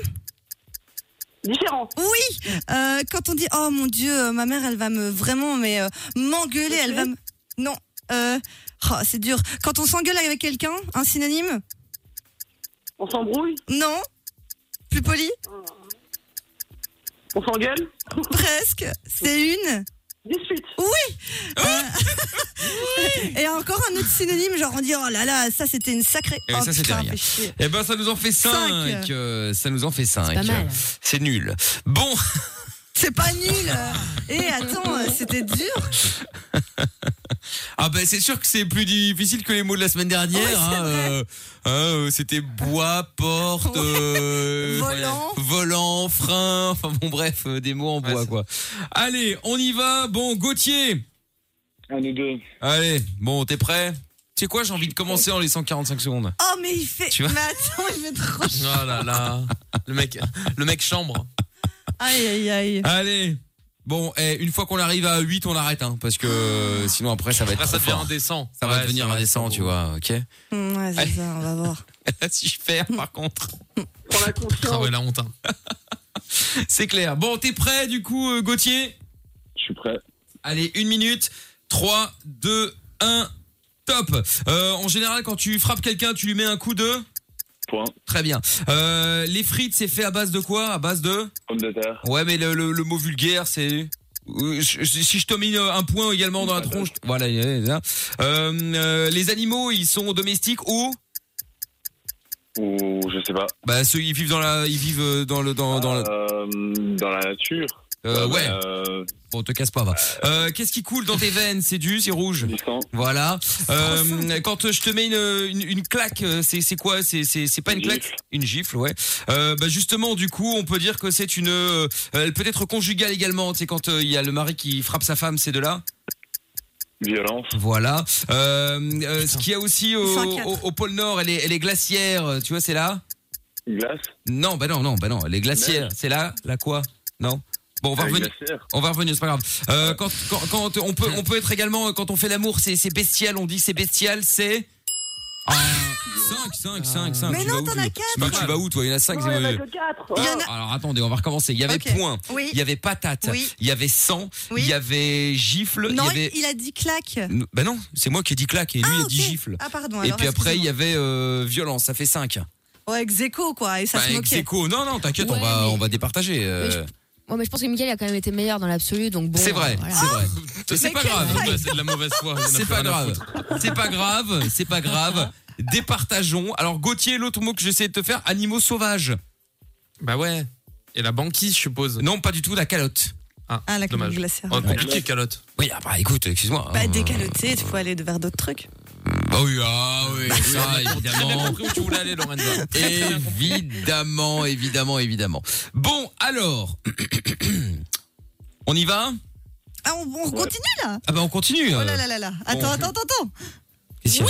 [SPEAKER 11] Différent.
[SPEAKER 6] Oui. Euh, quand on dit oh mon Dieu, euh, ma mère, elle va me vraiment mais euh, m'engueuler, elle va me non. Euh, oh, c'est dur. Quand on s'engueule avec quelqu'un, un synonyme
[SPEAKER 11] On s'embrouille.
[SPEAKER 6] Non. Plus poli
[SPEAKER 11] On s'engueule.
[SPEAKER 6] Presque. C'est une.
[SPEAKER 11] Dispute.
[SPEAKER 6] Oui Euh, [laughs] Et encore un autre synonyme, genre on dit oh là là, ça c'était une sacrée.
[SPEAKER 3] Et
[SPEAKER 6] Oh,
[SPEAKER 3] ça, c'était
[SPEAKER 6] putain,
[SPEAKER 3] rien.
[SPEAKER 6] fais chier.
[SPEAKER 3] Eh ben, ça nous en fait 5.
[SPEAKER 6] Cinq.
[SPEAKER 3] ça nous en fait 5.
[SPEAKER 6] pas mal.
[SPEAKER 3] C'est nul. Bon.
[SPEAKER 6] C'est pas nul Et attends, euh, c'était dur
[SPEAKER 3] Ah ben c'est sûr que c'est plus difficile que les mots de la semaine dernière. hein, euh, euh, C'était bois, porte, euh,
[SPEAKER 4] Volant.
[SPEAKER 3] volant, frein. Enfin bon bref, euh, des mots en bois quoi. Allez, on y va. Bon Gauthier.
[SPEAKER 1] Allez deux.
[SPEAKER 3] Allez, bon t'es prêt Tu sais quoi J'ai envie de commencer en les 145 secondes.
[SPEAKER 6] Oh mais il fait.
[SPEAKER 3] Tu vois
[SPEAKER 6] mais attends, il fait trop chier.
[SPEAKER 4] Oh là là. Le mec, le mec chambre.
[SPEAKER 6] Aïe aïe aïe.
[SPEAKER 3] Allez. Bon, eh, une fois qu'on arrive à 8, on arrête, hein, parce que euh, sinon après ça va être
[SPEAKER 4] Après, ça
[SPEAKER 3] trop
[SPEAKER 4] devient
[SPEAKER 3] fort.
[SPEAKER 4] indécent.
[SPEAKER 3] Ça va
[SPEAKER 4] Ouais,
[SPEAKER 3] devenir
[SPEAKER 4] c'est vrai,
[SPEAKER 3] indécent, tu vois, ok
[SPEAKER 6] Hum, ouais, c'est ça, on va voir.
[SPEAKER 3] [laughs] Super, par contre.
[SPEAKER 4] Ah ouais, la honte. hein.
[SPEAKER 3] [laughs] C'est clair. Bon, t'es prêt du coup, euh, Gauthier
[SPEAKER 10] Je suis prêt.
[SPEAKER 3] Allez, une minute. 3, 2, 1, top. Euh, en général, quand tu frappes quelqu'un, tu lui mets un coup de
[SPEAKER 10] Point.
[SPEAKER 3] Très bien. Euh, les frites, c'est fait à base de quoi À base de
[SPEAKER 10] Pomme de terre.
[SPEAKER 3] Ouais, mais le, le- le mot vulgaire, c'est... Euh, je- Si je te mets euh, un point également dans la tronche... Voilà. euh, euh, les animaux, ils sont domestiques ou...
[SPEAKER 10] Ou je sais pas.
[SPEAKER 3] Bah ceux ils vivent dans la ils vivent euh, dans le dans dans le-
[SPEAKER 10] Euh, dans la nature.
[SPEAKER 3] Euh, ouais.
[SPEAKER 10] Euh,
[SPEAKER 3] Bon, te casse pas, va. Euh, Qu'est-ce qui coule dans tes veines C'est du, c'est rouge. Voilà. Euh, quand euh, je te mets une, une, une claque, euh, c'est c'est quoi C'est c'est c'est pas une claque Une gifle, ouais. Euh, bah justement, du coup, on peut dire que c'est une. euh, elle peut être conjugale également. Tu sais, quand euh, il y a le mari qui frappe sa femme, c'est de là.
[SPEAKER 10] violence.
[SPEAKER 3] Voilà. Euh, euh, ce qu'il y a aussi au,
[SPEAKER 10] 104.
[SPEAKER 3] au- au pôle Nord, elle est, elle est glaciaire. euh, Tu vois, c'est là.
[SPEAKER 10] Glace.
[SPEAKER 3] Non, bah non, non, bah non. Elle est glaciaire. C'est là. La quoi Non. Bon, on va
[SPEAKER 10] Ah,
[SPEAKER 3] revenir.
[SPEAKER 10] glaciaire.
[SPEAKER 3] On va revenir, c'est pas grave. Euh, quand, quand, quand on peut, on peut être également euh, quand on fait l'amour, c'est c'est bestial. On dit c'est bestial, c'est. 5, 5, 5, 5.
[SPEAKER 6] Mais non, t'en as quatre.
[SPEAKER 3] tu vas où, toi Il y en a 5.
[SPEAKER 11] Non, il y en a que quatre.
[SPEAKER 6] Il y en a-
[SPEAKER 3] Alors attendez, on va recommencer. Il y avait
[SPEAKER 6] Ok.
[SPEAKER 3] point,
[SPEAKER 6] Oui.
[SPEAKER 3] il y avait patate,
[SPEAKER 6] Oui.
[SPEAKER 3] il y avait sang,
[SPEAKER 6] Oui.
[SPEAKER 3] il y avait gifle,
[SPEAKER 6] Non,
[SPEAKER 3] il y avait.
[SPEAKER 6] il a dit claque.
[SPEAKER 3] Bah non, c'est moi qui ai dit claque et lui
[SPEAKER 6] Ah,
[SPEAKER 3] il a dit
[SPEAKER 6] ok.
[SPEAKER 3] gifle.
[SPEAKER 6] Ah, pardon,
[SPEAKER 3] Et
[SPEAKER 6] alors,
[SPEAKER 3] puis après, il y avait euh, violence, ça fait 5.
[SPEAKER 6] Ouais, ex aequo, [laughs] quoi, et ça
[SPEAKER 3] bah,
[SPEAKER 6] se
[SPEAKER 3] ex
[SPEAKER 6] moquait.
[SPEAKER 3] aequo. Non, non, t'inquiète, on, va, on va départager. euh,
[SPEAKER 5] Moi, mais je pense que Mickaël a quand même été meilleur dans l'absolu, donc bon. euh,
[SPEAKER 3] C'est vrai, c'est
[SPEAKER 6] [laughs]
[SPEAKER 3] vrai.
[SPEAKER 5] Mais
[SPEAKER 3] C'est pas
[SPEAKER 5] quelle
[SPEAKER 3] grave.
[SPEAKER 5] faille.
[SPEAKER 4] C'est de la mauvaise foi. il y en a
[SPEAKER 3] C'est
[SPEAKER 4] plus
[SPEAKER 3] pas
[SPEAKER 4] rien à
[SPEAKER 3] grave.
[SPEAKER 4] foutre.
[SPEAKER 3] C'est pas grave. C'est pas grave. Départageons. Alors Gauthier, l'autre mot que j'essaie de te faire, animaux sauvages.
[SPEAKER 4] Bah ouais. Et la banquise, je suppose.
[SPEAKER 3] Non, pas du tout, la calotte.
[SPEAKER 6] Ah, la
[SPEAKER 4] dommage.
[SPEAKER 6] calotte glaciade.
[SPEAKER 4] Oh, compliqué, calotte.
[SPEAKER 3] Oui, ah bah écoute, excuse-moi.
[SPEAKER 6] Bah,
[SPEAKER 3] hein.
[SPEAKER 6] décaloté, tu peux aller vers d'autres trucs.
[SPEAKER 3] Bah oui, ah oui, ça,
[SPEAKER 4] J'ai bien
[SPEAKER 3] évidemment.
[SPEAKER 4] compris où tu voulais aller, Lorenza.
[SPEAKER 3] Évidemment, évidemment, évidemment. Bon, alors. [clears throat] On y va
[SPEAKER 6] Ah, on, on continue là
[SPEAKER 3] Ah bah on continue.
[SPEAKER 6] Oh là là là là. Attends,
[SPEAKER 3] bon.
[SPEAKER 6] attends, attends, attends.
[SPEAKER 3] Oui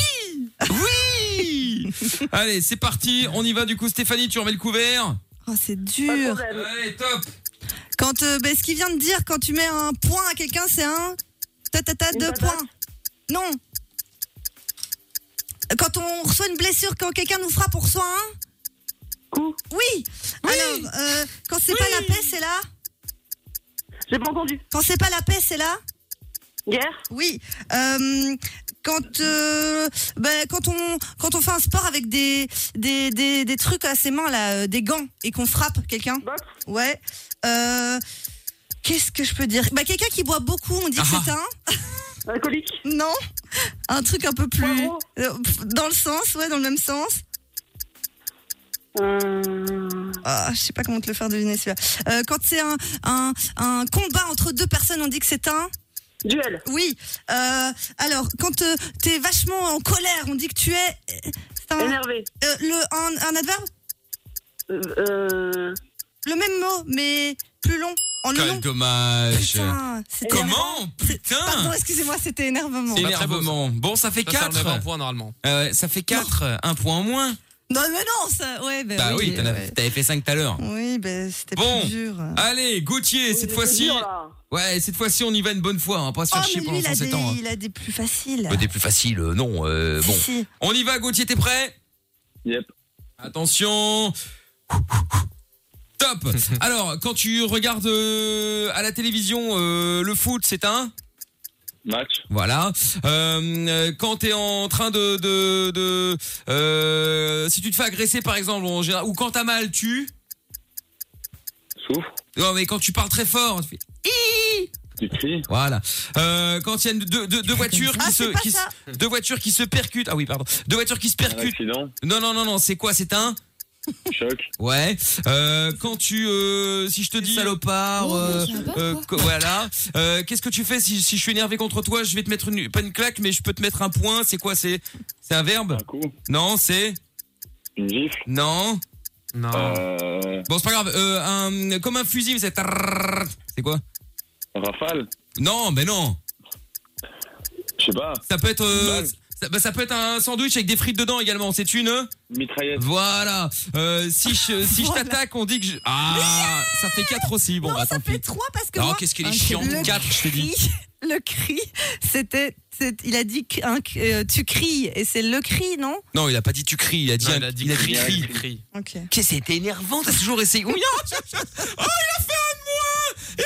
[SPEAKER 3] Oui Allez, c'est parti. On y va du coup, Stéphanie, tu remets le couvert.
[SPEAKER 6] [laughs] Oh, c'est dur.
[SPEAKER 3] Allez, top
[SPEAKER 6] Quand, euh, ben, ce qu'il vient de dire, quand tu mets un point à quelqu'un, c'est un. Ta ta ta, deux points. Non. Quand on reçoit une blessure, quand quelqu'un nous frappe, on reçoit un.
[SPEAKER 11] Coup.
[SPEAKER 6] Oui. Alors, euh, quand c'est pas la paix, c'est là.
[SPEAKER 11] J'ai pas entendu.
[SPEAKER 6] Quand c'est pas la paix, c'est là.
[SPEAKER 11] Guerre.
[SPEAKER 6] Oui. Euh, quand, euh, ben, quand, on, quand on fait un sport avec des, des, des, des trucs à ses mains, là, euh, des gants, et qu'on frappe quelqu'un.
[SPEAKER 11] Boxe.
[SPEAKER 6] Ouais. Euh, Qu'est-ce que je peux dire bah, Quelqu'un qui boit beaucoup, on dit que
[SPEAKER 3] Ah.
[SPEAKER 6] c'est un.
[SPEAKER 11] Alcoolique.
[SPEAKER 6] [laughs] Non Un truc un peu plus.
[SPEAKER 11] Poivron.
[SPEAKER 6] euh, pff, Dans le sens, ouais, dans le même sens.
[SPEAKER 11] Euh...
[SPEAKER 6] Ah, je sais pas comment te le faire deviner celui-là. Euh, quand c'est un, un, un combat entre deux personnes, on dit que c'est un.
[SPEAKER 11] Duel.
[SPEAKER 6] Oui. Euh, alors, quand euh, t'es vachement en colère, on dit que tu es. euh, c'est un-
[SPEAKER 11] Énervé.
[SPEAKER 6] euh, le, un, un adverbe
[SPEAKER 11] Euh, Euh...
[SPEAKER 6] Le même mot, mais plus long. En le
[SPEAKER 3] Quel
[SPEAKER 6] long.
[SPEAKER 3] dommage
[SPEAKER 6] Putain, c'était énervant.
[SPEAKER 3] Comment
[SPEAKER 6] Pardon,
[SPEAKER 3] Putain
[SPEAKER 6] excusez-moi, c'était énervement.
[SPEAKER 4] Éner-
[SPEAKER 3] Énervement. Bon, ça fait
[SPEAKER 4] Ça, ça
[SPEAKER 3] 4.
[SPEAKER 4] enlève un point normalement.
[SPEAKER 3] ça fait 4. Un point en moins.
[SPEAKER 6] Non, mais non, ça. Ouais, ben
[SPEAKER 3] Bah oui, t'en avais-
[SPEAKER 6] ouais.
[SPEAKER 3] t'avais fait 5 tout à l'heure.
[SPEAKER 6] Oui, ben c'était
[SPEAKER 3] Bon.
[SPEAKER 6] plus dur.
[SPEAKER 3] Allez, Gauthier, cette
[SPEAKER 11] c'est
[SPEAKER 3] fois-ci.
[SPEAKER 11] dur, là.
[SPEAKER 3] Ouais, cette fois-ci, on y va une bonne fois. On va pas se
[SPEAKER 6] Oh,
[SPEAKER 3] faire
[SPEAKER 6] mais
[SPEAKER 3] chier
[SPEAKER 6] lui,
[SPEAKER 3] pendant
[SPEAKER 6] il a,
[SPEAKER 3] 107
[SPEAKER 6] des,
[SPEAKER 3] ans. hein.
[SPEAKER 6] il a des plus faciles.
[SPEAKER 3] Bah, Des plus faciles, euh, non. euh,
[SPEAKER 6] Si,
[SPEAKER 3] bon.
[SPEAKER 6] si.
[SPEAKER 3] On y va, Gauthier, t'es prêt
[SPEAKER 10] Yep.
[SPEAKER 3] Attention
[SPEAKER 10] [laughs]
[SPEAKER 3] Top Alors, quand tu regardes euh, à la télévision euh, le foot, c'est un
[SPEAKER 10] Match.
[SPEAKER 3] Voilà. Euh, euh, quand t'es en train de... de, de euh, si tu te fais agresser, par exemple, en général, ou quand t'as mal, tu...
[SPEAKER 10] Souffre.
[SPEAKER 3] Non, mais quand tu parles très fort, tu fais... Hi Voilà. Euh, quand il y a une- deux, deux- deux voitures qui
[SPEAKER 12] Ah,
[SPEAKER 3] se
[SPEAKER 12] c'est pas
[SPEAKER 3] qui se-
[SPEAKER 12] ça.
[SPEAKER 3] deux voitures qui se percutent. Ah oui, pardon. Deux voitures qui se percutent. Non non non non, c'est quoi C'est un
[SPEAKER 10] Choc.
[SPEAKER 3] Ouais. Euh, quand tu euh, si je te dis salopard euh, euh, co- voilà, Euh, qu'est-ce que tu fais si, si je suis énervé contre toi, je vais te mettre une pas une claque mais je peux te mettre un point, c'est quoi c'est c'est un verbe Un
[SPEAKER 10] coup.
[SPEAKER 3] Non, c'est
[SPEAKER 10] une gifle.
[SPEAKER 3] Non. Non.
[SPEAKER 10] Euh,
[SPEAKER 3] Bon, c'est pas grave. Euh, un, comme un fusil, mais c'est. tarrrrrrr. C'est quoi
[SPEAKER 10] Rafale
[SPEAKER 3] Non, mais non.
[SPEAKER 10] Je sais pas.
[SPEAKER 3] Ça peut être. euh, ça, bah, ça peut être un sandwich avec des frites dedans également. C'est une euh,
[SPEAKER 10] mitraillette.
[SPEAKER 3] Voilà. Euh, si je, si je
[SPEAKER 12] Voilà.
[SPEAKER 3] t'attaque, on dit que je. Ah, ça fait 4 aussi. Bon, bah, tant pis.
[SPEAKER 6] Trois parce que.
[SPEAKER 3] Oh,
[SPEAKER 6] moi-
[SPEAKER 3] qu'est-ce qu'il est chiant.
[SPEAKER 6] Le
[SPEAKER 3] 4, je te dis.
[SPEAKER 6] cri- Le cri, c'était. c'est- Il a dit que- un- euh, tu cries et c'est le cri, non
[SPEAKER 3] [laughs] Non, il a pas dit tu cries. Il a dit, un- il a dit,
[SPEAKER 4] crie,
[SPEAKER 3] crie.
[SPEAKER 6] Ok.
[SPEAKER 3] Qu'est-ce que c'était énervant T'as toujours essayé. Oui, oh, je- je-
[SPEAKER 6] [laughs]
[SPEAKER 3] oh, il a fait un de moi Il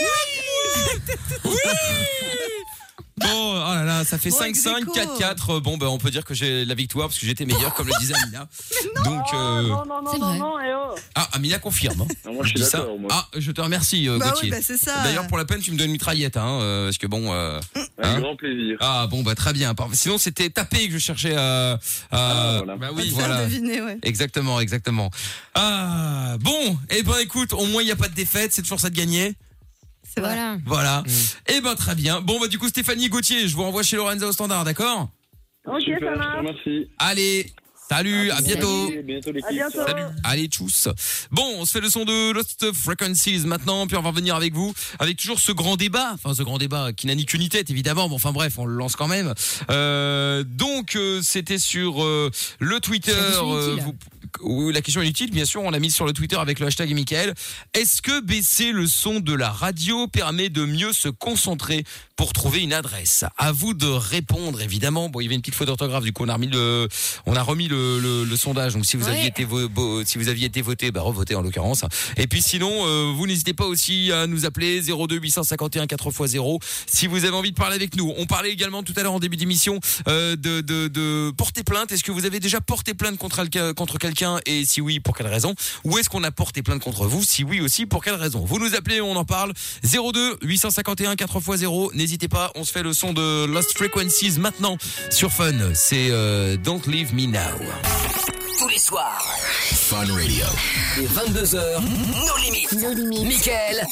[SPEAKER 3] a fait un de moi Oui Bon, oh là là, ça fait
[SPEAKER 12] Bon,
[SPEAKER 3] 5-5,
[SPEAKER 12] ex-aequo.
[SPEAKER 3] 4-4. Bon, ben, on peut dire que j'ai la victoire parce que j'étais meilleur, comme le disait Amina. Donc, euh,
[SPEAKER 11] Ah, Non, non, non, non, non, et
[SPEAKER 4] [laughs]
[SPEAKER 11] oh.
[SPEAKER 3] ah, Amina confirme.
[SPEAKER 10] [laughs]
[SPEAKER 3] hein.
[SPEAKER 10] moi, je suis
[SPEAKER 3] dis ça.
[SPEAKER 10] d'accord, moi.
[SPEAKER 3] Ah, je te remercie, euh,
[SPEAKER 10] Bah oui,
[SPEAKER 3] Gauthier.
[SPEAKER 10] bah, c'est ça.
[SPEAKER 3] D'ailleurs, pour la peine, tu me donnes une mitraillette, hein, euh, parce que bon. euh,
[SPEAKER 10] Un
[SPEAKER 3] hein.
[SPEAKER 10] grand plaisir.
[SPEAKER 3] Ah bon bah très bien. Par- Sinon c'était tapé que je cherchais à. à-
[SPEAKER 10] Ah, voilà.
[SPEAKER 3] Bah
[SPEAKER 10] À
[SPEAKER 3] oui
[SPEAKER 10] te
[SPEAKER 3] voilà.
[SPEAKER 10] faire deviner, ouais.
[SPEAKER 3] Exactement exactement. Ah bon eh ben écoute au moins il n'y a pas de défaite c'est toujours ça de gagner.
[SPEAKER 6] C'est
[SPEAKER 5] Voilà.
[SPEAKER 3] Voilà.
[SPEAKER 10] Mm.
[SPEAKER 3] Eh ben très bien. Bon bah du coup Stéphanie Gauthier je vous renvoie chez Lorenza au standard d'accord.
[SPEAKER 11] Ok,
[SPEAKER 10] Super,
[SPEAKER 11] ça
[SPEAKER 10] je te
[SPEAKER 11] marche.
[SPEAKER 10] remercie.
[SPEAKER 3] Allez salut à bientôt.
[SPEAKER 10] Salut, bientôt l'équipe.
[SPEAKER 11] À bientôt.
[SPEAKER 3] Salut. Allez tous. Bon, on se fait le son de Lost Frequencies maintenant, puis on va revenir avec vous avec toujours ce grand débat, enfin ce grand débat qui n'a ni qu'une tête évidemment, mais enfin bref, on le lance quand même. Euh, donc euh, c'était sur euh, le Twitter. euh, vous- oui, la question est utile, bien sûr, on l'a mise sur le Twitter avec le hashtag Michael. Est-ce que baisser le son de la radio permet de mieux se concentrer pour trouver une adresse À vous de répondre, évidemment. Bon, il y avait une petite faute d'orthographe, du coup, on a remis le, on a remis le, le- le sondage. Donc, si vous
[SPEAKER 12] Ouais.
[SPEAKER 3] aviez été vo- bo- si vous aviez été voté, bah, revotez en l'occurrence. Et puis, sinon, euh, vous n'hésitez pas aussi à nous appeler 02 851 4x0 si vous avez envie de parler avec nous. On parlait également tout à l'heure en début d'émission euh, de, de, de porter plainte. Est-ce que vous avez déjà porté plainte contre, alca- contre quelqu'un et si oui, pour quelle raison Ou est-ce qu'on a porté plainte contre vous Si oui aussi, pour quelle raison Vous nous appelez, on en parle. 02 851 4x0. N'hésitez pas, on se fait le son de Lost Frequencies maintenant sur Fun. C'est euh, Don't Leave Me Now.
[SPEAKER 9] Tous les soirs,
[SPEAKER 3] Fun Radio.
[SPEAKER 9] les 22h, nos limites. Nos limites. Michael.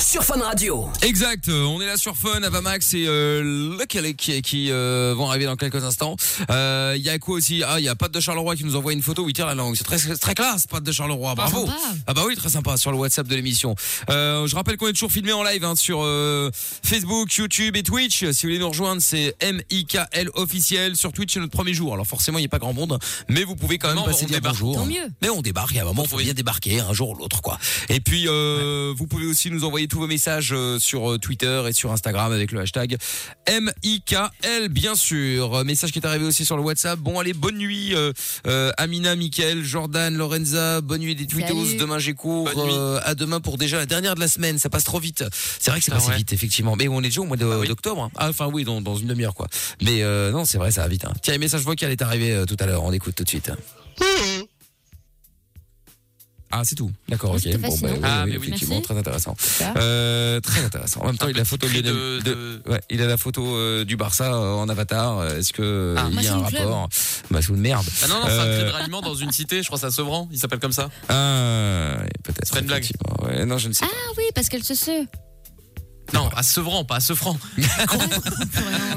[SPEAKER 9] Sur Fun Radio.
[SPEAKER 3] Exact, euh, on est là sur Fun, Avamax et euh, Lucky Luke qui, qui, euh, vont arriver dans quelques instants. Euh, Il y a quoi aussi Ah, il y a Pat de Charleroi qui nous envoie une photo où il tire la langue. C'est très, très classe, Pat de Charleroi, bravo.
[SPEAKER 12] sympa.
[SPEAKER 3] Ah bah oui, très sympa sur le WhatsApp de l'émission. Euh, je rappelle qu'on est toujours filmé en live hein, sur euh, Facebook, YouTube et Twitch. Si vous voulez nous rejoindre, c'est MIKL officiel sur Twitch, c'est notre premier jour. Alors forcément, il n'y a pas grand monde, mais vous pouvez quand même
[SPEAKER 4] Non,
[SPEAKER 3] passer
[SPEAKER 4] on
[SPEAKER 3] dire
[SPEAKER 4] débarque.
[SPEAKER 3] bonjour.
[SPEAKER 4] Tant mieux.
[SPEAKER 3] Mais on débarque, il y a un moment, faut bien débarquer un jour ou l'autre, quoi. Et puis, euh, vous pouvez aussi nous envoyer tous vos messages euh, sur euh, Twitter et sur Instagram avec le hashtag MIKL, bien sûr. Euh, Message qui est arrivé aussi sur le WhatsApp. Bon, allez, bonne nuit, euh, euh, Amina, Mickaël, Jordan, Lorenza. Bonne nuit des Twittos.
[SPEAKER 12] Salut.
[SPEAKER 3] Demain, j'ai cours.
[SPEAKER 12] Bonne nuit.
[SPEAKER 3] Euh, à demain pour déjà la dernière de la semaine. Ça passe trop vite. C'est vrai que c'est
[SPEAKER 4] Ah
[SPEAKER 3] passé vite, effectivement. Mais on est déjà au mois de- d'octobre. hein. Ah, enfin, oui, dans, dans une demi-heure, quoi. Mais euh, non, c'est vrai, ça va vite. hein. Tiens, le message vocal est arrivé euh, tout à l'heure. On écoute tout de suite. Ah, c'est tout. D'accord, ok.
[SPEAKER 12] c'était
[SPEAKER 3] Bon, bah,
[SPEAKER 12] fascinant.
[SPEAKER 1] hein.
[SPEAKER 11] hein.
[SPEAKER 3] oui,
[SPEAKER 12] Ah,
[SPEAKER 3] oui,
[SPEAKER 12] mais oui.
[SPEAKER 3] effectivement,
[SPEAKER 12] Merci.
[SPEAKER 3] très intéressant.
[SPEAKER 12] Super.
[SPEAKER 3] Euh, très intéressant. En même temps, il a la photo de, Lionel- de- ouais, il a la photo euh, du Barça euh, en avatar. Euh, Est-ce que euh,
[SPEAKER 4] Ah.
[SPEAKER 3] il y a un
[SPEAKER 4] Massoul Club.
[SPEAKER 3] rapport Bah, sous le merde.
[SPEAKER 4] Ah non, non, c'est un
[SPEAKER 3] Euh,
[SPEAKER 4] trait de ralliement dans une cité, je crois, c'est à Sevran. Il s'appelle comme ça.
[SPEAKER 3] ah, peut-être.
[SPEAKER 4] C'est pas une blague.
[SPEAKER 3] effectivement. Ouais, non, je ne sais.
[SPEAKER 5] Ah oui, parce qu'elle se se.
[SPEAKER 4] Non, à Sevran, pas à Sevran.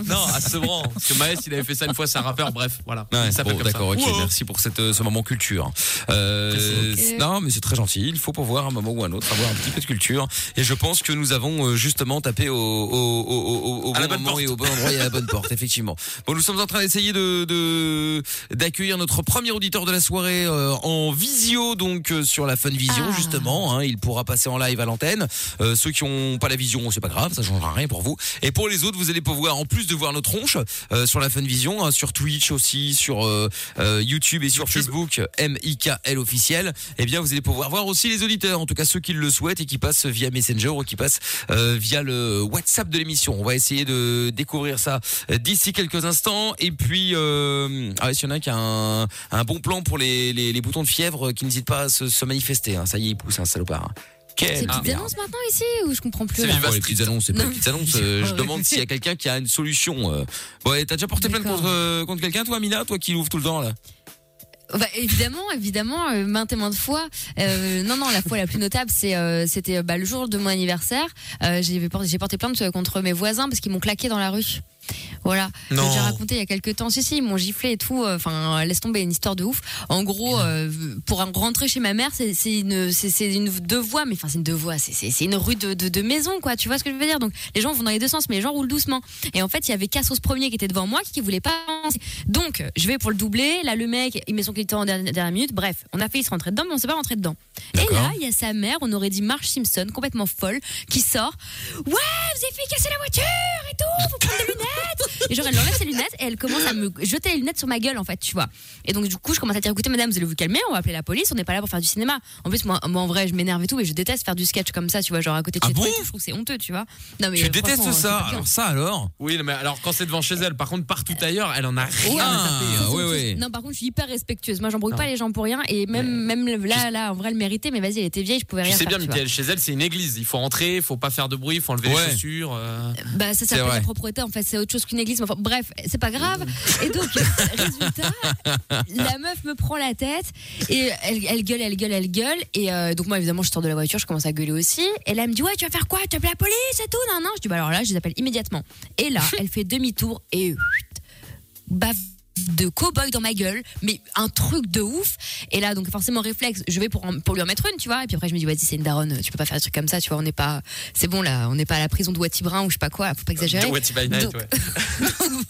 [SPEAKER 4] non, à Sevran. Parce que Maes, il avait fait ça une fois, c'est un rappeur, bref, voilà.
[SPEAKER 3] Ouais,
[SPEAKER 4] il s'appelle
[SPEAKER 3] bon,
[SPEAKER 4] comme ça.
[SPEAKER 3] d'accord, ok,
[SPEAKER 4] Wow.
[SPEAKER 3] merci pour cette, euh, ce moment culture. Euh,
[SPEAKER 4] Merci.
[SPEAKER 3] c'est- Non, mais c'est très gentil. Il faut pouvoir, à un moment ou à un autre, avoir un petit peu de culture. Et je pense que nous avons euh, justement tapé au, au, au, au, au
[SPEAKER 4] À la
[SPEAKER 3] bon
[SPEAKER 4] bonne
[SPEAKER 3] moment
[SPEAKER 4] porte.
[SPEAKER 3] et au bon endroit et à la
[SPEAKER 4] [laughs]
[SPEAKER 3] bonne porte, effectivement. Bon, nous sommes en train d'essayer de, de- d'accueillir notre premier auditeur de la soirée euh, en visio, donc euh, sur la Fun Vision,
[SPEAKER 4] Ah.
[SPEAKER 3] justement. hein. il pourra passer en live à l'antenne. Euh, ceux qui n'ont pas la vision, c'est pas grave, ça changera rien pour vous. Et pour les autres, vous allez pouvoir, en plus de voir nos tronches, euh, sur la Fun Vision, hein, sur Twitch aussi, sur euh, euh, YouTube et sur Facebook, MIKL officiel, eh bien vous allez pouvoir voir aussi les auditeurs, en tout cas ceux qui le souhaitent et qui passent via Messenger ou qui passent euh, via le WhatsApp de l'émission. On va essayer de découvrir ça d'ici quelques instants. Et puis, euh, ah, s'il y en a un qui a un, un bon plan pour les, les, les boutons de fièvre, euh, qui n'hésitent pas à se, se manifester. hein. Ça y est, il pousse un salopard. hein.
[SPEAKER 5] C'est petites annonces maintenant ici ou je comprends plus
[SPEAKER 3] C'est
[SPEAKER 5] là
[SPEAKER 3] Viva les petites annonces, c'est pas les
[SPEAKER 5] Non.
[SPEAKER 3] petites annonces. euh, je
[SPEAKER 5] Ouais.
[SPEAKER 3] demande s'il y a quelqu'un qui a une solution. euh. Ouais, t'as déjà porté plainte contre, euh, contre quelqu'un, toi, Mina, toi qui l'ouvre tout le temps là
[SPEAKER 5] Bah, évidemment, évidemment, euh, maintes et maintes fois. Euh, non, non, la fois la plus notable, c'est, euh, c'était euh, bah, le jour de mon anniversaire. Euh, j'ai, porté, j'ai porté plainte contre mes voisins parce qu'ils m'ont claqué dans la rue. Voilà.
[SPEAKER 12] Non.
[SPEAKER 5] J'ai raconté il y a quelques temps. Si, si, ils m'ont giflé et tout. euh, Enfin, laisse tomber une histoire de ouf. En gros, euh, pour rentrer chez ma mère, c'est, c'est une, c'est, c'est une deux voies, mais enfin, c'est une deux voies. C'est, c'est, c'est une rue de, de, de maison, quoi. Tu vois ce que je veux dire? Donc, les gens vont dans les deux sens, mais les gens roulent doucement. Et en fait, il y avait Cassos premier qui était devant moi, qui, qui voulait pas avancer. Donc, je vais pour le doubler. Là, le mec, il met son client en dernière, dernière minute. Bref, on a failli se rentrer dedans, mais on s'est pas rentré dedans. Et là, il y a sa mère, on aurait dit Marge Simpson, complètement folle, qui sort. Ouais, vous avez fait casser la voiture et tout, faut prendre des lunettes. Et genre, elle enlève ses lunettes et elle commence à me jeter les lunettes sur ma gueule, en fait, tu vois. Et donc, du coup, je commence à dire, écoutez, madame, vous allez vous calmer, on va appeler la police, on n'est pas là pour faire du cinéma. En plus, moi, moi, en vrai, je m'énerve et tout, mais je déteste faire du sketch comme ça, tu vois, genre à côté de chez toi et tout, je trouve que c'est honteux, tu vois. Non, mais,
[SPEAKER 4] Ah Tu
[SPEAKER 5] euh,
[SPEAKER 4] détestes
[SPEAKER 5] franchement,
[SPEAKER 4] ça,
[SPEAKER 5] c'est pas bien. Euh,
[SPEAKER 4] alors
[SPEAKER 3] Ça alors
[SPEAKER 4] Oui, non, mais alors quand c'est devant chez elle, par contre, partout ailleurs, elle en a rien. Ah.
[SPEAKER 5] Ah,
[SPEAKER 4] oui, oui.
[SPEAKER 5] Non, par contre, je suis hyper respectueuse. Moi, j'embrouille
[SPEAKER 4] Non.
[SPEAKER 5] pas les gens pour rien. Et même, même là, là, en vrai, elle méritait. Mais vas-y, elle était vieille, je pouvais
[SPEAKER 4] Tu
[SPEAKER 5] rien
[SPEAKER 4] sais
[SPEAKER 5] faire.
[SPEAKER 4] bien,
[SPEAKER 5] tu
[SPEAKER 4] Michael, chez elle, c'est une église. Il faut rentrer, il faut pas faire de bruit, il faut enlever
[SPEAKER 3] Ouais.
[SPEAKER 4] les chaussures. euh.
[SPEAKER 5] vois. Bah, ça
[SPEAKER 4] C'est
[SPEAKER 5] s'appelle la
[SPEAKER 4] vrai. Mm.
[SPEAKER 5] propriété. En fait, c'est autre chose qu'une église. mais enfin, bref, c'est pas grave. Et donc,
[SPEAKER 3] Ah,
[SPEAKER 5] la meuf me prend la tête et elle, elle gueule, elle gueule, elle gueule. Et euh, donc moi évidemment je sors de la voiture, je commence à gueuler aussi. Et là elle me dit ouais tu vas faire quoi Tu appelles la police et tout Non non. Je dis bah alors là je les appelle immédiatement.
[SPEAKER 4] [laughs]
[SPEAKER 5] Et là elle fait demi-tour et baffe de cow-boy dans ma gueule, mais un truc de ouf. Et là, donc forcément réflexe, je vais pour, en- pour lui en mettre une, tu vois. Et puis après, je me dis, vas-y, c'est une daronne, tu peux pas faire des trucs comme ça, tu vois. On n'est pas, c'est bon là, on n'est pas à la prison de Watty Brun ou je sais pas quoi,
[SPEAKER 4] Euh,
[SPEAKER 5] faut pas exagérer.
[SPEAKER 4] What If by Night,
[SPEAKER 5] Donc-
[SPEAKER 4] ouais.
[SPEAKER 5] [laughs]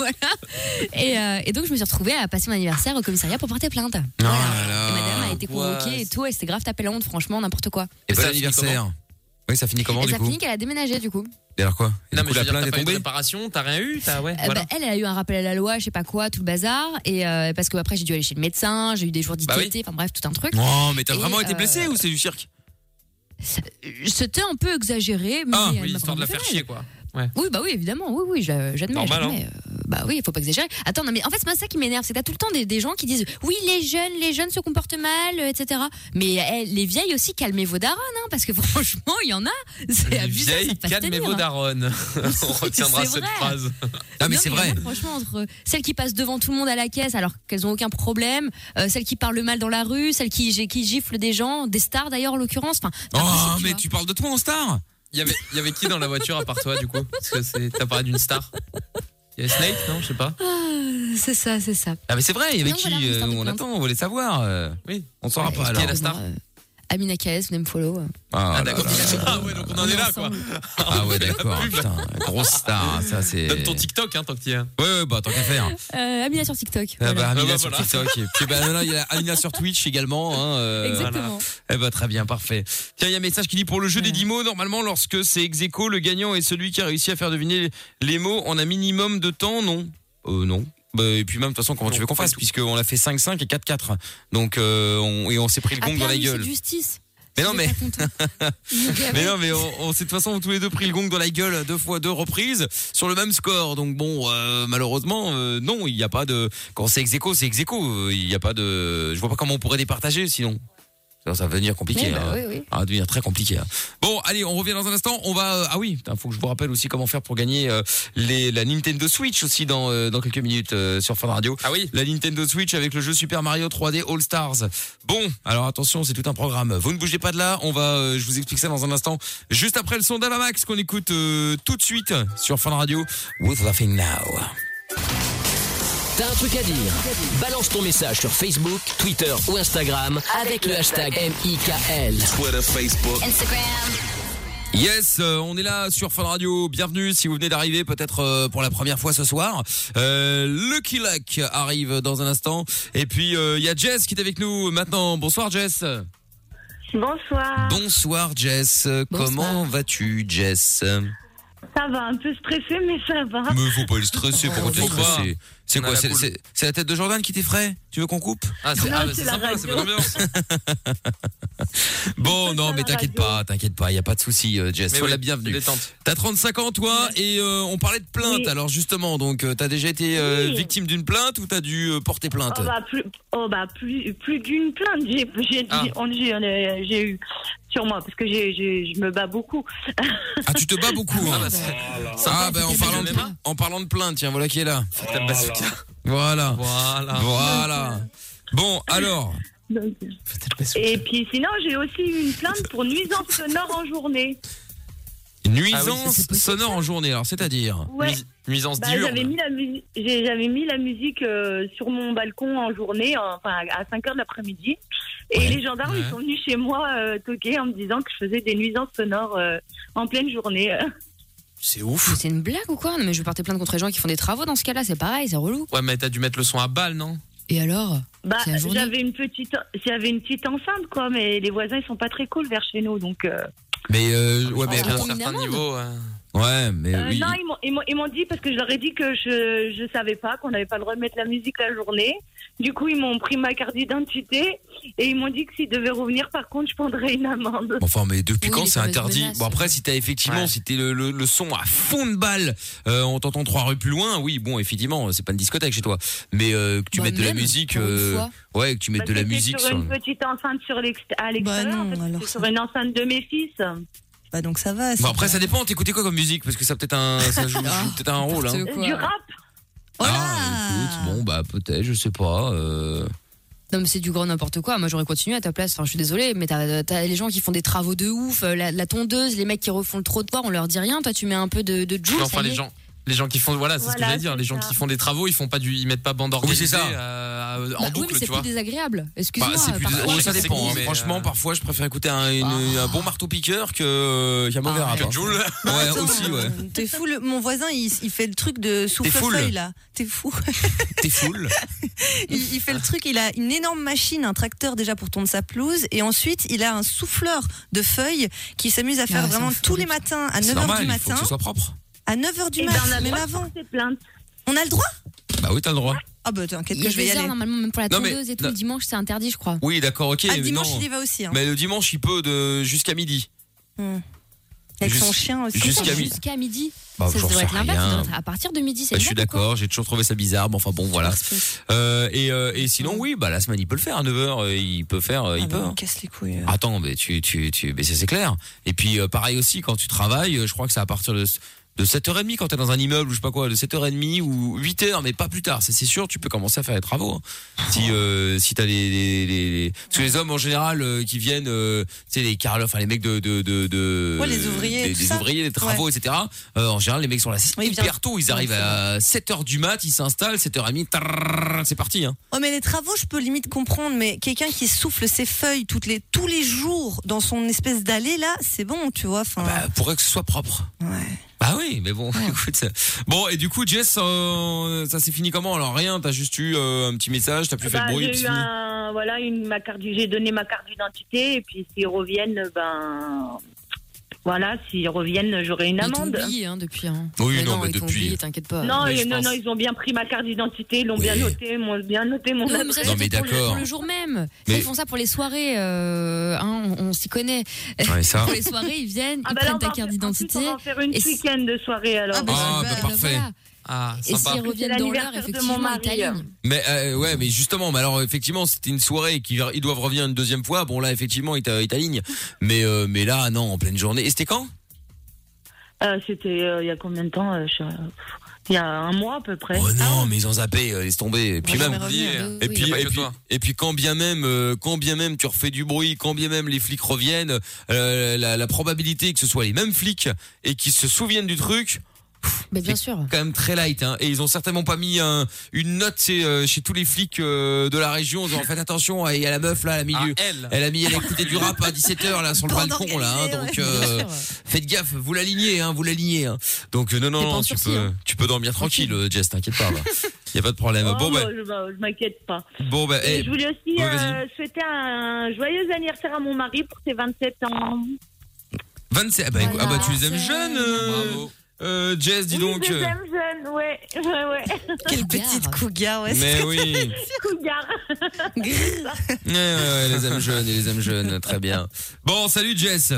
[SPEAKER 5] et, euh, et donc, je me suis retrouvée à passer mon anniversaire au commissariat pour porter plainte.
[SPEAKER 3] Oh là là.
[SPEAKER 5] Et madame a été convoquée et tout, et c'était grave tapé la honte, franchement, n'importe quoi.
[SPEAKER 3] Ah, Et bon anniversaire. Oui, ça finit comment
[SPEAKER 5] et
[SPEAKER 3] du
[SPEAKER 5] ça
[SPEAKER 3] coup
[SPEAKER 5] finit qu'elle a déménagé du coup.
[SPEAKER 3] Et alors quoi Et
[SPEAKER 4] Non,
[SPEAKER 3] du
[SPEAKER 4] mais je
[SPEAKER 3] coup, la
[SPEAKER 4] veux dire,
[SPEAKER 3] plainte
[SPEAKER 4] t'as
[SPEAKER 3] est
[SPEAKER 4] pas eu de
[SPEAKER 3] tombée
[SPEAKER 4] réparation, t'as rien eu, t'as, ouais,
[SPEAKER 5] Euh,
[SPEAKER 4] voilà.
[SPEAKER 5] bah, elle, elle a eu un rappel à la loi, je sais pas quoi, tout le bazar. Et euh, parce que après, j'ai dû aller chez le médecin, j'ai eu des jours
[SPEAKER 3] Bah oui.
[SPEAKER 5] d'ITT, enfin bref, tout un truc.
[SPEAKER 3] Non, mais t'as
[SPEAKER 5] Et,
[SPEAKER 3] vraiment été
[SPEAKER 5] euh,
[SPEAKER 3] blessé ou c'est du cirque
[SPEAKER 5] C'était un peu exagéré, mais.
[SPEAKER 3] Ah,
[SPEAKER 5] elle
[SPEAKER 3] oui,
[SPEAKER 5] euh, m'a
[SPEAKER 3] histoire de la
[SPEAKER 5] vraiment
[SPEAKER 3] faire
[SPEAKER 5] fait
[SPEAKER 3] chier,
[SPEAKER 5] mal.
[SPEAKER 4] quoi. Ouais.
[SPEAKER 5] Oui, bah oui, évidemment, oui, oui, j'a- j'admets.
[SPEAKER 4] Normal,
[SPEAKER 5] j'admets. Euh, Bah oui, il faut pas exagérer. Attends, non, mais en fait, c'est pas ça qui m'énerve, c'est que t'as tout le temps des, des gens qui disent oui, les jeunes, les jeunes se comportent mal, euh, etc. Mais eh, les vieilles aussi, calmez vos darons, hein, parce que [laughs] franchement, il y en a. C'est abusé.
[SPEAKER 4] Vieille, calmez-vous, daronne. On retiendra
[SPEAKER 5] C'est
[SPEAKER 4] cette
[SPEAKER 5] vrai.
[SPEAKER 4] phrase.
[SPEAKER 3] Ah, mais
[SPEAKER 5] Non,
[SPEAKER 3] c'est
[SPEAKER 5] il y en a,
[SPEAKER 3] vrai.
[SPEAKER 5] Franchement, entre celles qui passent devant tout le monde à la caisse alors qu'elles ont aucun problème, euh, celles qui parlent mal dans la rue, celles qui, qui giflent des gens, des stars d'ailleurs en l'occurrence. Enfin,
[SPEAKER 3] Oh, mais tu parles de toi en star
[SPEAKER 4] Il y avait, il y avait qui dans la voiture à part toi, du coup Parce que c'est- t'as parlé d'une star. Il y a Snake, non Je sais pas.
[SPEAKER 5] ah, c'est ça, c'est ça.
[SPEAKER 3] Ah, mais c'est vrai, il y avait
[SPEAKER 5] Non,
[SPEAKER 3] qui
[SPEAKER 5] voilà, mon histoire
[SPEAKER 3] euh,
[SPEAKER 5] de
[SPEAKER 3] On
[SPEAKER 5] plainte.
[SPEAKER 3] attend, on voulait savoir. euh. On ne saura
[SPEAKER 5] Ouais,
[SPEAKER 3] pas Ah,
[SPEAKER 5] est-ce
[SPEAKER 3] alors.
[SPEAKER 5] qu'il y a la star Amina Kaes, venez me follow.
[SPEAKER 3] Ah, d'accord.
[SPEAKER 4] Ah ouais, donc on en est là, quoi.
[SPEAKER 3] Ah ouais, d'accord. Putain, grosse star, ça c'est.
[SPEAKER 4] Donne ton TikTok, hein, tant que t'y es.
[SPEAKER 3] Ouais, ouais, bah tant qu'à faire.
[SPEAKER 5] Euh, Amina sur TikTok.
[SPEAKER 3] Ah bah, Amina
[SPEAKER 4] Ah bah,
[SPEAKER 3] sur
[SPEAKER 4] voilà.
[SPEAKER 3] TikTok.
[SPEAKER 4] [laughs]
[SPEAKER 3] Et puis, bah, non, non, il y a Amina sur Twitch également. Hein, euh,
[SPEAKER 5] Exactement.
[SPEAKER 3] Eh bah, très bien, parfait. Tiens, il y a un message qui dit pour le jeu des 10 mots, normalement, lorsque c'est ex aequo, le gagnant est celui qui a réussi à faire deviner les mots en un minimum de temps, non Euh, non. Bah, et puis même, de toute façon, comment tu veux qu'on fasse Puisqu'on a fait 5-5 et 4-4. Donc, euh, on, et on s'est
[SPEAKER 5] Ah,
[SPEAKER 3] pris le gong dans la gueule.
[SPEAKER 5] justice.
[SPEAKER 3] Mais non, mais. mais [laughs]
[SPEAKER 5] oui.
[SPEAKER 3] non, mais on, on s'est de toute façon tous les deux pris le gong dans la gueule deux fois deux reprises sur le même score. Donc bon, euh, malheureusement, euh, non, il n'y a pas de. Quand c'est ex-écho, c'est ex-écho. Euh, Il n'y a pas de. Je vois pas comment on pourrait départager sinon. Ça, ça va devenir compliqué.
[SPEAKER 5] Oui, bah
[SPEAKER 3] hein.
[SPEAKER 5] oui, oui.
[SPEAKER 3] Ça va devenir très compliqué. hein. Bon, allez, on revient dans un instant. On va. euh, ah oui, il faut que je vous rappelle aussi comment faire pour gagner euh, les, la Nintendo Switch aussi dans, euh, dans quelques minutes euh, sur Fun Radio. Ah oui. La Nintendo Switch avec le jeu Super Mario 3D All Stars. Bon, alors attention, c'est tout un programme. Vous ne bougez pas de là. On va. euh, je vous explique ça dans un instant. Juste après le son d'Avamax qu'on écoute euh, tout de suite sur Fun Radio. With Laughing Now.
[SPEAKER 9] T'as un truc à dire Balance ton message sur Facebook, Twitter ou Instagram avec le hashtag MIKL. Twitter, Facebook.
[SPEAKER 3] Yes, euh, on est là sur Fun Radio. Bienvenue si vous venez d'arriver peut-être euh, pour la première fois ce soir. Euh, Lucky Luck arrive dans un instant et puis euh, il y a Jess qui est avec nous maintenant. Bonsoir Jess. Euh,
[SPEAKER 11] Bonsoir.
[SPEAKER 3] Bonsoir Jess. Euh, Comment vas-tu Jess
[SPEAKER 11] Ça va, un peu stressé, mais ça va.
[SPEAKER 3] Mais faut pas le stresser, pourquoi t'es
[SPEAKER 4] Faut pas.
[SPEAKER 3] stressé C'est
[SPEAKER 4] On a
[SPEAKER 3] quoi
[SPEAKER 4] la
[SPEAKER 3] C'est
[SPEAKER 4] boule.
[SPEAKER 3] c'est- c'est la tête de Jordan qui t'effraie Tu veux qu'on coupe Ah,
[SPEAKER 4] c'est- Non, ah, bah, c'est c'est la sympa,
[SPEAKER 3] sympa,
[SPEAKER 4] radio. c'est bonne ambiance.
[SPEAKER 3] bon, non, mais t'inquiète pas, t'inquiète pas, il y a pas de souci, euh, Jess.
[SPEAKER 4] Mais
[SPEAKER 3] Sois
[SPEAKER 4] oui,
[SPEAKER 3] la bienvenue.
[SPEAKER 4] détente.
[SPEAKER 3] T'as 35 ans, toi, et euh, on parlait de plainte.
[SPEAKER 11] Oui.
[SPEAKER 3] Alors justement, donc, euh, t'as déjà été euh,
[SPEAKER 11] Oui.
[SPEAKER 3] victime d'une plainte ou t'as dû euh, porter plainte
[SPEAKER 11] Oh bah plus, oh bah plus, plus d'une plainte j'ai j'ai
[SPEAKER 3] Ah.
[SPEAKER 11] on- j'ai- on est- j'ai eu sur moi parce que j'ai j'ai- je me bats beaucoup.
[SPEAKER 3] Ah, tu te bats beaucoup. hein. Ah, bah, en parlant, de, en parlant de plainte, tiens, voilà qui est là. Voilà. Voilà. Voilà. Bon, alors.
[SPEAKER 11] Donc, et puis sinon j'ai aussi eu une plainte pour nuisance sonore en journée.
[SPEAKER 4] Ah
[SPEAKER 3] Nuisance sonore en journée, alors c'est-à-dire
[SPEAKER 11] Ouais.
[SPEAKER 4] Nuisance
[SPEAKER 11] Bah, j'avais mis la musique, j'avais mis la musique euh, sur mon balcon en journée, en- enfin à 5 heures de l'après-midi. Et les gendarmes ils
[SPEAKER 4] Ouais.
[SPEAKER 11] sont venus chez moi euh, toquer en me disant que je faisais des nuisances sonores euh, en pleine journée. [laughs]
[SPEAKER 4] C'est ouf.
[SPEAKER 5] C'est une blague ou quoi Non, mais je vais porter plainte contre les gens qui font des travaux dans ce cas-là, c'est pareil, c'est relou.
[SPEAKER 4] Ouais, mais t'as dû mettre le son à balle, non
[SPEAKER 5] Et alors
[SPEAKER 11] Bah,
[SPEAKER 5] C'est la journée.
[SPEAKER 11] j'avais une petite, j'avais une petite enceinte quoi, mais les voisins ils sont pas très cool vers chez nous donc. euh,
[SPEAKER 3] Mais euh, ouais, mais
[SPEAKER 4] mais à un
[SPEAKER 3] attends.
[SPEAKER 4] certain niveau. euh,
[SPEAKER 3] Ouais, mais
[SPEAKER 11] euh,
[SPEAKER 3] Eh oui.
[SPEAKER 11] Non, ils m'ont- ils m'ont- ils m'ont dit parce que je leur ai dit que je je savais pas qu'on n'avait pas le droit de mettre la musique la journée. Du coup, ils m'ont pris ma carte d'identité et ils m'ont dit que s'ils devaient revenir, par contre, je prendrais une amende.
[SPEAKER 3] Enfin, mais depuis
[SPEAKER 11] Oui,
[SPEAKER 3] quand
[SPEAKER 11] les
[SPEAKER 3] c'est
[SPEAKER 11] fameuses
[SPEAKER 3] interdit
[SPEAKER 11] menaces.
[SPEAKER 3] Bon, après, si t'as effectivement, si t'es le, le- le son à fond de balle, euh, on t'entend trois rues plus loin, oui, bon, effectivement, c'est pas une discothèque chez toi. Mais euh, que tu
[SPEAKER 11] Bah,
[SPEAKER 3] mettes de la
[SPEAKER 11] même,
[SPEAKER 3] musique.
[SPEAKER 11] pour une
[SPEAKER 3] euh,
[SPEAKER 11] fois.
[SPEAKER 3] ouais, que tu mettes
[SPEAKER 11] Bah,
[SPEAKER 3] de la
[SPEAKER 11] c'était
[SPEAKER 3] musique
[SPEAKER 11] sur
[SPEAKER 3] sur.
[SPEAKER 11] une petite enceinte sur l'ext-
[SPEAKER 5] Bah
[SPEAKER 11] à l'extérieur, en fait, c'était sur une enceinte de mes fils.
[SPEAKER 6] Bah donc ça va.
[SPEAKER 3] Bon, après, ça dépend, t'écoutais quoi comme musique Parce que ça peut-être un, ça joue,
[SPEAKER 11] Ah,
[SPEAKER 3] peut-être un rôle. Hein.
[SPEAKER 11] Du rap. bah,
[SPEAKER 3] Ah, écoute, bon, bah, peut-être, je sais pas. euh,
[SPEAKER 5] Non, mais c'est du grand n'importe quoi. Moi, j'aurais continué à ta place. Enfin, je suis désolée, mais t'as as les gens qui font des travaux de ouf, euh, la, la tondeuse, les mecs qui refont le trottoir, on leur dit rien. Toi, tu mets un peu de, de juice,
[SPEAKER 4] mais enfin,
[SPEAKER 5] ça y
[SPEAKER 4] les
[SPEAKER 5] est.
[SPEAKER 4] gens. Les gens qui font, voilà, c'est ce que
[SPEAKER 5] Voilà,
[SPEAKER 4] j'allais dire. Les gens qui font des travaux, ils font pas du, ils mettent pas bande organisée
[SPEAKER 3] ça.
[SPEAKER 4] euh, à-
[SPEAKER 5] Bah
[SPEAKER 4] en
[SPEAKER 5] oui,
[SPEAKER 4] boucle,
[SPEAKER 5] mais c'est
[SPEAKER 4] tu vois.
[SPEAKER 5] plus désagréable.
[SPEAKER 3] Bah,
[SPEAKER 5] Excuse-moi.
[SPEAKER 3] c'est plus
[SPEAKER 5] parfois,
[SPEAKER 3] des- oh, ça
[SPEAKER 4] c'est
[SPEAKER 3] dépend.
[SPEAKER 4] cool,
[SPEAKER 3] hein.
[SPEAKER 4] mais,
[SPEAKER 3] Franchement, parfois, je préfère écouter un, une- un bon marteau piqueur que euh, qu'un mauvais
[SPEAKER 4] Ah,
[SPEAKER 3] rap.
[SPEAKER 4] que
[SPEAKER 3] hein.
[SPEAKER 4] Joule.
[SPEAKER 3] Ouais, [laughs] aussi, ouais.
[SPEAKER 6] T'es fou, le- mon voisin, il, il fait le truc de souffle
[SPEAKER 3] foule.
[SPEAKER 6] feuille là. T'es fou. [laughs]
[SPEAKER 3] T'es foule.
[SPEAKER 6] il, il fait le truc, il a une énorme machine, un tracteur déjà pour tourner sa pelouse, et ensuite il a un souffleur de feuilles qui s'amuse à faire
[SPEAKER 5] Ah, c'est
[SPEAKER 6] vraiment
[SPEAKER 5] infernal.
[SPEAKER 6] tous les matins à 9h du matin.
[SPEAKER 3] propre.
[SPEAKER 6] À 9h du
[SPEAKER 5] Eh ben,
[SPEAKER 6] matin,
[SPEAKER 5] on a le
[SPEAKER 6] même
[SPEAKER 5] droit
[SPEAKER 6] avant. On a le droit
[SPEAKER 3] Bah oui, t'as le droit.
[SPEAKER 6] Ah bah t'inquiète
[SPEAKER 5] Il y
[SPEAKER 6] que
[SPEAKER 5] a
[SPEAKER 6] je vais y
[SPEAKER 5] des heures
[SPEAKER 6] aller.
[SPEAKER 5] normalement, même pour la
[SPEAKER 3] Non, mais-
[SPEAKER 5] tondeuse et tout.
[SPEAKER 3] non.
[SPEAKER 5] Le dimanche, c'est interdit, je crois.
[SPEAKER 3] Oui, d'accord, ok.
[SPEAKER 6] Ah,
[SPEAKER 3] mais
[SPEAKER 6] dimanche,
[SPEAKER 3] non.
[SPEAKER 6] il y va aussi, hein.
[SPEAKER 3] Mais le dimanche, il peut de jusqu'à midi.
[SPEAKER 6] Hmm. Avec son
[SPEAKER 3] Jus-
[SPEAKER 6] chien aussi.
[SPEAKER 3] jusqu'à midi.
[SPEAKER 5] Jusqu'à midi.
[SPEAKER 3] Bah,
[SPEAKER 5] ça
[SPEAKER 3] j'en
[SPEAKER 5] devrait
[SPEAKER 3] sais
[SPEAKER 5] être l'inverse.
[SPEAKER 3] rien.
[SPEAKER 5] ça devrait être À partir de midi, c'est
[SPEAKER 3] Bah, je suis
[SPEAKER 5] exact.
[SPEAKER 3] d'accord, j'ai toujours trouvé ça bizarre, mais enfin bon, voilà. Euh, et, euh, et sinon, oui, bah la semaine, il peut le faire à 9h, euh, il peut faire, euh, il peut. hein.
[SPEAKER 6] Ah Casse les couilles. euh.
[SPEAKER 3] Attends, mais tu, tu, tu, mais ça, c'est clair. Et puis, euh, pareil aussi, quand tu travailles, euh, je crois que c'est à partir de, de 7h30 quand t'es dans un immeuble ou je sais pas quoi, de 7h30 ou 8h, mais pas plus tard. Ça, C'est sûr, tu peux commencer à faire les travaux. hein. Si, euh, si t'as les, les, les- les- parce que les hommes en général euh, qui viennent, euh, tu sais, les carlofs, enfin, les mecs de, de, de, de-
[SPEAKER 6] Ouais, les ouvriers,
[SPEAKER 3] Euh, des,
[SPEAKER 6] tout
[SPEAKER 3] des
[SPEAKER 6] ça.
[SPEAKER 3] ouvriers, des travaux, etc. euh, en général, les mecs sont là
[SPEAKER 6] Oui, bien.
[SPEAKER 3] hyper tôt. Ils arrivent à 7h du mat, ils s'installent, 7h30, tarrrrrr, c'est parti, hein.
[SPEAKER 6] Oh mais les travaux, je peux limite comprendre, mais quelqu'un qui souffle ses feuilles toutes les, tous les jours dans son espèce d'allée là, c'est bon, tu vois. Enfin,
[SPEAKER 3] Bah, pourrait que ce soit propre. Bah oui, mais bon, [laughs] écoute. ça- Bon, et du coup, Jess, euh, ça s'est fini comment Alors rien, t'as juste eu euh, un petit message, t'as plus fait
[SPEAKER 11] Bah,
[SPEAKER 3] de bruit. puis
[SPEAKER 11] j'ai eu
[SPEAKER 3] c'est fini.
[SPEAKER 11] un- voilà, une, ma carte, j'ai donné ma carte d'identité et puis s'ils reviennent, ben voilà, s'ils reviennent, j'aurai une
[SPEAKER 5] Ils t'ont
[SPEAKER 11] amende.
[SPEAKER 5] oublié hein, depuis. hein.
[SPEAKER 3] Oui,
[SPEAKER 5] Mais
[SPEAKER 3] non, mais
[SPEAKER 5] ils t'ont
[SPEAKER 3] depuis.
[SPEAKER 5] oublié, T'inquiète pas.
[SPEAKER 11] Non, euh, non, non, ils ont bien pris ma carte d'identité, ils l'ont bien noté, m'ont bien noté mon
[SPEAKER 5] Non, mais ça,
[SPEAKER 11] adresse.
[SPEAKER 3] Non, mais
[SPEAKER 5] c'était pour le-
[SPEAKER 3] d'accord.
[SPEAKER 5] Pour le jour même. Ça,
[SPEAKER 3] Mais-
[SPEAKER 5] Ils font ça pour les soirées. euh, hein, on on s'y connaît.
[SPEAKER 3] Ouais, ça.
[SPEAKER 5] [laughs] Pour les soirées, ils viennent, ils
[SPEAKER 11] bah là,
[SPEAKER 5] prennent
[SPEAKER 11] on
[SPEAKER 5] ta
[SPEAKER 11] va en
[SPEAKER 5] carte
[SPEAKER 11] faire- en plus,
[SPEAKER 5] d'identité.
[SPEAKER 11] On va en faire une
[SPEAKER 5] Et si-
[SPEAKER 11] week-end de soirée alors.
[SPEAKER 3] Ah, bah, parfait. Ah,
[SPEAKER 5] Et s'ils reviennent dans l'heure,
[SPEAKER 11] l'anniversaire de mon
[SPEAKER 5] effectivement, ils
[SPEAKER 11] mari.
[SPEAKER 5] t'alignent.
[SPEAKER 3] Mais euh, ouais, mais justement, mais alors effectivement, c'était une soirée qui ils doivent revenir une deuxième fois. Bon là, effectivement, ils t'a- ils t'alignent. Mais euh, mais là, non, en pleine journée. Et c'était quand
[SPEAKER 11] Euh, C'était euh, il y a combien de temps euh, je- Il y a un mois à peu près.
[SPEAKER 3] Oh non, mais ils ont zappé, euh, laisse tomber. Et puis
[SPEAKER 4] Ah Moi,
[SPEAKER 3] même,
[SPEAKER 4] j'aimerais revenir, oui,
[SPEAKER 3] et
[SPEAKER 4] oui.
[SPEAKER 3] puis,
[SPEAKER 4] Y a pas
[SPEAKER 3] et
[SPEAKER 4] que
[SPEAKER 3] puis,
[SPEAKER 4] toi.
[SPEAKER 3] et puis quand bien même, euh, quand bien même tu refais du bruit, quand bien même les flics reviennent, euh, la, la probabilité que ce soit les mêmes flics et qu'ils se souviennent du truc. pff,
[SPEAKER 5] Mais bien
[SPEAKER 3] c'est
[SPEAKER 5] sûr.
[SPEAKER 3] Quand même très light, hein. Et ils ont certainement pas mis un- une note c'est, euh, chez tous les flics euh, de la région. en disant, faites attention, il y a la meuf là, elle a mis, du-
[SPEAKER 4] Ah, elle.
[SPEAKER 3] a mis, elle a écouté du rap à 17 h là sur le
[SPEAKER 4] Bande
[SPEAKER 3] balcon là. hein. donc
[SPEAKER 4] ouais.
[SPEAKER 3] euh,
[SPEAKER 4] Bien sûr.
[SPEAKER 3] faites gaffe, vous l'alignez, hein, vous l'alignez. Hein. Donc euh, non, non,
[SPEAKER 11] T'es pas en
[SPEAKER 3] tu
[SPEAKER 11] sursis,
[SPEAKER 3] peux,
[SPEAKER 11] hein.
[SPEAKER 3] tu peux dormir tranquille, euh, Jess, t'inquiète pas. Là. Y a pas de problème.
[SPEAKER 11] Oh,
[SPEAKER 3] bon, bah,
[SPEAKER 11] bah, je bah, je m'inquiète pas.
[SPEAKER 3] bon, bah,
[SPEAKER 11] Et
[SPEAKER 3] eh,
[SPEAKER 11] je voulais aussi
[SPEAKER 3] ouais,
[SPEAKER 11] euh,
[SPEAKER 3] vas-y.
[SPEAKER 11] souhaiter un joyeux anniversaire à mon mari pour ses 27 ans.
[SPEAKER 3] 27, ah bah, écoute, ah bah, tu les aimes jeunes. euh, Euh, Jess, dis donc. euh,
[SPEAKER 11] Deuxième jeune, ouais, [laughs] ouais, ouais.
[SPEAKER 6] Quelle petite cougar,
[SPEAKER 3] ouais, Mais c'est- oui.
[SPEAKER 11] cougar.
[SPEAKER 3] [laughs] ouais, ouais, les hommes jeunes et les hommes jeunes, très
[SPEAKER 11] [laughs]
[SPEAKER 3] bien. Bon, salut Jess.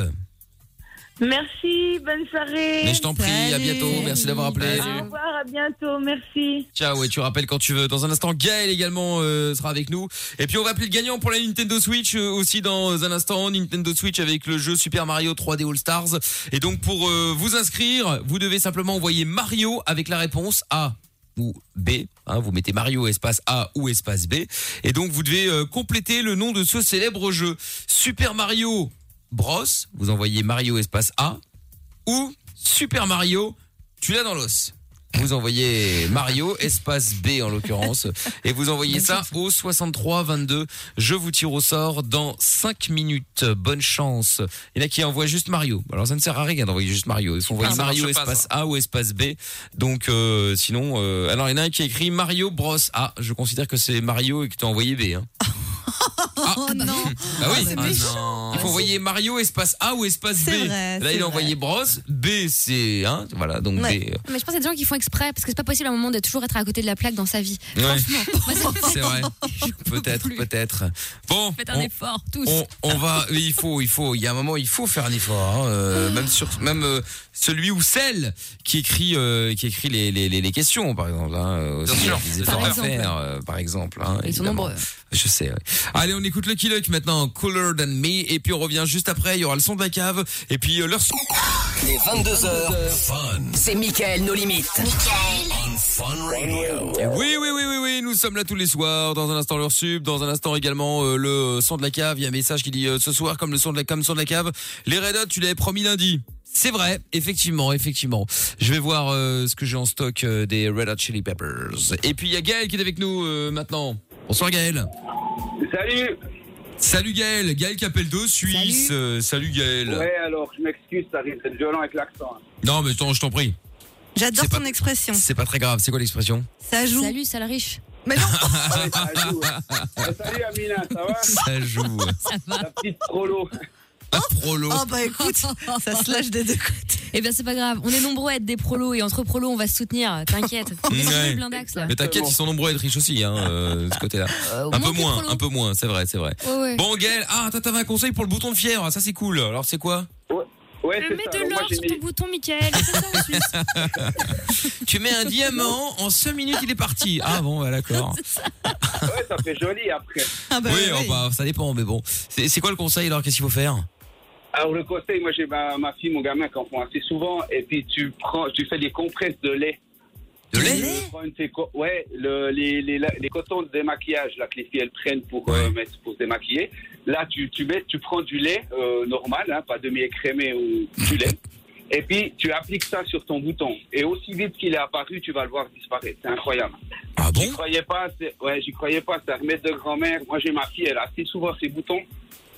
[SPEAKER 11] Merci, bonne soirée.
[SPEAKER 3] Mais je t'en prie, à bientôt, merci d'avoir appelé.
[SPEAKER 11] Au revoir, à bientôt, merci.
[SPEAKER 3] Ciao, et tu rappelles quand tu veux. Dans un instant, Gaël également euh, sera avec nous. Et puis on va appeler le gagnant pour la Nintendo Switch euh, aussi dans un instant. Nintendo Switch avec le jeu Super Mario 3D All Stars. Et donc pour euh, vous inscrire, vous devez simplement envoyer Mario avec la réponse A ou B. hein, vous mettez Mario espace A ou espace B. Et donc vous devez euh, compléter le nom de ce célèbre jeu. Super Mario Bros. Vous envoyez Mario espace A ou Super Mario, tu l'as dans l'os. Vous envoyez Mario, espace B en l'occurrence, et vous envoyez ça au 6322. Je vous tire au sort dans 5 minutes. Bonne chance. Il y en a qui envoient juste Mario. Alors ça ne sert à rien d'envoyer juste Mario. Il faut envoyer
[SPEAKER 4] Ah, ça marche
[SPEAKER 3] Mario,
[SPEAKER 4] pas,
[SPEAKER 3] espace
[SPEAKER 4] ça.
[SPEAKER 3] A ou espace B. Donc euh, sinon... euh, alors il y en a un qui a écrit Mario Bros A. Je considère que c'est Mario et que tu as envoyé B. hein.
[SPEAKER 6] Oh non
[SPEAKER 3] Bah oui.
[SPEAKER 6] c'est Ah méchant.
[SPEAKER 3] Il faut envoyer Mario espace A ou espace B.
[SPEAKER 5] C'est vrai,
[SPEAKER 3] Là,
[SPEAKER 5] c'est
[SPEAKER 3] il a
[SPEAKER 5] vrai.
[SPEAKER 3] envoyé Bros. B, c'est hein, voilà donc B.
[SPEAKER 5] Ouais. Mais je pense qu'il y a des gens qui font exprès parce que c'est pas possible à un moment de toujours être à côté de la plaque dans
[SPEAKER 3] [laughs]
[SPEAKER 5] sa vie.
[SPEAKER 3] Ouais.
[SPEAKER 5] Franchement, moi, ça me
[SPEAKER 3] C'est
[SPEAKER 5] fait- [laughs]
[SPEAKER 3] vrai. Peut-être, peut-être. Bon,
[SPEAKER 5] Faites un effort, tous.
[SPEAKER 3] On, on va, oui, il faut, il faut. Il y a un moment, il faut faire un effort. hein, euh, même sur, même euh, celui ou celle qui écrit, euh, qui écrit les, les, les, les questions, par exemple. Hein, euh, aussi,
[SPEAKER 4] sûr,
[SPEAKER 3] il y a
[SPEAKER 4] c'est
[SPEAKER 3] des efforts
[SPEAKER 4] sûr.
[SPEAKER 3] à faire, euh, par exemple. hein,
[SPEAKER 5] Ils sont
[SPEAKER 3] évidemment.
[SPEAKER 5] nombreux.
[SPEAKER 3] Je sais. ouais. Allez, on écoute Lucky Luke maintenant, Cooler Than Me, et puis on revient juste après. Il y aura le son de la cave, et puis euh, leur son.
[SPEAKER 9] Les 22h, c'est Michael nos limites.
[SPEAKER 3] Et Oui, oui, oui, oui, oui, nous sommes là tous les soirs. Dans un instant, leur sub. Dans un instant également, euh, le son de la cave. Il y a un message qui dit euh, ce soir, comme le son de la, comme le son de la cave, les Red Hot, tu l'avais promis lundi. C'est vrai, effectivement, effectivement. Je vais voir euh, ce que j'ai en stock euh, des Red Hot Chili Peppers. Et puis il y a Gaël qui est avec nous euh, maintenant. Bonsoir Gaël.
[SPEAKER 12] Salut
[SPEAKER 3] Salut Gaël. Gaël qui appelle de Suisse. Euh, Salut, Gaël.
[SPEAKER 12] Ouais, alors, je m'excuse, ça risque d'être violent avec l'accent. hein.
[SPEAKER 3] Non, mais attends, je t'en prie.
[SPEAKER 6] J'adore
[SPEAKER 3] C'est
[SPEAKER 6] ton
[SPEAKER 3] pas-
[SPEAKER 6] expression.
[SPEAKER 3] C'est pas très grave. C'est quoi l'expression
[SPEAKER 6] Ça joue.
[SPEAKER 5] Salut, sale riche.
[SPEAKER 3] [laughs]
[SPEAKER 6] Mais non
[SPEAKER 12] Bah, Salut Amina, ça va
[SPEAKER 3] Ça joue.
[SPEAKER 5] Ça va.
[SPEAKER 12] La petite prolo.
[SPEAKER 3] prolo.
[SPEAKER 6] Oh bah écoute, ça se lâche des deux côtés.
[SPEAKER 5] Eh bien, c'est pas grave. On est nombreux à être des prolos et entre prolos, on va se soutenir. T'inquiète. On est
[SPEAKER 3] [laughs]
[SPEAKER 5] sur
[SPEAKER 3] Ouais.
[SPEAKER 5] le blindax, là.
[SPEAKER 3] Mais t'inquiète, ils sont nombreux à être riches aussi, hein, euh, de ce côté-là. un peu moins, un peu moins, c'est vrai, c'est vrai.
[SPEAKER 5] Ouais, ouais.
[SPEAKER 3] Bon, Gaël, ah, toi, t'avais un conseil pour le bouton de fièvre, ça c'est cool. Alors, c'est quoi
[SPEAKER 12] Ouais,
[SPEAKER 5] Euh, Mets de l'or sur ton bouton, Michael. C'est ça, en Suisse.
[SPEAKER 3] [laughs] Tu mets un diamant, en 5 minutes, il est parti. Ah bon, bah, d'accord.
[SPEAKER 12] Ouais, ça fait joli après.
[SPEAKER 3] oui, oh, bah, ça dépend, mais bon. C'est c'est quoi le conseil alors Qu'est-ce qu'il faut faire
[SPEAKER 12] Alors, le conseil, moi, j'ai ma, ma fille, mon gamin qui en font assez souvent. Et puis, tu prends, tu fais des compresses de lait.
[SPEAKER 3] De lait
[SPEAKER 12] Tu prends une- tes co- Ouais, le- les, les, les cotons de démaquillage là, que les filles elles prennent pour, euh, mettre, pour se démaquiller. Là, tu, tu, mets, tu prends du lait euh, normal, hein, pas demi-écrémé ou du lait. Et puis, tu appliques ça sur ton bouton. Et aussi vite qu'il est apparu, tu vas le voir disparaître. C'est incroyable.
[SPEAKER 3] Ah
[SPEAKER 12] bon J'y croyais pas. c'est- Ouais, j'y croyais pas. C'est un remède de grand-mère. Moi, j'ai ma fille, elle a assez souvent ses boutons.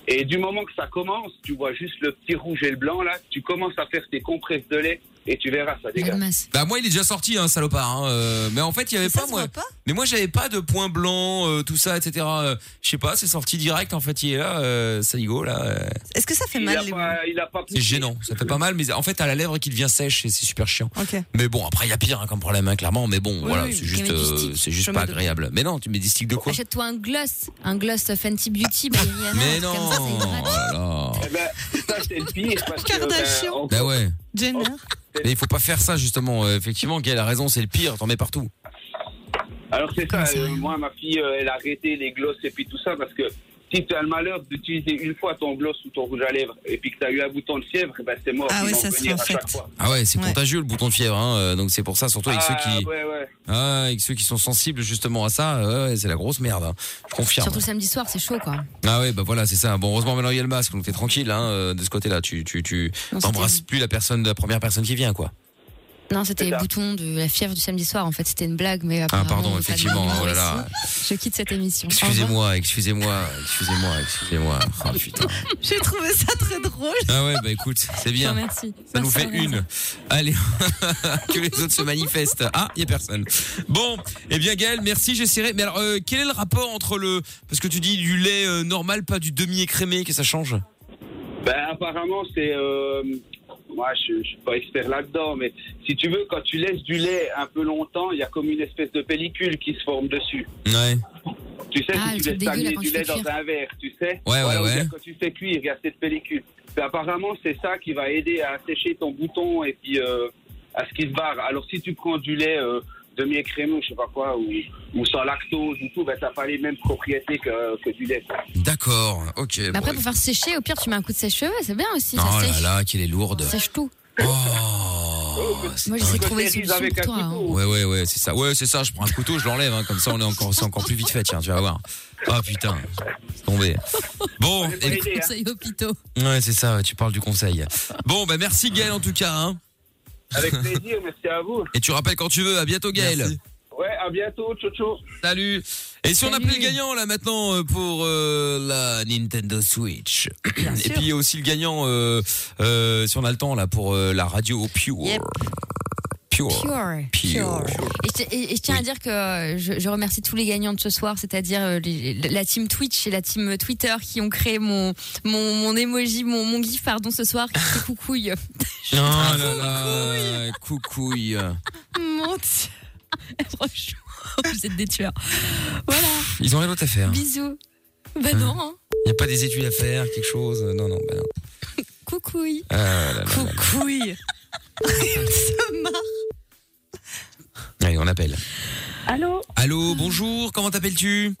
[SPEAKER 12] Et du moment que ça commence, tu vois juste le petit rouge et le blanc, là. Tu commences à faire tes compresses de lait et tu verras, ça dégage.
[SPEAKER 3] Bah, moi, il est déjà sorti, hein, salopard. hein, euh, mais en fait, il y avait pas, moi. Mais moi, j'avais pas de point blanc, euh, tout ça, etc. euh, Je sais pas, c'est sorti direct, en fait, il est là, euh, saligo, là. euh.
[SPEAKER 6] Est-ce que ça fait
[SPEAKER 12] Il
[SPEAKER 6] mal
[SPEAKER 12] a
[SPEAKER 6] les
[SPEAKER 12] pas- il a pas
[SPEAKER 3] C'est gênant, ça fait pas mal, mais en fait, à la lèvre qui devient sèche et c'est super chiant. Mais bon, après, il y a pire hein, comme problème, hein, clairement. Mais bon,
[SPEAKER 5] Oui,
[SPEAKER 3] voilà,
[SPEAKER 5] oui,
[SPEAKER 3] c'est
[SPEAKER 5] mais
[SPEAKER 3] juste,
[SPEAKER 5] mets du
[SPEAKER 3] euh,
[SPEAKER 5] stick,
[SPEAKER 3] c'est juste
[SPEAKER 5] je
[SPEAKER 3] pas
[SPEAKER 5] mets dedans.
[SPEAKER 3] agréable. Mais non, tu mets des sticks de quoi
[SPEAKER 5] Achète-toi un gloss. Un gloss Fenty Beauty, bah, mais
[SPEAKER 3] Mais non, oh là là.
[SPEAKER 12] Eh ben, ça, c'est le pire. Parce que, ben, on-
[SPEAKER 3] Bah ouais.
[SPEAKER 6] Jenner
[SPEAKER 3] Mais il faut pas faire ça justement. Euh, effectivement, Gaël a raison, c'est le pire. T'en mets partout.
[SPEAKER 12] Alors c'est ça, euh,
[SPEAKER 6] hein.
[SPEAKER 12] moi ma fille euh, elle a arrêté les glosses et puis tout ça parce que si tu as le malheur d'utiliser une fois ton gloss ou ton rouge à lèvres et puis que tu as eu un bouton de fièvre, eh ben, c'est mort.
[SPEAKER 6] Ah
[SPEAKER 12] ils
[SPEAKER 6] ouais,
[SPEAKER 12] vont
[SPEAKER 6] ça se
[SPEAKER 12] venir
[SPEAKER 6] fait, en
[SPEAKER 12] à chaque
[SPEAKER 6] fait.
[SPEAKER 12] fois.
[SPEAKER 3] Ah ouais, c'est contagieux le bouton de fièvre. Hein, euh, donc c'est pour ça, surtout avec
[SPEAKER 12] Ah,
[SPEAKER 3] ceux qui,
[SPEAKER 12] ouais, ouais.
[SPEAKER 3] ah, avec ceux qui sont sensibles justement à ça, euh, ouais, c'est la grosse merde. hein. Je confirme.
[SPEAKER 5] Surtout le samedi soir, c'est chaud, quoi.
[SPEAKER 3] Ah ouais, bah voilà, c'est ça. Bon, heureusement, maintenant il y a le masque, donc t'es tranquille, hein, euh, de ce côté-là. Tu, tu, tu
[SPEAKER 5] Non,
[SPEAKER 3] t'embrasses plus la personne, la première personne qui vient, quoi.
[SPEAKER 5] Non, c'était les boutons de la fièvre du samedi soir. En fait, c'était une blague, mais
[SPEAKER 3] Ah,
[SPEAKER 5] apparemment,
[SPEAKER 3] pardon,
[SPEAKER 5] pas de
[SPEAKER 3] effectivement.
[SPEAKER 5] blague.
[SPEAKER 3] Oh là là.
[SPEAKER 5] Je quitte cette émission.
[SPEAKER 3] Excusez-moi, excusez-moi, excusez-moi,
[SPEAKER 5] [laughs]
[SPEAKER 3] excusez-moi. Oh, putain.
[SPEAKER 6] J'ai trouvé ça très drôle.
[SPEAKER 3] Ah ouais, bah écoute, c'est bien.
[SPEAKER 5] Merci.
[SPEAKER 3] Ça nous fait une. Allez, [laughs] que les autres se manifestent. Ah, il y a personne. Bon, eh bien Gaël, merci, j'essaierai. Mais alors, euh, quel est le rapport entre le... Parce que tu dis du lait euh, normal, pas du demi-écrémé, que ça change
[SPEAKER 12] Ben, apparemment c'est euh, moi, je, je suis pas expert là-dedans, mais si tu veux, quand tu laisses du lait un peu longtemps, il y a comme une espèce de pellicule qui se forme dessus.
[SPEAKER 3] Ouais.
[SPEAKER 12] Tu sais,
[SPEAKER 3] Ah,
[SPEAKER 12] si tu laisses
[SPEAKER 3] le truc dégueu, là,
[SPEAKER 12] stagner
[SPEAKER 3] quand
[SPEAKER 12] du
[SPEAKER 3] tu fais
[SPEAKER 12] lait dans
[SPEAKER 3] cuire.
[SPEAKER 12] un verre, tu sais.
[SPEAKER 3] Ouais, ouais,
[SPEAKER 12] ou bien
[SPEAKER 3] ouais.
[SPEAKER 12] Quand tu fais cuire, il y a cette pellicule. Mais apparemment, c'est ça qui va aider à sécher ton bouton et puis euh, à ce qu'il se barre. Alors, si tu prends du lait euh, demi-écrémé ou je sais pas quoi, ou, ou sans lactose ou tout, ben, t'as pas les mêmes propriétés que, que
[SPEAKER 3] [laughs]
[SPEAKER 12] du lait.
[SPEAKER 3] D'accord, ok.
[SPEAKER 5] Mais Bah, après,
[SPEAKER 3] bon.
[SPEAKER 5] pour faire sécher, au pire, tu mets un coup de sèche-cheveux, c'est bien aussi.
[SPEAKER 3] oh
[SPEAKER 5] ça
[SPEAKER 3] là
[SPEAKER 5] sèche.
[SPEAKER 3] là, qu'elle est lourde. Oh,
[SPEAKER 5] Ça sèche tout.
[SPEAKER 3] Moi, j'essaie de trouver des solutions
[SPEAKER 5] pour toi. hein.
[SPEAKER 3] Ouais, ouais, ouais, c'est ça. Ouais, c'est ça. Je prends un couteau, je l'enlève. hein, comme ça, on est encore, c'est encore plus vite fait. Tiens, tu vas voir. Ah putain, c'est tombé. Bon, et-
[SPEAKER 5] Conseil hôpitaux.
[SPEAKER 3] ouais, c'est ça. ouais, Tu parles du conseil. Bon, bah merci Gaël en tout cas. hein. [laughs]
[SPEAKER 12] Avec plaisir, merci à vous.
[SPEAKER 3] Et tu rappelles quand tu veux. À bientôt Gaël.
[SPEAKER 12] Ouais, à bientôt, ciao ciao.
[SPEAKER 3] Salut. Et si on appelait le gagnant là maintenant euh, pour euh, la Nintendo Switch Et puis il y a aussi le gagnant euh, euh, si on a le temps là pour euh, la radio Pure. Pure.
[SPEAKER 5] Pure.
[SPEAKER 3] Pure.
[SPEAKER 5] Et je, ti- et- et je tiens à dire que euh, je, je remercie tous les gagnants de ce soir, c'est-à-dire euh, les- la team Twitch et la team Twitter qui ont créé mon mon, mon emoji, mon, mon gif pardon ce soir, qui était coucouille.
[SPEAKER 3] Oh là là, coucouille.
[SPEAKER 5] [laughs] mon Dieu. [laughs] Franchement, vous êtes des tueurs. Voilà.
[SPEAKER 3] Ils ont rien d'autre à faire.
[SPEAKER 5] Bisous. Bah non, hein.
[SPEAKER 3] Il n'y a pas des études à faire, quelque chose Non, non, bah non.
[SPEAKER 5] coucouille.
[SPEAKER 3] Ah là là là.
[SPEAKER 5] Coucouille.
[SPEAKER 6] se marre.
[SPEAKER 3] Allez, on appelle.
[SPEAKER 13] Allô
[SPEAKER 3] Allô, bonjour, comment t'appelles-tu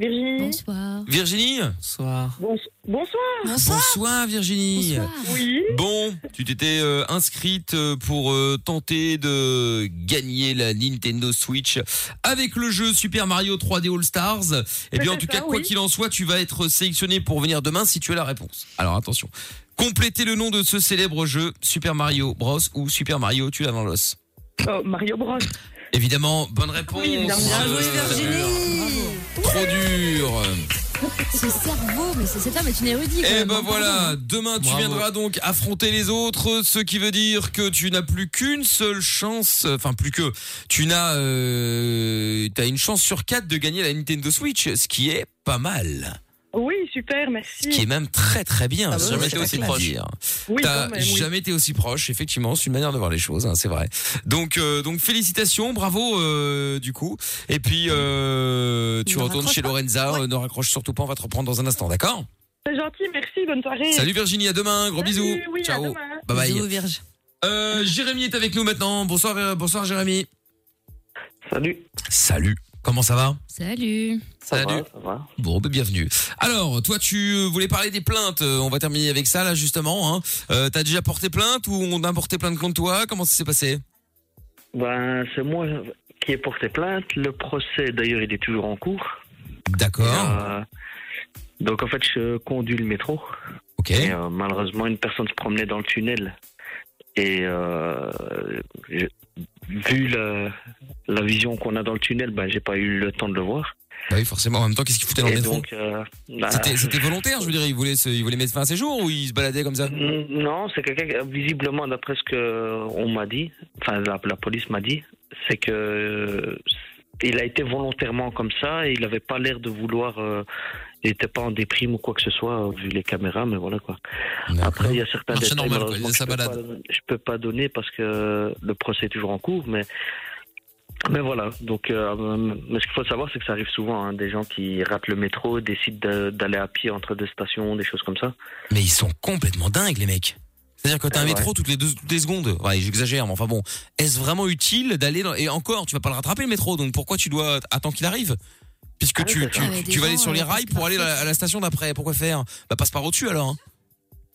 [SPEAKER 13] Virginie
[SPEAKER 5] Bonsoir.
[SPEAKER 3] Virginie Bonsoir.
[SPEAKER 13] Bonsoir
[SPEAKER 3] Bonsoir. Virginie.
[SPEAKER 13] Oui
[SPEAKER 3] Bon, tu t'étais euh, inscrite euh, pour euh, tenter de gagner la Nintendo Switch avec le jeu Super Mario 3D All Stars. Eh bien, en
[SPEAKER 13] C'est
[SPEAKER 3] tout
[SPEAKER 13] ça,
[SPEAKER 3] cas, quoi
[SPEAKER 13] oui.
[SPEAKER 3] qu'il en soit, tu vas être sélectionné pour venir demain si tu as la réponse. Alors attention, complétez le nom de ce célèbre jeu Super Mario Bros ou Super Mario Tu l'as dans l'os.
[SPEAKER 13] Oh, Mario Bros.
[SPEAKER 3] Évidemment, bonne réponse. Euh,
[SPEAKER 13] Oui, évidemment. Bien joué,
[SPEAKER 3] Trop dur.
[SPEAKER 5] Ce cerveau, mais c'est c'est toi, mais tu n'es érudit.
[SPEAKER 3] Et ben voilà, demain tu viendras donc affronter les autres, ce qui veut dire que tu n'as plus qu'une seule chance, enfin plus que, tu n'as, euh, t'as une chance sur quatre de gagner la Nintendo Switch, ce qui est pas mal,
[SPEAKER 13] Oui, super, merci.
[SPEAKER 3] qui est même très très bien.
[SPEAKER 13] Ah
[SPEAKER 3] si
[SPEAKER 13] bah
[SPEAKER 3] jamais
[SPEAKER 13] oui,
[SPEAKER 3] t'es
[SPEAKER 13] c'est
[SPEAKER 3] aussi
[SPEAKER 13] clair.
[SPEAKER 3] proche.
[SPEAKER 13] Oui,
[SPEAKER 3] T'as
[SPEAKER 13] quand même, oui.
[SPEAKER 3] jamais été aussi proche, effectivement, c'est une manière de voir les choses, hein, c'est vrai. Donc euh, donc félicitations, bravo euh, du coup. Et puis euh, tu
[SPEAKER 13] Ne
[SPEAKER 3] retournes
[SPEAKER 13] raccroche
[SPEAKER 3] chez
[SPEAKER 13] pas.
[SPEAKER 3] Lorenza, euh, ne raccroche surtout pas, on va te reprendre dans un instant, d'accord
[SPEAKER 13] C'est gentil, merci, bonne soirée.
[SPEAKER 3] Salut Virginie, à demain, gros
[SPEAKER 13] Salut,
[SPEAKER 3] bisous.
[SPEAKER 13] oui, à
[SPEAKER 3] Ciao.
[SPEAKER 13] demain.
[SPEAKER 3] Bye bye.
[SPEAKER 13] Bisous,
[SPEAKER 3] Euh, Jérémy est avec nous maintenant. Bonsoir, euh, bonsoir Jérémy. Salut. Salut. Comment ça va
[SPEAKER 5] Salut.
[SPEAKER 3] Salut. Bon, ben, bienvenue. Alors, toi, tu euh, voulais parler des plaintes. Euh, On va terminer avec ça là justement. Hein. Euh, T'as déjà porté plainte ou on a porté plainte contre toi Comment ça s'est passé
[SPEAKER 14] Ben, c'est moi qui ai porté plainte. Le procès, d'ailleurs, il est toujours en cours. euh,
[SPEAKER 3] D'accord.
[SPEAKER 14] donc, en fait, je conduis le métro. euh,
[SPEAKER 3] Ok.
[SPEAKER 14] malheureusement, une personne se promenait dans le tunnel. Et euh, je- vu la, la vision qu'on a dans le tunnel, ben, j'ai pas eu le temps de le voir.
[SPEAKER 3] Bah oui, forcément. En même temps, qu'est-ce qu'il foutait dans le
[SPEAKER 14] Et
[SPEAKER 3] métro
[SPEAKER 14] donc, euh, bah,
[SPEAKER 3] C'était c'était volontaire, je veux dire. Il voulait, se- il voulait mettre fin à ses jours ou il se baladait comme ça
[SPEAKER 14] Non, c'est quelqu'un qui- visiblement d'après ce que on m'a dit, enfin la, la police m'a dit, c'est que euh, il a été volontairement comme ça et il n'avait pas l'air de vouloir. euh, il n'était pas en déprime ou quoi que ce soit euh, vu les caméras, mais voilà quoi. Après, il y a certains
[SPEAKER 3] Marchait
[SPEAKER 14] détails
[SPEAKER 3] normal, quoi,
[SPEAKER 14] malheureusement,
[SPEAKER 3] il
[SPEAKER 14] que je
[SPEAKER 3] faisait
[SPEAKER 14] peux
[SPEAKER 3] sa
[SPEAKER 14] pas, je peux pas donner parce que le procès est toujours en cours, mais. Mais voilà, donc euh, mais ce qu'il faut savoir, c'est que ça arrive souvent, hein, des gens qui ratent le métro, décident de- d'aller à pied entre deux stations, des choses comme ça.
[SPEAKER 3] Mais ils sont complètement dingues, les mecs. C'est-à-dire que t'as un métro toutes les deux, toutes les secondes. Ouais, j'exagère, mais enfin bon. Est-ce vraiment utile d'aller dans... Et encore, tu vas pas le rattraper le métro, donc pourquoi tu dois attendre qu'il arrive Puisque
[SPEAKER 14] Ah oui,
[SPEAKER 3] tu,
[SPEAKER 14] c'est
[SPEAKER 3] tu,
[SPEAKER 14] ça. Ah ouais,
[SPEAKER 3] tu
[SPEAKER 14] des
[SPEAKER 3] vas aller
[SPEAKER 14] gens,
[SPEAKER 3] sur les
[SPEAKER 14] euh,
[SPEAKER 3] rails pour aller à la, à la station d'après. Pourquoi faire Bah passe par au-dessus alors. hein.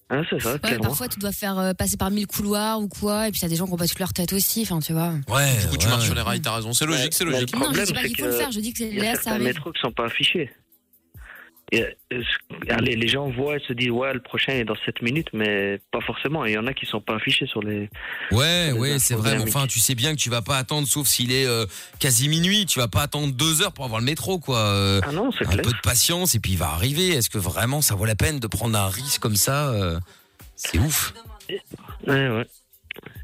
[SPEAKER 14] Hein, c'est ça,
[SPEAKER 5] Ouais, parfois, tu dois faire euh, passer par mille couloirs ou quoi, et puis t'as des gens qui ont pas toute leur tête aussi, enfin, tu vois.
[SPEAKER 3] Ouais.
[SPEAKER 4] Du coup, tu marches sur les rails, t'as raison. C'est logique, c'est logique.
[SPEAKER 5] Non, je dis pas qu'il faut le faire, je dis que c'est-
[SPEAKER 14] Il y
[SPEAKER 5] là, ça
[SPEAKER 14] a certains
[SPEAKER 5] arrive.
[SPEAKER 14] métros qui sont pas affichés. Et, euh, ce- allez, les gens voient et se disent ouais le prochain est dans 7 minutes mais pas forcément il y en a qui sont pas affichés sur les
[SPEAKER 3] Ouais, ouais, c'est vrai. mais
[SPEAKER 14] dynamique.
[SPEAKER 3] enfin, tu sais bien que tu vas pas attendre, sauf s'il est euh, quasi minuit. Tu vas pas attendre deux heures pour avoir le métro, quoi. Euh,
[SPEAKER 14] ah non, c'est
[SPEAKER 3] Un peu de patience et puis il va arriver. Est-ce que vraiment ça vaut la peine de prendre un risque comme ça euh, C'est ouf.
[SPEAKER 14] ouais, ouais.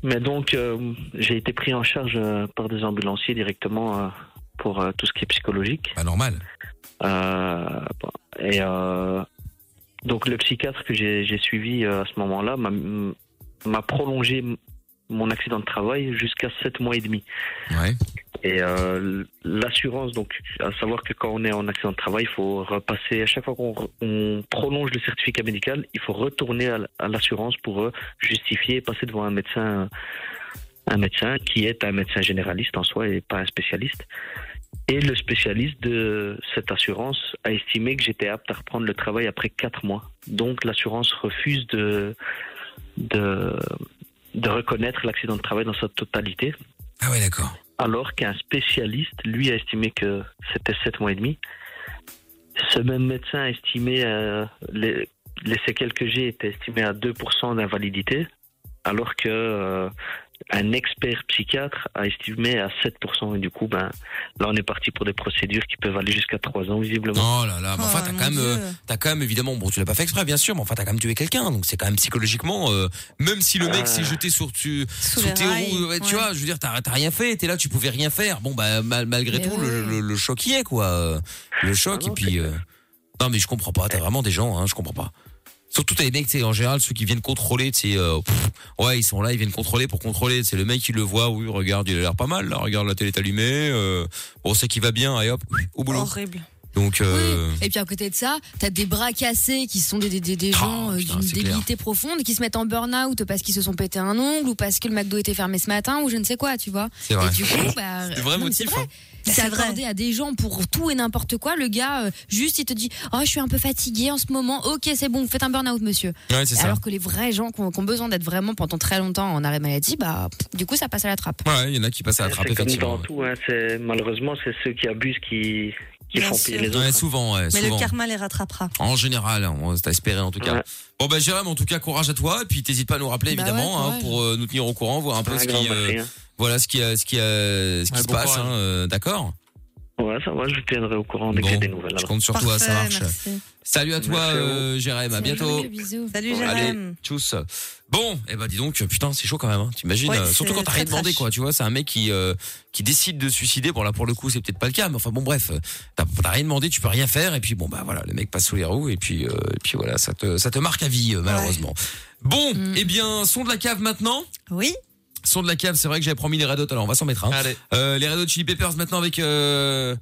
[SPEAKER 14] mais donc euh, j'ai été pris en charge euh, par des ambulanciers directement euh, pour euh, tout ce qui est psychologique
[SPEAKER 3] Pas normal
[SPEAKER 14] bon, euh, et euh, donc le psychiatre que j'ai j'ai suivi euh, à ce moment-là m'a- m'a prolongé m- mon accident de travail jusqu'à 7 mois et demi. Et euh, l'assurance, donc, à savoir que quand on est en accident de travail, il faut repasser, à chaque fois qu'on re- on prolonge le certificat médical, il faut retourner à l- à l'assurance pour euh, justifier et passer devant un médecin, un médecin qui est un médecin généraliste en soi et pas un spécialiste. Et le spécialiste de cette assurance a estimé que j'étais apte à reprendre le travail après 4 mois. Donc l'assurance refuse de, de, de reconnaître l'accident de travail dans sa totalité.
[SPEAKER 3] Ah ouais, d'accord.
[SPEAKER 14] Alors qu'un spécialiste, lui, a estimé que c'était 7 mois et demi. Ce même médecin a estimé euh, les, les séquelles que j'ai étaient estimées à 2% d'invalidité, alors que euh, un expert psychiatre a estimé à 7%. Et du coup, ben, là, on est parti pour des procédures qui peuvent aller jusqu'à 3 ans, visiblement.
[SPEAKER 3] Oh là là, mais enfin, t'as quand même, euh, t'as quand même évidemment, bon, tu l'as pas fait exprès, bien sûr, mais enfin, t'as quand même tué quelqu'un, donc c'est quand même psychologiquement, euh, même si le mec
[SPEAKER 14] Ah.
[SPEAKER 3] s'est jeté sur, tu, sous,
[SPEAKER 14] les
[SPEAKER 3] tes
[SPEAKER 14] rails,
[SPEAKER 3] roues, ouais, tu
[SPEAKER 14] ouais.
[SPEAKER 3] vois, je veux dire, t'as, t'as rien fait, t'es là, tu pouvais rien faire. Bon, bah, mal- malgré tout, le, le- le choc y est, quoi. euh,
[SPEAKER 14] Ah
[SPEAKER 3] Le choc, et puis, euh, non, mais je comprends pas, t'as vraiment des gens, hein, je comprends pas. Surtout t'as les mecs, c'est en général ceux qui viennent contrôler, c'est ouais ils sont là, ils viennent contrôler pour contrôler. C'est le mec qui le voit, oui regarde, il a l'air pas mal, là, regarde la télé est allumée, euh, on sait qu'il va bien, et hop au boulot.
[SPEAKER 6] Horrible.
[SPEAKER 3] Donc euh,
[SPEAKER 5] Et puis à côté de ça, t'as des bras cassés qui sont des, des, des, des gens euh, d'une
[SPEAKER 3] Oh, c'est clair.
[SPEAKER 5] débilité profonde qui se mettent en burn-out parce qu'ils se sont pété un ongle ou parce que le McDo était fermé ce matin ou je ne sais quoi, tu vois.
[SPEAKER 3] C'est vrai.
[SPEAKER 5] Et
[SPEAKER 3] [laughs]
[SPEAKER 5] du coup, bah,
[SPEAKER 3] C'est des vrais
[SPEAKER 5] non, mais
[SPEAKER 3] motifs,
[SPEAKER 5] vrai.
[SPEAKER 3] hein.
[SPEAKER 5] Il s'est accordé à des gens pour tout et n'importe quoi. Le gars, euh, juste, il te dit Oh, je suis un peu fatigué en ce moment. Ok, c'est bon, faites un burn-out, monsieur.
[SPEAKER 3] Ouais, c'est ça.
[SPEAKER 5] Alors que les vrais gens qui ont, qui ont besoin d'être vraiment pendant très longtemps en arrêt maladie, bah, pff, du coup, ça passe à la trappe.
[SPEAKER 3] Ouais, il y en Bah, a qui passent à l'attraper,
[SPEAKER 14] C'est comme
[SPEAKER 3] effectivement.
[SPEAKER 14] dans tout, hein, c'est- malheureusement, c'est ceux qui abusent qui, qui
[SPEAKER 6] Bien
[SPEAKER 14] font
[SPEAKER 6] sûr.
[SPEAKER 14] payer les autres.
[SPEAKER 3] Ouais, souvent, bah, ouais,
[SPEAKER 6] Mais
[SPEAKER 3] souvent.
[SPEAKER 6] le karma les rattrapera.
[SPEAKER 3] En général, hein, on- c'est à espérer en tout cas.
[SPEAKER 14] Ouais.
[SPEAKER 3] Bon bah Jérôme, en tout cas courage à toi et puis t'hésites pas à nous rappeler
[SPEAKER 14] Bah
[SPEAKER 3] évidemment
[SPEAKER 14] ouais,
[SPEAKER 3] hein,
[SPEAKER 14] courage.
[SPEAKER 3] pour euh, nous tenir au courant, voir un peu
[SPEAKER 14] Ouais,
[SPEAKER 3] ce
[SPEAKER 14] grand
[SPEAKER 3] qui euh,
[SPEAKER 14] merci, hein.
[SPEAKER 3] voilà ce qui euh, ce qui euh, ce qui
[SPEAKER 14] Ouais,
[SPEAKER 3] se
[SPEAKER 14] bon
[SPEAKER 3] passe,
[SPEAKER 14] courage.
[SPEAKER 3] hein, euh, d'accord.
[SPEAKER 14] Ouais, ça va, je vous tiendrai au courant dès que j'ai des nouvelles.
[SPEAKER 3] Je compte sur toi, ça marche. Salut à toi,
[SPEAKER 14] Merci à vous.
[SPEAKER 3] euh, Jérém, à bientôt.
[SPEAKER 6] Salut,
[SPEAKER 3] Allez,
[SPEAKER 6] Jérém.
[SPEAKER 3] tchuss. Bon, eh ben dis donc, putain, c'est chaud quand même. Hein. T'imagines,
[SPEAKER 6] Ouais,
[SPEAKER 3] euh,
[SPEAKER 6] c'est
[SPEAKER 3] surtout quand t'as
[SPEAKER 6] très
[SPEAKER 3] rien demandé,
[SPEAKER 6] trash.
[SPEAKER 3] quoi. Tu vois, c'est un mec qui euh, qui décide de se suicider. Bon là, pour le coup, c'est peut-être pas le cas, mais enfin bon, bref, t'as t'as rien demandé, tu peux rien faire, et puis bon bah voilà, le mec passe sous les roues, et puis euh, et puis voilà, ça te ça te marque à vie euh, malheureusement. Bon, eh bien, son de la cave maintenant.
[SPEAKER 6] Mm. Oui.
[SPEAKER 3] Son de la cave, c'est vrai que j'avais promis les Red Hot, alors on va s'en mettre. Hein. Euh, les Red Hot Chili Peppers maintenant avec. Euh...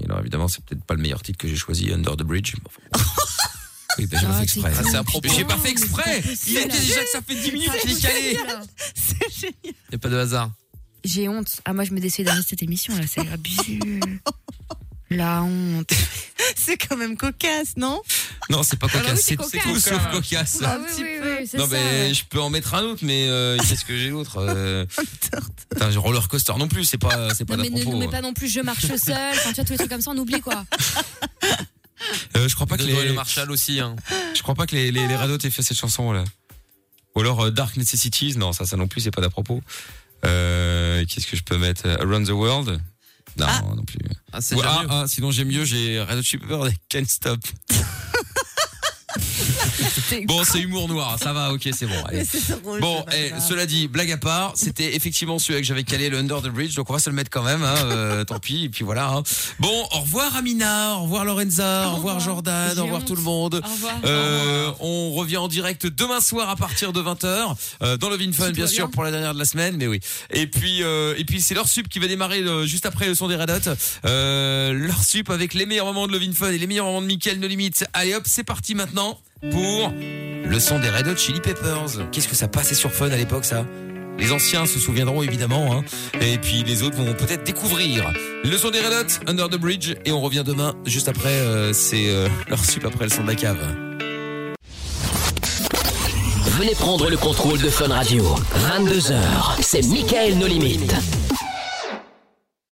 [SPEAKER 3] Et alors évidemment, c'est peut-être pas le meilleur titre que j'ai choisi, Under the Bridge. mais
[SPEAKER 6] [laughs]
[SPEAKER 3] enfin, bon. Oui, bah, j'ai pas fait
[SPEAKER 6] Oh,
[SPEAKER 3] exprès.
[SPEAKER 4] con,
[SPEAKER 3] Ah, c'est à propos.
[SPEAKER 4] putain.
[SPEAKER 3] J'ai pas fait exprès. Il
[SPEAKER 5] possible.
[SPEAKER 3] était déjà que ça fait 10 minutes qu'il est calé. C'est pas de hasard.
[SPEAKER 5] J'ai honte. Ah, moi, je me décide d'arrêter cette émission, là. C'est
[SPEAKER 3] [laughs]
[SPEAKER 5] abusé. La honte.
[SPEAKER 6] [laughs] C'est quand même cocasse, non
[SPEAKER 3] Non, c'est pas
[SPEAKER 6] Ah bah oui,
[SPEAKER 3] cocasse.
[SPEAKER 6] c'est
[SPEAKER 3] C'est c'est tout
[SPEAKER 6] cocasse.
[SPEAKER 3] sauf cocasse.
[SPEAKER 6] Bah oui, oui, oui, c'est
[SPEAKER 3] Non,
[SPEAKER 6] ça,
[SPEAKER 3] mais
[SPEAKER 6] ouais.
[SPEAKER 3] je peux en mettre un autre, mais euh, qu'est-ce que j'ai d'autre euh...
[SPEAKER 5] [laughs]
[SPEAKER 3] Putain, j'ai roller coaster non plus, c'est pas, c'est pas d'à
[SPEAKER 5] Non, mais ne nous
[SPEAKER 3] propos.
[SPEAKER 5] mets pas non plus je marche seul. Enfin, tu vois, tous les trucs comme ça, on oublie, quoi.
[SPEAKER 3] Euh, je crois pas que
[SPEAKER 4] Grégory
[SPEAKER 3] les...
[SPEAKER 4] Le Marshall aussi. Hein.
[SPEAKER 3] Je crois pas que les, les, les radots aient fait cette chanson là. Ou alors euh, Dark Necessities, non, ça, ça non plus, c'est pas d'à propos. Euh, Qu'est-ce que je peux mettre Euh, Around the World Non, non plus.
[SPEAKER 4] Ah, c'est
[SPEAKER 3] Ou-
[SPEAKER 4] déjà
[SPEAKER 3] ah,
[SPEAKER 4] mieux.
[SPEAKER 3] ah, sinon j'ai mieux, j'ai Red Hot Chili Peppers avec Can't Stop. bon, c'est humour noir, ça va, ok, c'est bon. allez.
[SPEAKER 4] Mais c'est drôle,
[SPEAKER 3] bon,
[SPEAKER 4] c'est pas
[SPEAKER 3] eh,
[SPEAKER 4] grave.
[SPEAKER 3] cela dit, blague à part, c'était effectivement celui que j'avais calé, le Under the Bridge, donc on va se le mettre quand même, hein, euh, tant pis, et puis voilà. hein. Bon, au revoir Amina, au revoir Lorenza, au, revoir Jordan, au revoir tout le monde. Euh, on revient en direct demain soir à partir de 20h euh, dans le Fun,
[SPEAKER 4] tout
[SPEAKER 3] bien
[SPEAKER 4] va
[SPEAKER 3] sûr,
[SPEAKER 4] bien.
[SPEAKER 3] pour la dernière de la semaine, mais oui. Et puis, euh, et puis c'est leur sup qui va démarrer euh, juste après le son des Radotes. Euh, leur sup avec les meilleurs moments de Love in Fun et les meilleurs moments de Mickaël No Limite. Allez hop, c'est parti maintenant pour le son des Red Hot Chili Peppers. Qu'est-ce que ça passait sur Fun à l'époque, ça Les anciens se souviendront évidemment, hein. et puis les autres vont peut-être découvrir. Le son des Red Hot, Under the Bridge, et on revient demain juste après. euh, c'est euh, leur sup après le son de la cave.
[SPEAKER 9] Venez prendre le contrôle de Fun Radio. 22h, c'est Michael No Limite.